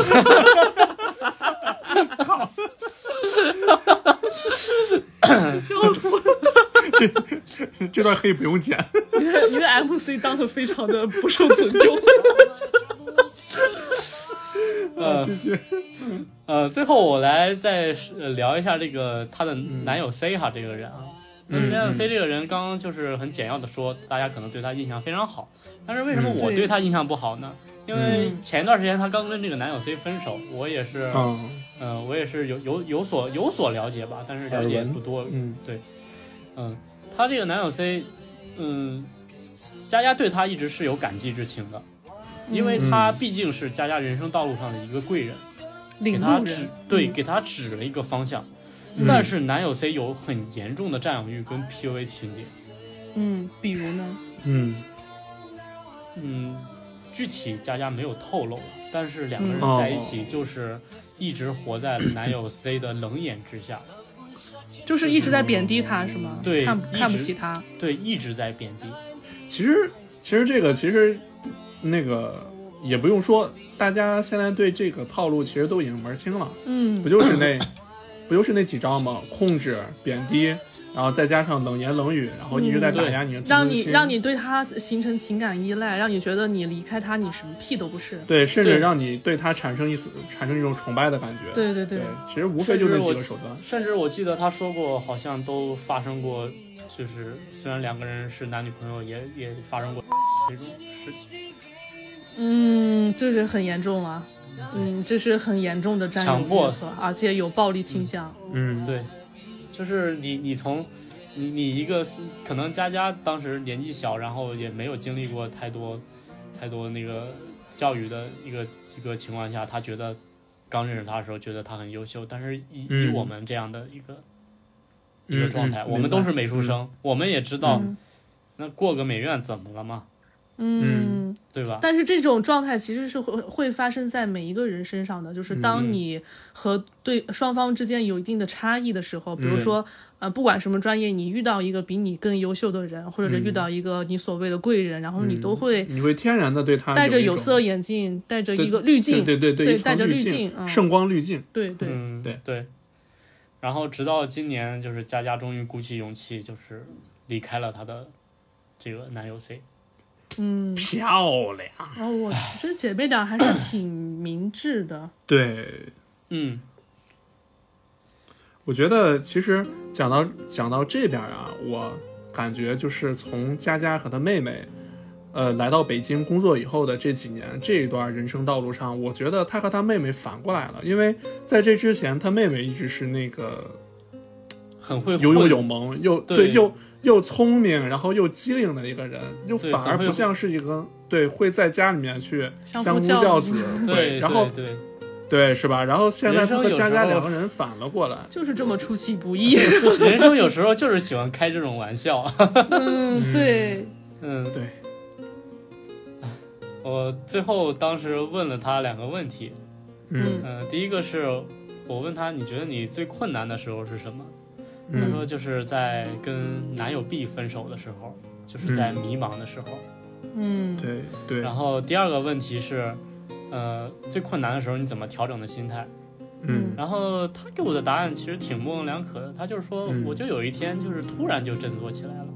[SPEAKER 2] 哎
[SPEAKER 3] 笑死我！了。
[SPEAKER 2] 这段可以不用 剪。
[SPEAKER 3] 你的你的 MC 当的非常的不 受尊重。
[SPEAKER 4] 呃
[SPEAKER 2] 继续。
[SPEAKER 4] 呃，最后我来再呃聊一下这个她的男友 C 哈、这个人啊。
[SPEAKER 2] 嗯
[SPEAKER 4] 男友 C
[SPEAKER 2] 嗯
[SPEAKER 4] 这个人刚刚就是很简要的说，大家可能对他印象非常好，但是为什么
[SPEAKER 2] 嗯
[SPEAKER 4] 我
[SPEAKER 3] 对
[SPEAKER 4] 对他印象不好呢？因为
[SPEAKER 3] 嗯
[SPEAKER 4] 前一段时间她刚跟这个男友 C 分手，我也是，
[SPEAKER 2] 哦，
[SPEAKER 4] 呃，我也是有有有所有所了解吧，但是了解也
[SPEAKER 2] 耳闻
[SPEAKER 4] 不多。
[SPEAKER 2] 嗯
[SPEAKER 4] 嗯，她这个男友 C，嗯，佳佳对他一直是有感激之情的，因为他毕竟是佳佳人生道路上的一个贵人。给
[SPEAKER 3] 领
[SPEAKER 4] 他
[SPEAKER 3] 路
[SPEAKER 4] 指
[SPEAKER 3] 人，
[SPEAKER 4] 对，给他指了一个方向。
[SPEAKER 2] 嗯
[SPEAKER 4] 但是男友 C 有很严重的占有欲跟 PUA 情节。
[SPEAKER 3] 嗯，比如呢？
[SPEAKER 2] 嗯
[SPEAKER 4] 嗯，具体佳佳没有透露，但是两个人
[SPEAKER 2] 嗯
[SPEAKER 4] 在一起就是一直活在男友 C 的冷眼之下，
[SPEAKER 3] 就是一直在贬低他，是吗？
[SPEAKER 4] 对
[SPEAKER 3] 看
[SPEAKER 4] 一直
[SPEAKER 3] 看不起他。
[SPEAKER 4] 对，一直在贬低。
[SPEAKER 2] 其实其实这个其实那个也不用说，大家现在对这个套路其实都已经玩清了，
[SPEAKER 3] 嗯
[SPEAKER 2] 不，就是 那不就是那几招吗？控制、贬低，然后再加上冷言冷语，然后一直在打压你的自
[SPEAKER 3] 让
[SPEAKER 2] 尊
[SPEAKER 3] 你
[SPEAKER 2] 心。
[SPEAKER 3] 让嗯你对他形成情感依赖，让你觉得你离开他你什么屁都不是。
[SPEAKER 2] 对，甚至
[SPEAKER 4] 对
[SPEAKER 2] 让你对他产生一丝产生一种崇拜的感觉。
[SPEAKER 3] 对对对
[SPEAKER 2] 对，其实无非就那几个手段。
[SPEAKER 4] 甚至我记得他说过，好像都发生过，就是虽然两个人是男女朋友，也也发生过这种事情，
[SPEAKER 3] 嗯，这是很严重啊。嗯，这是很严重的占有
[SPEAKER 4] 强
[SPEAKER 3] 欲
[SPEAKER 4] 迫
[SPEAKER 3] 和，而且有暴力倾向。
[SPEAKER 2] 嗯，
[SPEAKER 4] 对，就是你你从你你一个可能佳佳当时年纪小，然后也没有经历过太多太多那个教育的一个一个情况下，她觉得刚认识他的时候觉得他很优秀，但是以、以
[SPEAKER 2] 嗯
[SPEAKER 4] 我们这样的一个、一
[SPEAKER 2] 嗯
[SPEAKER 4] 个状态，
[SPEAKER 2] 嗯
[SPEAKER 4] 我们都是美术生，我们也知道、
[SPEAKER 3] 嗯
[SPEAKER 4] 那过个美院怎么了嘛，
[SPEAKER 3] 嗯，
[SPEAKER 4] 对吧？
[SPEAKER 3] 但是这种状态其实是会会发生在每一个人身上的，就是
[SPEAKER 2] 嗯
[SPEAKER 3] 当你和对双方之间有一定的差异的时候，比如
[SPEAKER 2] 嗯
[SPEAKER 3] 说呃，不管什么专业，你遇到一个比你更优秀的人，或者是
[SPEAKER 2] 嗯
[SPEAKER 3] 遇到一个你所谓的贵人，然后你
[SPEAKER 2] 嗯
[SPEAKER 3] 都会
[SPEAKER 2] 你会天然的对他
[SPEAKER 3] 戴着
[SPEAKER 2] 有
[SPEAKER 3] 有
[SPEAKER 2] 一种
[SPEAKER 3] 色眼镜，带着
[SPEAKER 2] 对
[SPEAKER 3] 一个滤镜，
[SPEAKER 2] 对对对
[SPEAKER 3] 对
[SPEAKER 2] 一层
[SPEAKER 3] 带着滤
[SPEAKER 2] 镜
[SPEAKER 3] 镜，嗯
[SPEAKER 2] 圣光滤镜。
[SPEAKER 3] 对对
[SPEAKER 4] 嗯，
[SPEAKER 2] 对
[SPEAKER 4] 对。然后直到今年，就是佳佳终于鼓起勇气，就是离开了她的这个男友 C。
[SPEAKER 3] 嗯，
[SPEAKER 2] 漂亮。
[SPEAKER 3] 然后啊我这姐妹俩还是挺明智的，
[SPEAKER 2] 对，
[SPEAKER 4] 嗯
[SPEAKER 2] 我觉得其实讲到讲到这点儿啊，我感觉就是从佳佳和她妹妹，呃，来到北京工作以后的这几年这一段人生道路上，我觉得她和她妹妹反过来了，因为在这之前，她妹妹一直是那个
[SPEAKER 4] 很会
[SPEAKER 2] 有勇
[SPEAKER 4] 混
[SPEAKER 2] 有谋，又
[SPEAKER 4] 对
[SPEAKER 2] 又又聪明，然后又机灵的一个人，又
[SPEAKER 4] 对
[SPEAKER 2] 反而
[SPEAKER 4] 很会
[SPEAKER 2] 不像是一个对会在家里面去
[SPEAKER 3] 相
[SPEAKER 2] 相
[SPEAKER 3] 夫
[SPEAKER 2] 夫
[SPEAKER 3] 教
[SPEAKER 2] 教
[SPEAKER 3] 子
[SPEAKER 2] 子，
[SPEAKER 4] 对，
[SPEAKER 2] 然后
[SPEAKER 4] 对对
[SPEAKER 2] 对是吧？然后现在
[SPEAKER 4] 人生
[SPEAKER 2] 她和
[SPEAKER 4] 有
[SPEAKER 2] 佳
[SPEAKER 4] 时
[SPEAKER 2] 佳
[SPEAKER 4] 候
[SPEAKER 2] 两个人反了过来，
[SPEAKER 3] 就是这么出其不意。
[SPEAKER 4] 人生有时候就是喜欢开这种玩 笑。
[SPEAKER 3] 嗯， 对，
[SPEAKER 4] 嗯，
[SPEAKER 2] 对，
[SPEAKER 4] 我最后当时问了他两个问题。
[SPEAKER 3] 嗯
[SPEAKER 4] 嗯、第一个是我问他，你觉得你最困难的时候是什么？他
[SPEAKER 2] 嗯
[SPEAKER 4] 说就是在跟男友 B 分手的时候，就是在迷茫的时候。
[SPEAKER 3] 嗯，
[SPEAKER 2] 对对，
[SPEAKER 4] 然后第二个问题是，呃，最困难的时候你怎么调整的心态？
[SPEAKER 2] 嗯
[SPEAKER 4] 然后他给我的答案其实挺模棱两可的，他就是说，
[SPEAKER 2] 嗯
[SPEAKER 4] 我就有一天就是突然就振作起来了，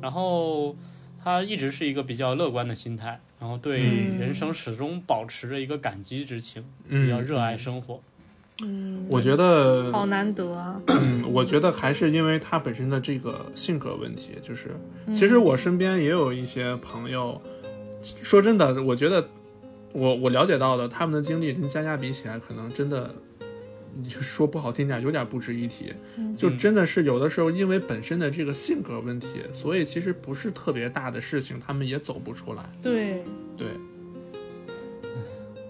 [SPEAKER 4] 然后他一直是一个比较乐观的心态，然后对
[SPEAKER 3] 嗯
[SPEAKER 4] 人生始终保持着一个感激之情，比
[SPEAKER 2] 嗯，
[SPEAKER 4] 较热爱生活。
[SPEAKER 3] 嗯，
[SPEAKER 2] 我觉得，
[SPEAKER 3] 好难得啊。
[SPEAKER 2] 嗯，我觉得还是因为他本身的这个性格问题，就是其实我身边也有一些朋友，说真的，我觉得我我了解到的他们的经历跟佳佳比起来，可能真的。你就说不好听点，有点不值一提。 就真
[SPEAKER 4] 嗯
[SPEAKER 2] 的是有的时候，因为本身的这个性格问题，所以其实不是特别大的事情，他们也走不出来。
[SPEAKER 3] 对，
[SPEAKER 2] 对，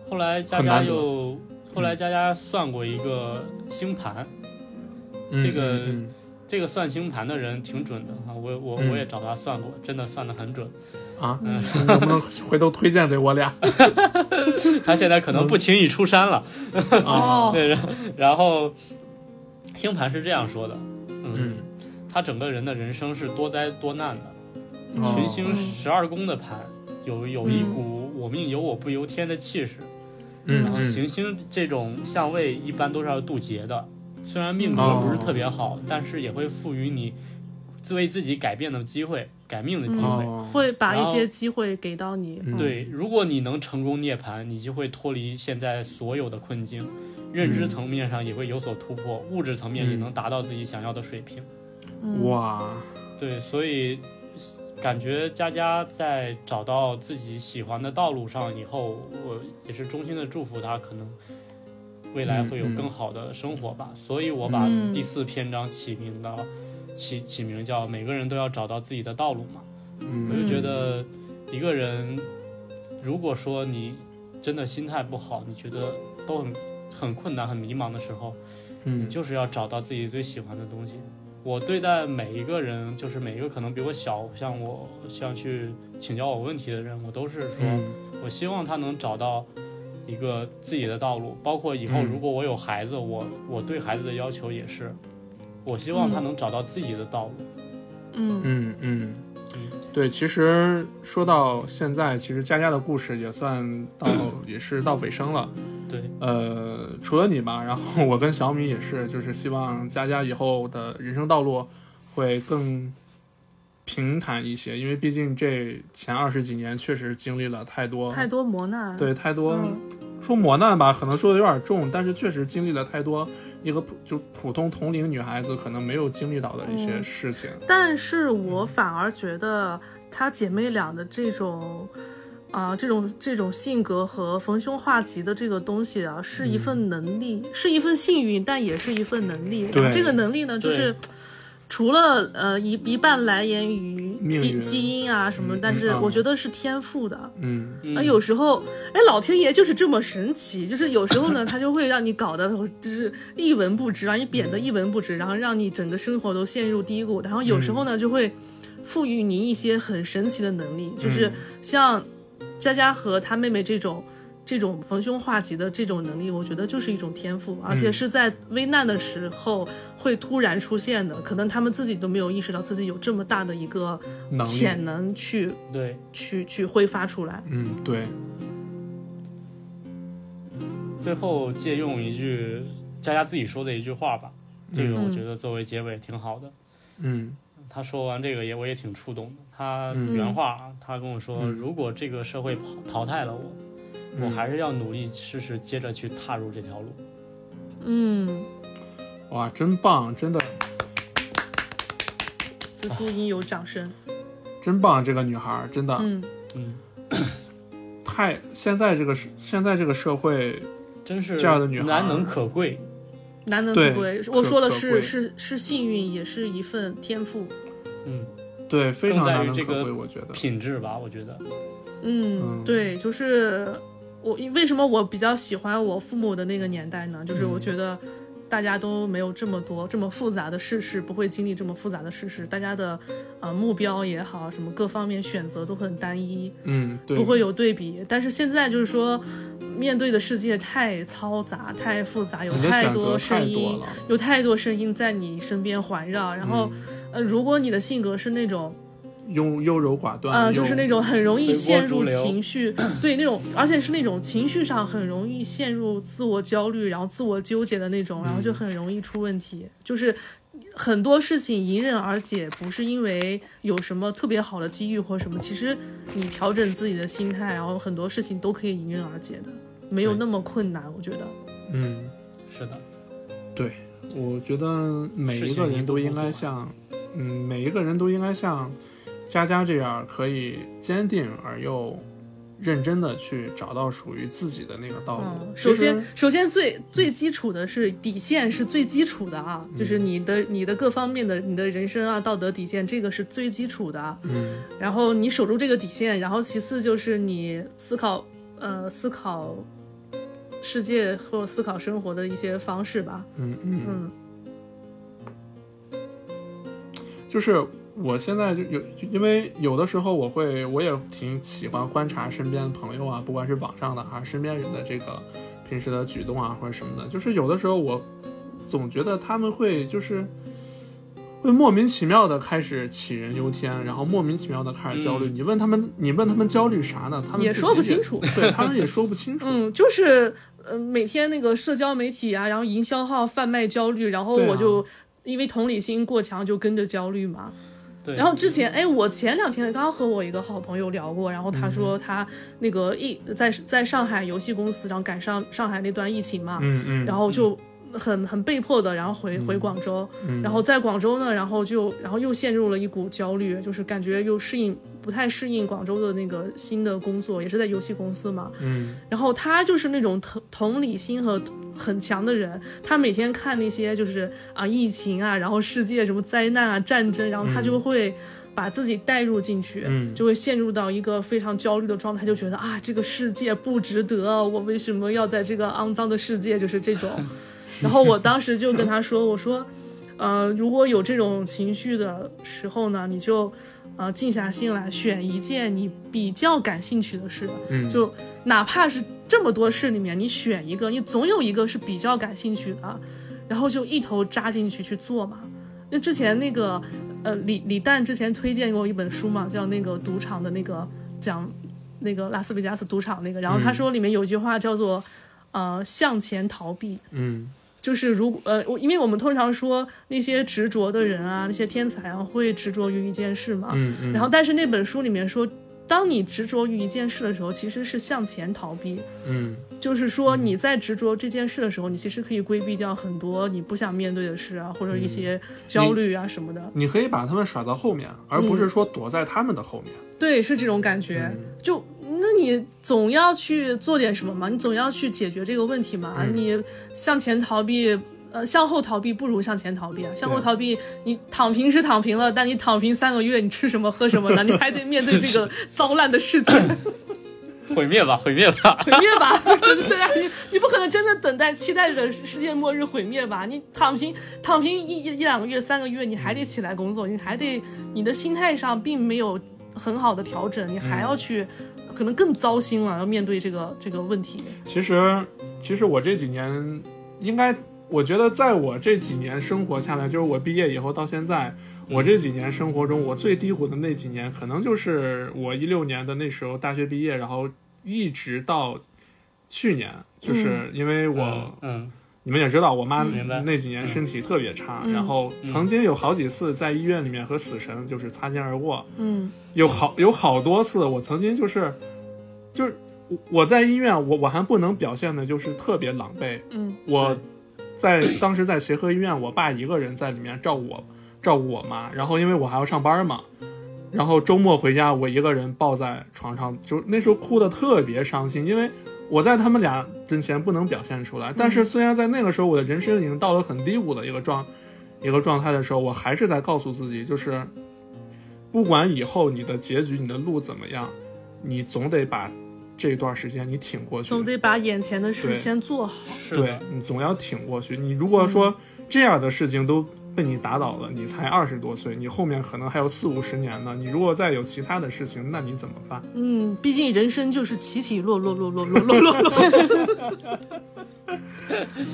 [SPEAKER 4] 后来佳
[SPEAKER 2] 很
[SPEAKER 4] 佳
[SPEAKER 2] 难嗯得
[SPEAKER 4] 又，后来佳佳算过一个星盘，
[SPEAKER 2] 嗯
[SPEAKER 4] 这个
[SPEAKER 2] 嗯
[SPEAKER 4] 这个算星盘的人挺准的啊，我我
[SPEAKER 2] 嗯
[SPEAKER 4] 我也找他算过，真的算的很准。
[SPEAKER 2] 嗯啊，
[SPEAKER 4] 嗯，
[SPEAKER 2] 你能不能回头推荐给我 俩？
[SPEAKER 4] 他现在
[SPEAKER 2] 嗯
[SPEAKER 4] 可能不轻易出山了。
[SPEAKER 2] 啊，
[SPEAKER 3] 哦，
[SPEAKER 4] 对，然后然后星盘是这样说的，嗯，
[SPEAKER 2] 嗯，
[SPEAKER 4] 他整个人的人生是多灾多难的，
[SPEAKER 2] 哦
[SPEAKER 4] 群星
[SPEAKER 3] 嗯
[SPEAKER 4] 十二宫的盘，有有一
[SPEAKER 3] 嗯
[SPEAKER 4] 股我命由我不由天的气势。
[SPEAKER 2] 嗯
[SPEAKER 4] 然后
[SPEAKER 2] 嗯
[SPEAKER 4] 啊行星这种相位一般都是要渡劫的，虽然命格
[SPEAKER 2] 哦
[SPEAKER 4] 不是特别好，但是也会赋予你自为自己改变的机会、改命的机会。
[SPEAKER 2] 哦，
[SPEAKER 3] 会把一
[SPEAKER 4] 然后
[SPEAKER 3] 些机会给到你。
[SPEAKER 2] 嗯
[SPEAKER 4] 对，如果你能成功涅槃，你就会脱离现在所有的困境，认知层面上也会有所突破，物质层面也
[SPEAKER 2] 嗯
[SPEAKER 4] 能达到自己想要的水平。
[SPEAKER 3] 嗯，
[SPEAKER 2] 哇，
[SPEAKER 4] 对，所以感觉佳佳在找到自己喜欢的道路上以后，我也是衷心的祝福她，可能未来会有
[SPEAKER 2] 嗯嗯
[SPEAKER 4] 更好的生活吧。所以我把
[SPEAKER 3] 嗯
[SPEAKER 4] 第四篇章起名的、起起名叫“每个人都要找到自己的道路”嘛。我
[SPEAKER 2] 嗯
[SPEAKER 4] 就觉得一个人，如果说你真的心态不好，你觉得都很很困难、很迷茫的时候，
[SPEAKER 2] 嗯，
[SPEAKER 4] 就是要找到自己最喜欢的东西。我对待每一个人，就是每一个可能比我小，像我像去请教我问题的人，我都是说，
[SPEAKER 2] 嗯
[SPEAKER 4] 我希望他能找到一个自己的道路。包括以后
[SPEAKER 2] 嗯
[SPEAKER 4] 如果我有孩子，我我对孩子的要求也是，我希望他
[SPEAKER 3] 嗯
[SPEAKER 4] 能找到自己的道路。
[SPEAKER 3] 嗯
[SPEAKER 2] 嗯嗯，对，其实说到现在，其实佳佳的故事也算到也是到尾声了。
[SPEAKER 4] 对，
[SPEAKER 2] 呃，除了你吧，然后我跟小米也是，就是希望佳佳以后的人生道路会更平坦一些，因为毕竟这前二十几年确实经历了太多，
[SPEAKER 3] 太多磨难。
[SPEAKER 2] 对太多、
[SPEAKER 3] 嗯
[SPEAKER 2] 说磨难吧，可能说的有点重，但是确实经历了太多一个普就普通同龄女孩子可能没有经历到的一些
[SPEAKER 3] 嗯
[SPEAKER 2] 事情。
[SPEAKER 3] 但是我反而觉得她姐妹俩的这种。啊，这种这种性格和逢凶化吉的这个东西啊，是一份能力，是一份幸运，但也是一份能力。
[SPEAKER 2] 嗯对
[SPEAKER 3] 这个能力呢，就是除了呃一一半来源于
[SPEAKER 2] 命
[SPEAKER 3] 基
[SPEAKER 2] 运
[SPEAKER 3] 基因啊什么，
[SPEAKER 2] 嗯
[SPEAKER 3] 但是
[SPEAKER 2] 嗯
[SPEAKER 3] 我觉得是天赋的。
[SPEAKER 2] 嗯
[SPEAKER 4] 嗯
[SPEAKER 3] 啊，有时候，哎，老天爷就是这么神奇，就是有时候呢，他就会让你搞得就是一文不值，让你贬得一文不值，然后让你整个生活都陷入低谷，然后有时候呢，就会赋予你一些很神奇的能力，就是像佳佳和她妹妹这种。这种逢凶化吉的这种能力，我觉得就是一种天赋，而且是在危难的时候会突然出现的。可能他们自己都没有意识到自己有这么大的一个
[SPEAKER 2] 能力
[SPEAKER 3] 潜能去
[SPEAKER 4] 对，
[SPEAKER 3] 去去挥发出来。
[SPEAKER 2] 嗯，对，
[SPEAKER 4] 最后借用一句佳佳自己说的一句话吧，这个我
[SPEAKER 3] 嗯
[SPEAKER 4] 觉得作为结尾挺好的。
[SPEAKER 2] 嗯
[SPEAKER 4] 他说完这个也我也挺触动的。他
[SPEAKER 2] 嗯
[SPEAKER 4] 原话啊，他跟我说：“
[SPEAKER 2] 嗯
[SPEAKER 4] 如果这个社会淘淘汰了我，我还是要努力试试，接着去踏入这条路。
[SPEAKER 3] 嗯，
[SPEAKER 2] 哇，真棒，真的
[SPEAKER 3] 此处应有掌声。
[SPEAKER 2] 真棒，这个女孩儿真的、
[SPEAKER 3] 嗯，”
[SPEAKER 4] 嗯，
[SPEAKER 2] 太现在这个社现在这个社会，
[SPEAKER 4] 真是
[SPEAKER 2] 这样的女孩
[SPEAKER 4] 难能可贵。
[SPEAKER 3] 难能
[SPEAKER 2] 对
[SPEAKER 3] 可贵。
[SPEAKER 2] 可
[SPEAKER 3] 我说的
[SPEAKER 2] 可贵
[SPEAKER 3] 是是是幸运，也是一份天赋。
[SPEAKER 4] 嗯，
[SPEAKER 2] 对非常
[SPEAKER 4] 更在
[SPEAKER 2] 难
[SPEAKER 4] 于
[SPEAKER 2] 能
[SPEAKER 4] 这
[SPEAKER 2] 可
[SPEAKER 4] 个
[SPEAKER 2] 贵，我觉得，
[SPEAKER 4] 品质吧，我觉得。
[SPEAKER 3] 嗯，
[SPEAKER 2] 嗯
[SPEAKER 3] 对，就是我为什么我比较喜欢我父母的那个年代呢？就是
[SPEAKER 2] 嗯
[SPEAKER 3] 我觉得大家都没有这么多这么复杂的世事，不会经历这么复杂的世事，大家的呃目标也好，什么各方面选择都很单一，
[SPEAKER 2] 嗯，对，
[SPEAKER 3] 不会有对比。但是现在就是说。面对的世界太嘈杂、太复杂，有
[SPEAKER 2] 你的
[SPEAKER 3] 太
[SPEAKER 2] 选择
[SPEAKER 3] 多声
[SPEAKER 2] 太
[SPEAKER 3] 音，
[SPEAKER 2] 多了，
[SPEAKER 3] 有太多声音在你身边环绕，然后、
[SPEAKER 4] 嗯
[SPEAKER 3] 呃，如果你的性格是那种，
[SPEAKER 2] 优优柔寡断，
[SPEAKER 3] 呃，就是
[SPEAKER 2] 又
[SPEAKER 3] 那种很容易
[SPEAKER 4] 随波
[SPEAKER 3] 陷
[SPEAKER 4] 逐
[SPEAKER 3] 入
[SPEAKER 4] 流
[SPEAKER 3] 情绪，对那种，而且是那种情绪上很容易陷入自我焦虑，然后自我纠结的那种，然
[SPEAKER 4] 嗯
[SPEAKER 3] 后就很容易出问题，就是。很多事情迎刃而解，不是因为有什么特别好的机遇或什么，其实你调整自己的心态，然后很多事情都可以迎刃而解的，没有
[SPEAKER 4] 对
[SPEAKER 3] 那么困难。我觉得，
[SPEAKER 2] 嗯，
[SPEAKER 4] 是的，
[SPEAKER 2] 我觉得每一个人都应该像，嗯，每一个人都应该像佳佳这样，可以坚定而又认真的去找到属于自己的那个道路
[SPEAKER 3] 嗯。，
[SPEAKER 2] 其
[SPEAKER 3] 首
[SPEAKER 2] 实
[SPEAKER 3] 先，首先最最基础的是底线是最基础的啊，
[SPEAKER 2] 嗯
[SPEAKER 3] 就是你的你的各方面的你的人生啊道德底线，这个是最基础的啊。
[SPEAKER 2] 嗯，
[SPEAKER 3] 然后你守住这个底线，然后其次就是你思考，呃，思考世界或思考生活的一些方式吧。
[SPEAKER 2] 嗯嗯，
[SPEAKER 3] 嗯
[SPEAKER 2] 就是我现在就有，就因为有的时候我会，我也挺喜欢观察身边朋友啊，不管是网上的还是身边人的这个平时的举动啊或者什么的，就是有的时候我总觉得他们会就是。会莫名其妙的开始杞人忧天，然后莫名其妙的开始焦虑。
[SPEAKER 4] 嗯
[SPEAKER 2] 你问他们，你问他们焦虑啥呢？他们
[SPEAKER 3] 也
[SPEAKER 2] 自己
[SPEAKER 3] 说不清楚
[SPEAKER 2] 对他们也说不清楚。
[SPEAKER 3] 嗯，就是呃，每天那个社交媒体啊，然后营销号贩卖焦虑，然后
[SPEAKER 2] 对啊
[SPEAKER 3] 我就。因为同理心过强，就跟着焦虑嘛。
[SPEAKER 4] 对，
[SPEAKER 3] 然后之前，哎，我前两天刚和我一个好朋友聊过，然后他
[SPEAKER 2] 嗯
[SPEAKER 3] 说他那个疫在在上海游戏公司，然后赶上上海那段疫情嘛，
[SPEAKER 2] 嗯嗯，
[SPEAKER 3] 然后就很很被迫的，然后回回广州，
[SPEAKER 2] 嗯
[SPEAKER 3] 然后在广州呢，然后就然后又陷入了一股焦虑，就是感觉又适应不太适应广州的那个新的工作，也是在游戏公司嘛。
[SPEAKER 2] 嗯
[SPEAKER 3] 然后他就是那种同同理心和很强的人，他每天看那些就是啊疫情啊，然后世界什么灾难啊、战争，然后他就会。把自己带入进去，
[SPEAKER 2] 嗯
[SPEAKER 3] 就会陷入到一个非常焦虑的状态，就觉得啊，这个世界不值得，我为什么要在这个肮脏的世界？就是这种。然后我当时就跟他说，我说，呃，如果有这种情绪的时候呢，你就，呃，静下心来，选一件你比较感兴趣的事，
[SPEAKER 2] 嗯
[SPEAKER 3] 就哪怕是这么多事里面，你选一个，你总有一个是比较感兴趣的，然后就一头扎进去去做嘛。那之前那个，呃，李李诞之前推荐过一本书嘛，叫那个赌场的那个讲那个拉斯维加斯赌场那个，然后他说里面有一句话叫做，呃，向前逃避，
[SPEAKER 2] 嗯
[SPEAKER 3] 就是如果呃，我因为我们通常说那些执着的人啊，那些天才啊，会执着于一件事嘛，
[SPEAKER 2] 嗯嗯，
[SPEAKER 3] 啊然后但是那本书里面说，当你执着于一件事的时候，其实是向前逃避，
[SPEAKER 2] 嗯
[SPEAKER 3] 就是说你在执着这件事的时候，你其实可以规避掉很多你不想面对的事啊，或者一些焦虑啊什么的。
[SPEAKER 2] 嗯你可以把他们甩到后面，而不
[SPEAKER 3] 嗯
[SPEAKER 2] 是说躲在他们的后面。
[SPEAKER 3] 对，是这种感觉。
[SPEAKER 2] 嗯
[SPEAKER 3] 就那你总要去做点什么嘛，你总要去解决这个问题嘛。
[SPEAKER 2] 嗯
[SPEAKER 3] 你向前逃避，呃，向后逃避不如向前逃避啊。向后
[SPEAKER 2] 对
[SPEAKER 3] 逃避，你躺平是躺平了，但你躺平三个月，你吃什么喝什么呢？你还得面对这 个糟烂的世界，
[SPEAKER 4] 毁灭吧，毁灭吧，
[SPEAKER 3] 毁灭吧？对啊，你你不可能真的等待期待着世界末日毁灭吧？你躺平躺平一一一两个月、三个月，你还得起来工作，你还得你的心态上并没有很好的调整，你还要去。可能更糟心了，要面对这个这个问题。
[SPEAKER 2] 其实，其实我这几年应该，我觉得在我这几年生活下来，就是我毕业以后到现在，
[SPEAKER 4] 嗯
[SPEAKER 2] 我这几年生活中，我最低谷的那几年，可能就是我一六年的那时候大学毕业，然后一直到去年，
[SPEAKER 3] 嗯
[SPEAKER 2] 就是因为我、
[SPEAKER 4] 嗯，
[SPEAKER 2] 你们也知道，我妈
[SPEAKER 4] 明白
[SPEAKER 2] 那几年身体特别差，
[SPEAKER 3] 嗯
[SPEAKER 2] 然后曾经有好几次在医院里面和死神就是擦肩而过，
[SPEAKER 3] 嗯
[SPEAKER 2] 有好有好多次，我曾经就是，就是我我在医院，我我还不能表现的就是特别狼狈，
[SPEAKER 3] 嗯
[SPEAKER 2] 我在当时在协和医院，我爸一个人在里面照顾我照顾我妈，然后因为我还要上班嘛，然后周末回家我一个人抱在床上，就那时候哭的特别伤心，因为我在他们俩跟前不能表现出来，但是虽然在那个时候我的人生已经到了很低谷的一个状一个状态的时候，我还是在告诉自己，就是不管以后你的结局、你的路怎么样，你总得把这段时间你挺过去，
[SPEAKER 3] 总得把眼前的事
[SPEAKER 2] 对
[SPEAKER 3] 先做好。
[SPEAKER 4] 是
[SPEAKER 2] 对
[SPEAKER 4] 的，
[SPEAKER 2] 你总要挺过去。你如果说这样的事情都被你打倒了，你才二十多岁，你后面可能还有四五十年呢。你如果再有其他的事情，那你怎么办？
[SPEAKER 3] 嗯，毕竟人生就是起起落落落落落落落落。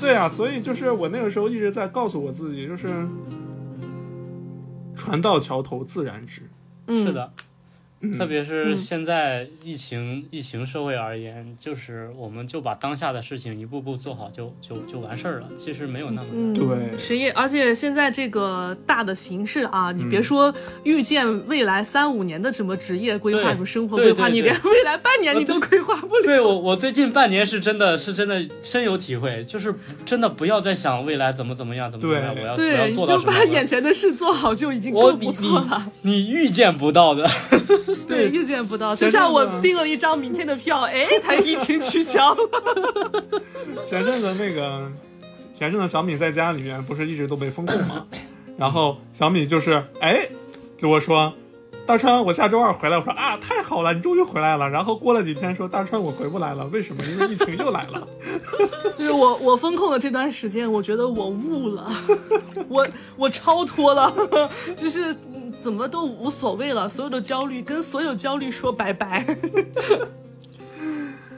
[SPEAKER 2] 对啊，所以就是我那个时候一直在告诉我自己，就是船到桥头自然直。
[SPEAKER 3] 嗯
[SPEAKER 4] 是的。特别是
[SPEAKER 3] 嗯
[SPEAKER 4] 现在疫情、疫情社会而言，就是我们就把当下的事情一步步做好就，就就完事儿了。其实没有那么难。
[SPEAKER 3] 嗯，
[SPEAKER 2] 对
[SPEAKER 3] 实业，而且现在这个大的形势啊，
[SPEAKER 4] 嗯
[SPEAKER 3] 你别说预见未来三五年的什么职业规划、
[SPEAKER 4] 对
[SPEAKER 3] 什么生活
[SPEAKER 4] 对
[SPEAKER 3] 规
[SPEAKER 4] 对
[SPEAKER 3] 划，你
[SPEAKER 4] 对
[SPEAKER 3] 连未来半年你都规划不 了。
[SPEAKER 4] 对我，我最近半年是真的是真的深有体会，就是真的不要再想未来怎么怎么样怎么怎么样，
[SPEAKER 2] 对
[SPEAKER 4] 我要我
[SPEAKER 3] 对，
[SPEAKER 4] 要
[SPEAKER 3] 你
[SPEAKER 4] 做到
[SPEAKER 3] 就
[SPEAKER 4] 什么
[SPEAKER 3] 把
[SPEAKER 4] 了。
[SPEAKER 3] 眼前的事做好就已经
[SPEAKER 4] 我
[SPEAKER 3] 够
[SPEAKER 4] 你
[SPEAKER 3] 不错了。
[SPEAKER 4] 你你预见不到的，
[SPEAKER 3] 对，
[SPEAKER 2] 对
[SPEAKER 3] 预见不到。
[SPEAKER 2] 前阵
[SPEAKER 3] 就
[SPEAKER 2] 子
[SPEAKER 3] 像我订了一张明天的票，哎，它疫情取消 了。
[SPEAKER 2] 前阵子那个，前阵子小米在家里面不是一直都被封控嘛，然后小米就是哎给我说，大川我下周二回来，我说啊太好了，你终于回来了。然后过了几天说大川我回不来了，为什么？因为疫情又来了。
[SPEAKER 3] 就是我我风控的这段时间，我觉得我悟 了，我我超脱了， 就是嗯怎么都无所谓了，所有的焦虑跟所有焦虑说拜拜。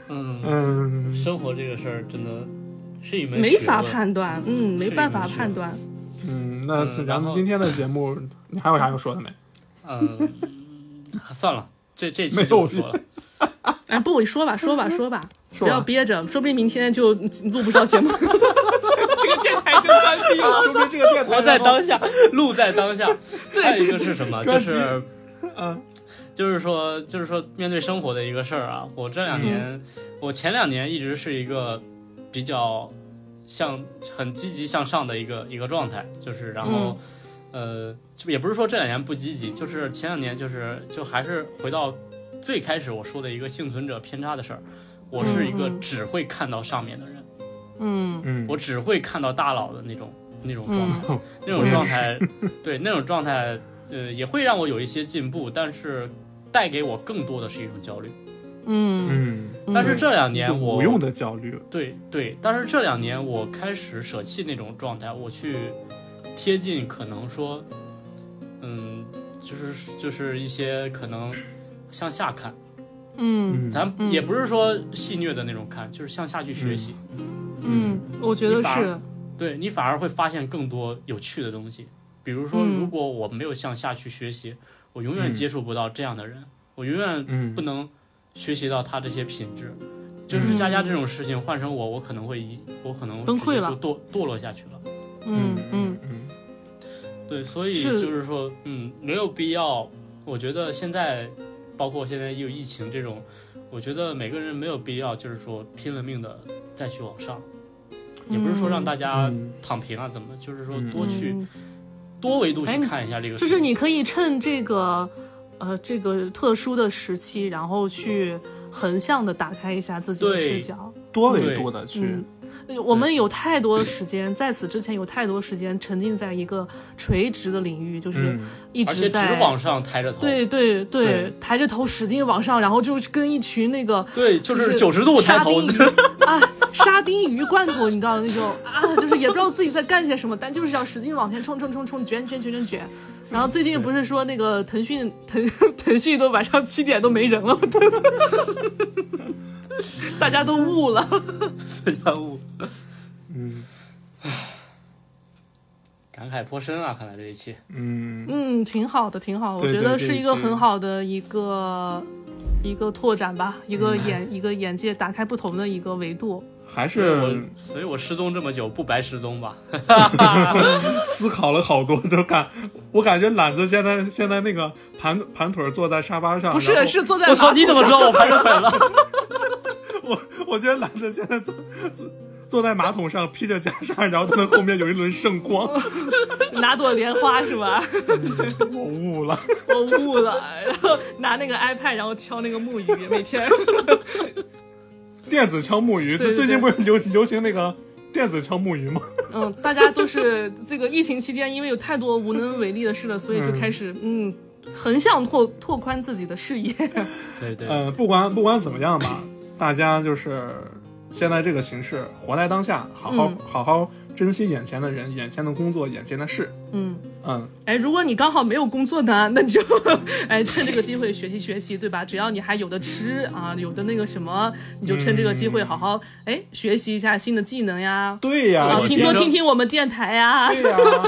[SPEAKER 4] 嗯，
[SPEAKER 2] 嗯，
[SPEAKER 4] 生活这个事儿真的是一门
[SPEAKER 3] 没
[SPEAKER 4] 学
[SPEAKER 3] 法
[SPEAKER 4] 问
[SPEAKER 3] 判断，嗯，没办法
[SPEAKER 4] 是
[SPEAKER 3] 判断。
[SPEAKER 2] 嗯，那
[SPEAKER 4] 嗯
[SPEAKER 2] 咱
[SPEAKER 4] 然
[SPEAKER 2] 们
[SPEAKER 4] 后
[SPEAKER 2] 今天的节目，你还有啥要说的没？
[SPEAKER 4] 嗯，算了，这这期
[SPEAKER 2] 没有
[SPEAKER 4] 就不说了。
[SPEAKER 3] 哎，不，你说吧，说
[SPEAKER 4] 嗯
[SPEAKER 3] 吧，说吧，
[SPEAKER 2] 说
[SPEAKER 3] 不要
[SPEAKER 2] 吧，
[SPEAKER 3] 憋着，说不定明天就录不上节目， 这个电台就关闭了。
[SPEAKER 2] 说明这个电台
[SPEAKER 4] 活在
[SPEAKER 2] 然后
[SPEAKER 4] 当下，录在当 下。还有一
[SPEAKER 3] 对，
[SPEAKER 4] 个是什么？就
[SPEAKER 2] 专辑
[SPEAKER 4] 是，
[SPEAKER 2] 嗯，
[SPEAKER 4] 就是说，就是说，面对生活的一个事儿啊。我这两年，
[SPEAKER 2] 嗯
[SPEAKER 4] 我前两年一直是一个比较向很积极向上的一个一个状态，就是然后，
[SPEAKER 2] 嗯
[SPEAKER 4] 呃，就也不是说这两年不积极，就是前两年就是就还是回到最开始我说的一个幸存者偏差的事儿。我是一个
[SPEAKER 3] 嗯嗯
[SPEAKER 4] 只会看到上面的人，
[SPEAKER 3] 嗯
[SPEAKER 2] 嗯，
[SPEAKER 4] 我只会看到大佬的那种那种状态。
[SPEAKER 3] 嗯，
[SPEAKER 4] 那种状态，对那种状态，呃，也会让我有一些进步，但是带给我更多的是一种焦虑。
[SPEAKER 3] 嗯
[SPEAKER 2] 嗯，
[SPEAKER 3] 嗯，
[SPEAKER 4] 但是这两
[SPEAKER 2] 一
[SPEAKER 4] 年
[SPEAKER 2] 种
[SPEAKER 4] 我
[SPEAKER 2] 无用的焦虑，
[SPEAKER 4] 对对，但是这两年我开始舍弃那种状态，我去贴近可能说，嗯，就是就是一些可能向下看，
[SPEAKER 3] 嗯
[SPEAKER 2] 嗯，
[SPEAKER 4] 咱
[SPEAKER 3] 嗯
[SPEAKER 4] 也不是说戏谑的那种看，就是向下去学习，
[SPEAKER 3] 嗯，我觉得
[SPEAKER 4] 你反而
[SPEAKER 3] 是，
[SPEAKER 4] 对你反而会发现更多有趣的东西。比如说，
[SPEAKER 3] 嗯
[SPEAKER 4] 如果我没有向下去学习，我永远
[SPEAKER 2] 嗯
[SPEAKER 4] 接触不到这样的人，我永远
[SPEAKER 2] 嗯
[SPEAKER 4] 不能学习到他这些品质。
[SPEAKER 3] 嗯
[SPEAKER 4] 就是佳佳这种事情，换成我，我可能会一，我可能
[SPEAKER 3] 崩溃
[SPEAKER 4] 直接
[SPEAKER 3] 了
[SPEAKER 4] 就堕堕落下去了。
[SPEAKER 3] 嗯嗯
[SPEAKER 2] 嗯
[SPEAKER 4] 对，所以
[SPEAKER 3] 是
[SPEAKER 4] 就是说，嗯，没有必要。我觉得现在，包括现在又疫情这种，我觉得每个人没有必要，就是说拼了命的再去往上，也不是说让大家
[SPEAKER 2] 嗯
[SPEAKER 4] 躺平啊，怎么，就是说
[SPEAKER 2] 嗯
[SPEAKER 4] 多去
[SPEAKER 3] 嗯
[SPEAKER 4] 多维度去
[SPEAKER 3] 哎你
[SPEAKER 4] 看一下这个
[SPEAKER 3] 就
[SPEAKER 4] 事情，
[SPEAKER 3] 是你可以趁这个呃这个特殊的时期，然后去横向的打开一下自己的视
[SPEAKER 4] 对
[SPEAKER 3] 角。
[SPEAKER 2] 多维度的去
[SPEAKER 3] 嗯，呃我们有太多时间，在此之前有太多时间沉浸在一个垂直的领域，就是
[SPEAKER 2] 嗯，
[SPEAKER 3] 一
[SPEAKER 4] 而且
[SPEAKER 3] 直
[SPEAKER 4] 只
[SPEAKER 3] 在。
[SPEAKER 4] 往上抬着头，
[SPEAKER 3] 对对对
[SPEAKER 2] 对，
[SPEAKER 3] 抬着头使劲往上，然后就是跟一群那个
[SPEAKER 4] 对，就
[SPEAKER 3] 就是
[SPEAKER 4] 九十度抬
[SPEAKER 3] 沙
[SPEAKER 4] 头
[SPEAKER 3] 丁，鱼啊，沙丁鱼罐头，你知道那种啊，就是也不知道自己在干些什么，但就是要使劲往前冲冲冲冲卷卷卷卷卷。然后最近不是说那个腾讯腾腾讯都晚上七点都没人了， 大家都悟了。
[SPEAKER 4] 然后
[SPEAKER 2] 嗯
[SPEAKER 4] 感慨颇深啊！看来这一期，
[SPEAKER 2] 嗯
[SPEAKER 3] 嗯，挺好的，挺好，我
[SPEAKER 2] 对
[SPEAKER 3] 觉
[SPEAKER 2] 对这
[SPEAKER 3] 得是
[SPEAKER 2] 一
[SPEAKER 3] 一个
[SPEAKER 2] 期
[SPEAKER 3] 很好的一个一个拓展吧，一个眼一个眼界打开不同的一个维度。
[SPEAKER 2] 还
[SPEAKER 4] 我
[SPEAKER 2] 是
[SPEAKER 4] 所以我失踪这么久，不白失踪吧？
[SPEAKER 2] 思考了好多，就感我感觉懒子现在现在那个盘盘腿坐在沙发上，
[SPEAKER 3] 不
[SPEAKER 2] 然
[SPEAKER 3] 是，
[SPEAKER 2] 后
[SPEAKER 3] 是坐在
[SPEAKER 4] 我操，
[SPEAKER 3] 马
[SPEAKER 4] 你
[SPEAKER 3] 桶
[SPEAKER 4] 怎么
[SPEAKER 3] 上
[SPEAKER 4] 知道我盘着腿 了？
[SPEAKER 2] 我 我觉得懒子现在坐坐坐在马桶上披着袈裟，然后他的后面有一轮圣光，
[SPEAKER 3] 拿朵莲花是吧？
[SPEAKER 2] 我悟了，
[SPEAKER 3] 我悟了，然后拿那个 iPad，然后敲那个木鱼，每天
[SPEAKER 2] 电子敲木鱼，
[SPEAKER 3] 对对
[SPEAKER 2] 最近不是流流行那个电子敲木鱼吗？
[SPEAKER 3] 嗯，大家都是这个疫情期间，因为有太多无能为力的事了，所以就开始嗯。横向拓拓宽自己的视野，
[SPEAKER 4] 对对，
[SPEAKER 2] 呃，不管不管怎么样吧，大家就是现在这个形势，活在当下，好好、
[SPEAKER 3] 嗯
[SPEAKER 2] 好好珍惜眼前的人、眼前的工作、眼前的事。
[SPEAKER 3] 嗯，
[SPEAKER 2] 嗯，
[SPEAKER 3] 哎，如果你刚好没有工作呢，那你就 哎趁这个机会学习学习，对吧？只要你还有的吃啊，有的那个什么，你就趁这个机会好好哎学习一下新的技能呀，
[SPEAKER 2] 对呀、
[SPEAKER 3] 啊，
[SPEAKER 4] 我
[SPEAKER 3] 听
[SPEAKER 4] 觉
[SPEAKER 3] 多
[SPEAKER 4] 得
[SPEAKER 3] 听听我们电台呀，
[SPEAKER 2] 对啊呀、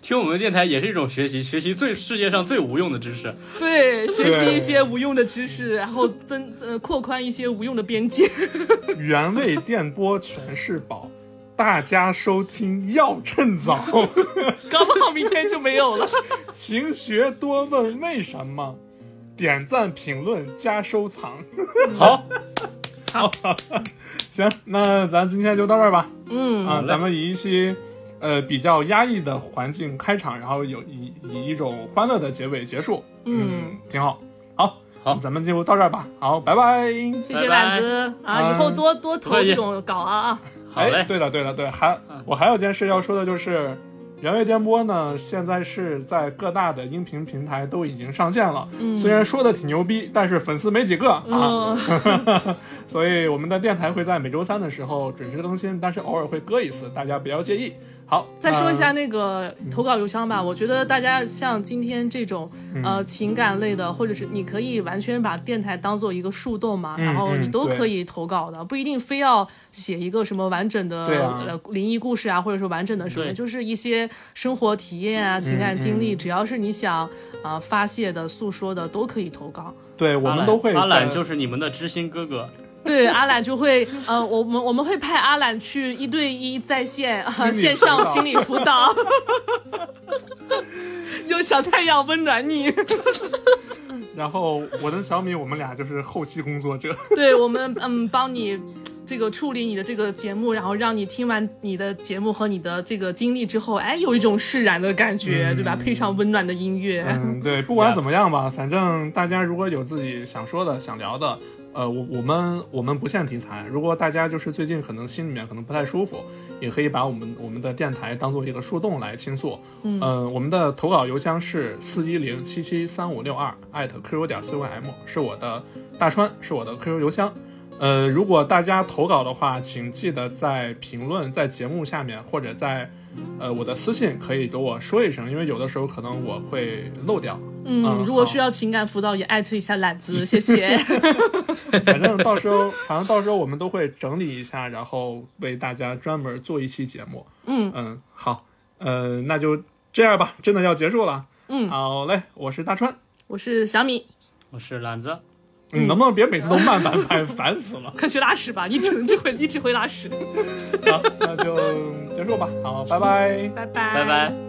[SPEAKER 4] 听我们的电台也是一种学习，学习最世界上最无用的知识。
[SPEAKER 3] 对，学习
[SPEAKER 2] 对
[SPEAKER 3] 一些无用的知识，然后增呃扩宽一些无用的边界。
[SPEAKER 2] 原味电波全是宝，大家收听要趁早，
[SPEAKER 3] 搞不好明天就没有了。
[SPEAKER 2] 勤学多问为什么，点赞、评论、加收藏。
[SPEAKER 4] 好，
[SPEAKER 2] 行，那咱今天就到这儿吧。
[SPEAKER 3] 嗯，
[SPEAKER 2] 啊，
[SPEAKER 4] 嘞
[SPEAKER 2] 咱们以一期呃比较压抑的环境开场，然后有以以一种欢乐的结尾结束，
[SPEAKER 3] 嗯，
[SPEAKER 2] 挺好。好，
[SPEAKER 4] 好
[SPEAKER 2] 咱们就到这儿吧。好，拜拜。
[SPEAKER 3] 谢
[SPEAKER 4] 拜嗯
[SPEAKER 3] 谢
[SPEAKER 4] 拜
[SPEAKER 3] 懒子啊，以后多多投这种稿啊啊，
[SPEAKER 4] 好嘞嗯
[SPEAKER 2] 哎，对了对了对了，还我还有件事要说的就是。原味电波呢，现在是在各大的音频平台都已经上线了。虽然说的挺牛逼，但是粉丝没几个啊。
[SPEAKER 3] 嗯，
[SPEAKER 2] 所以我们的电台会在每周三的时候准时更新，但是偶尔会搁一次，大家不要介意。好，呃
[SPEAKER 3] 再说一下
[SPEAKER 2] 那
[SPEAKER 3] 那个投稿邮箱吧，我觉得大家像今天这种
[SPEAKER 2] 嗯
[SPEAKER 3] 呃情感类的，或者是你可以完全把电台当做一个树洞嘛，
[SPEAKER 2] 嗯
[SPEAKER 3] 然后你
[SPEAKER 2] 嗯
[SPEAKER 3] 都
[SPEAKER 2] 对
[SPEAKER 3] 可以投稿的，不一定非要写一个什么完整的
[SPEAKER 2] 对啊
[SPEAKER 3] 呃灵异故事啊，或者说完整的什么，
[SPEAKER 4] 对
[SPEAKER 3] 就是一些生活体验
[SPEAKER 2] 嗯
[SPEAKER 3] 啊、情感经历，只要是你想啊发泄的、诉说的，都可以投稿。
[SPEAKER 2] 对我
[SPEAKER 4] 阿
[SPEAKER 2] 们
[SPEAKER 4] 懒
[SPEAKER 2] 都会
[SPEAKER 4] 阿懒
[SPEAKER 2] 在
[SPEAKER 4] 就是你们的知心哥哥，
[SPEAKER 3] 对，阿懒就会，呃，我们我们会派阿懒去一对一在线、呃、
[SPEAKER 2] 理
[SPEAKER 3] 线
[SPEAKER 2] 辅
[SPEAKER 3] 上
[SPEAKER 2] 导
[SPEAKER 3] 心理辅 导，用小太阳温暖你。
[SPEAKER 2] 然后我跟小米，我们俩就是后期工作者。
[SPEAKER 3] 对我们，嗯，帮你这个处理你的这个节目，然后让你听完你的节目和你的这个经历之后，哎，有一种释然的感觉，对吧？配上温暖的音乐。
[SPEAKER 2] 嗯，对，不管怎么样吧，反正大家如果有自己想说的、想聊的，呃，我我们我们不限题材。如果大家就是最近可能心里面可能不太舒服，也可以把我们我们的电台当做一个树洞来倾诉。嗯，呃，我们的投稿邮箱是四一零七七三五六二艾特 qq 点 com，是我的大川，是我的 QQ 邮箱。呃，如果大家投稿的话，请记得在评论在节目下面或者在。呃，我的私信可以给我说一声，因为有的时候可能我会漏掉。
[SPEAKER 3] 嗯，如果
[SPEAKER 2] 好
[SPEAKER 3] 需要情感辅导，也艾特一下懒 子，谢谢。
[SPEAKER 2] 反正到时候，反正到时候我们都会整理一下，然后为大家专门做一期节目。
[SPEAKER 3] 嗯
[SPEAKER 2] 嗯，好，呃，那就这样吧，真的要结束了。
[SPEAKER 3] 嗯
[SPEAKER 2] 好嘞，我是大川。
[SPEAKER 3] 我是小米，
[SPEAKER 4] 我是懒子，
[SPEAKER 2] 你能不能别每次都慢半拍，烦死了！
[SPEAKER 3] 快去拉屎吧，你只能这会一直会拉屎。
[SPEAKER 2] 好，那就结束吧。好，拜拜。
[SPEAKER 3] 拜拜，
[SPEAKER 4] 拜拜。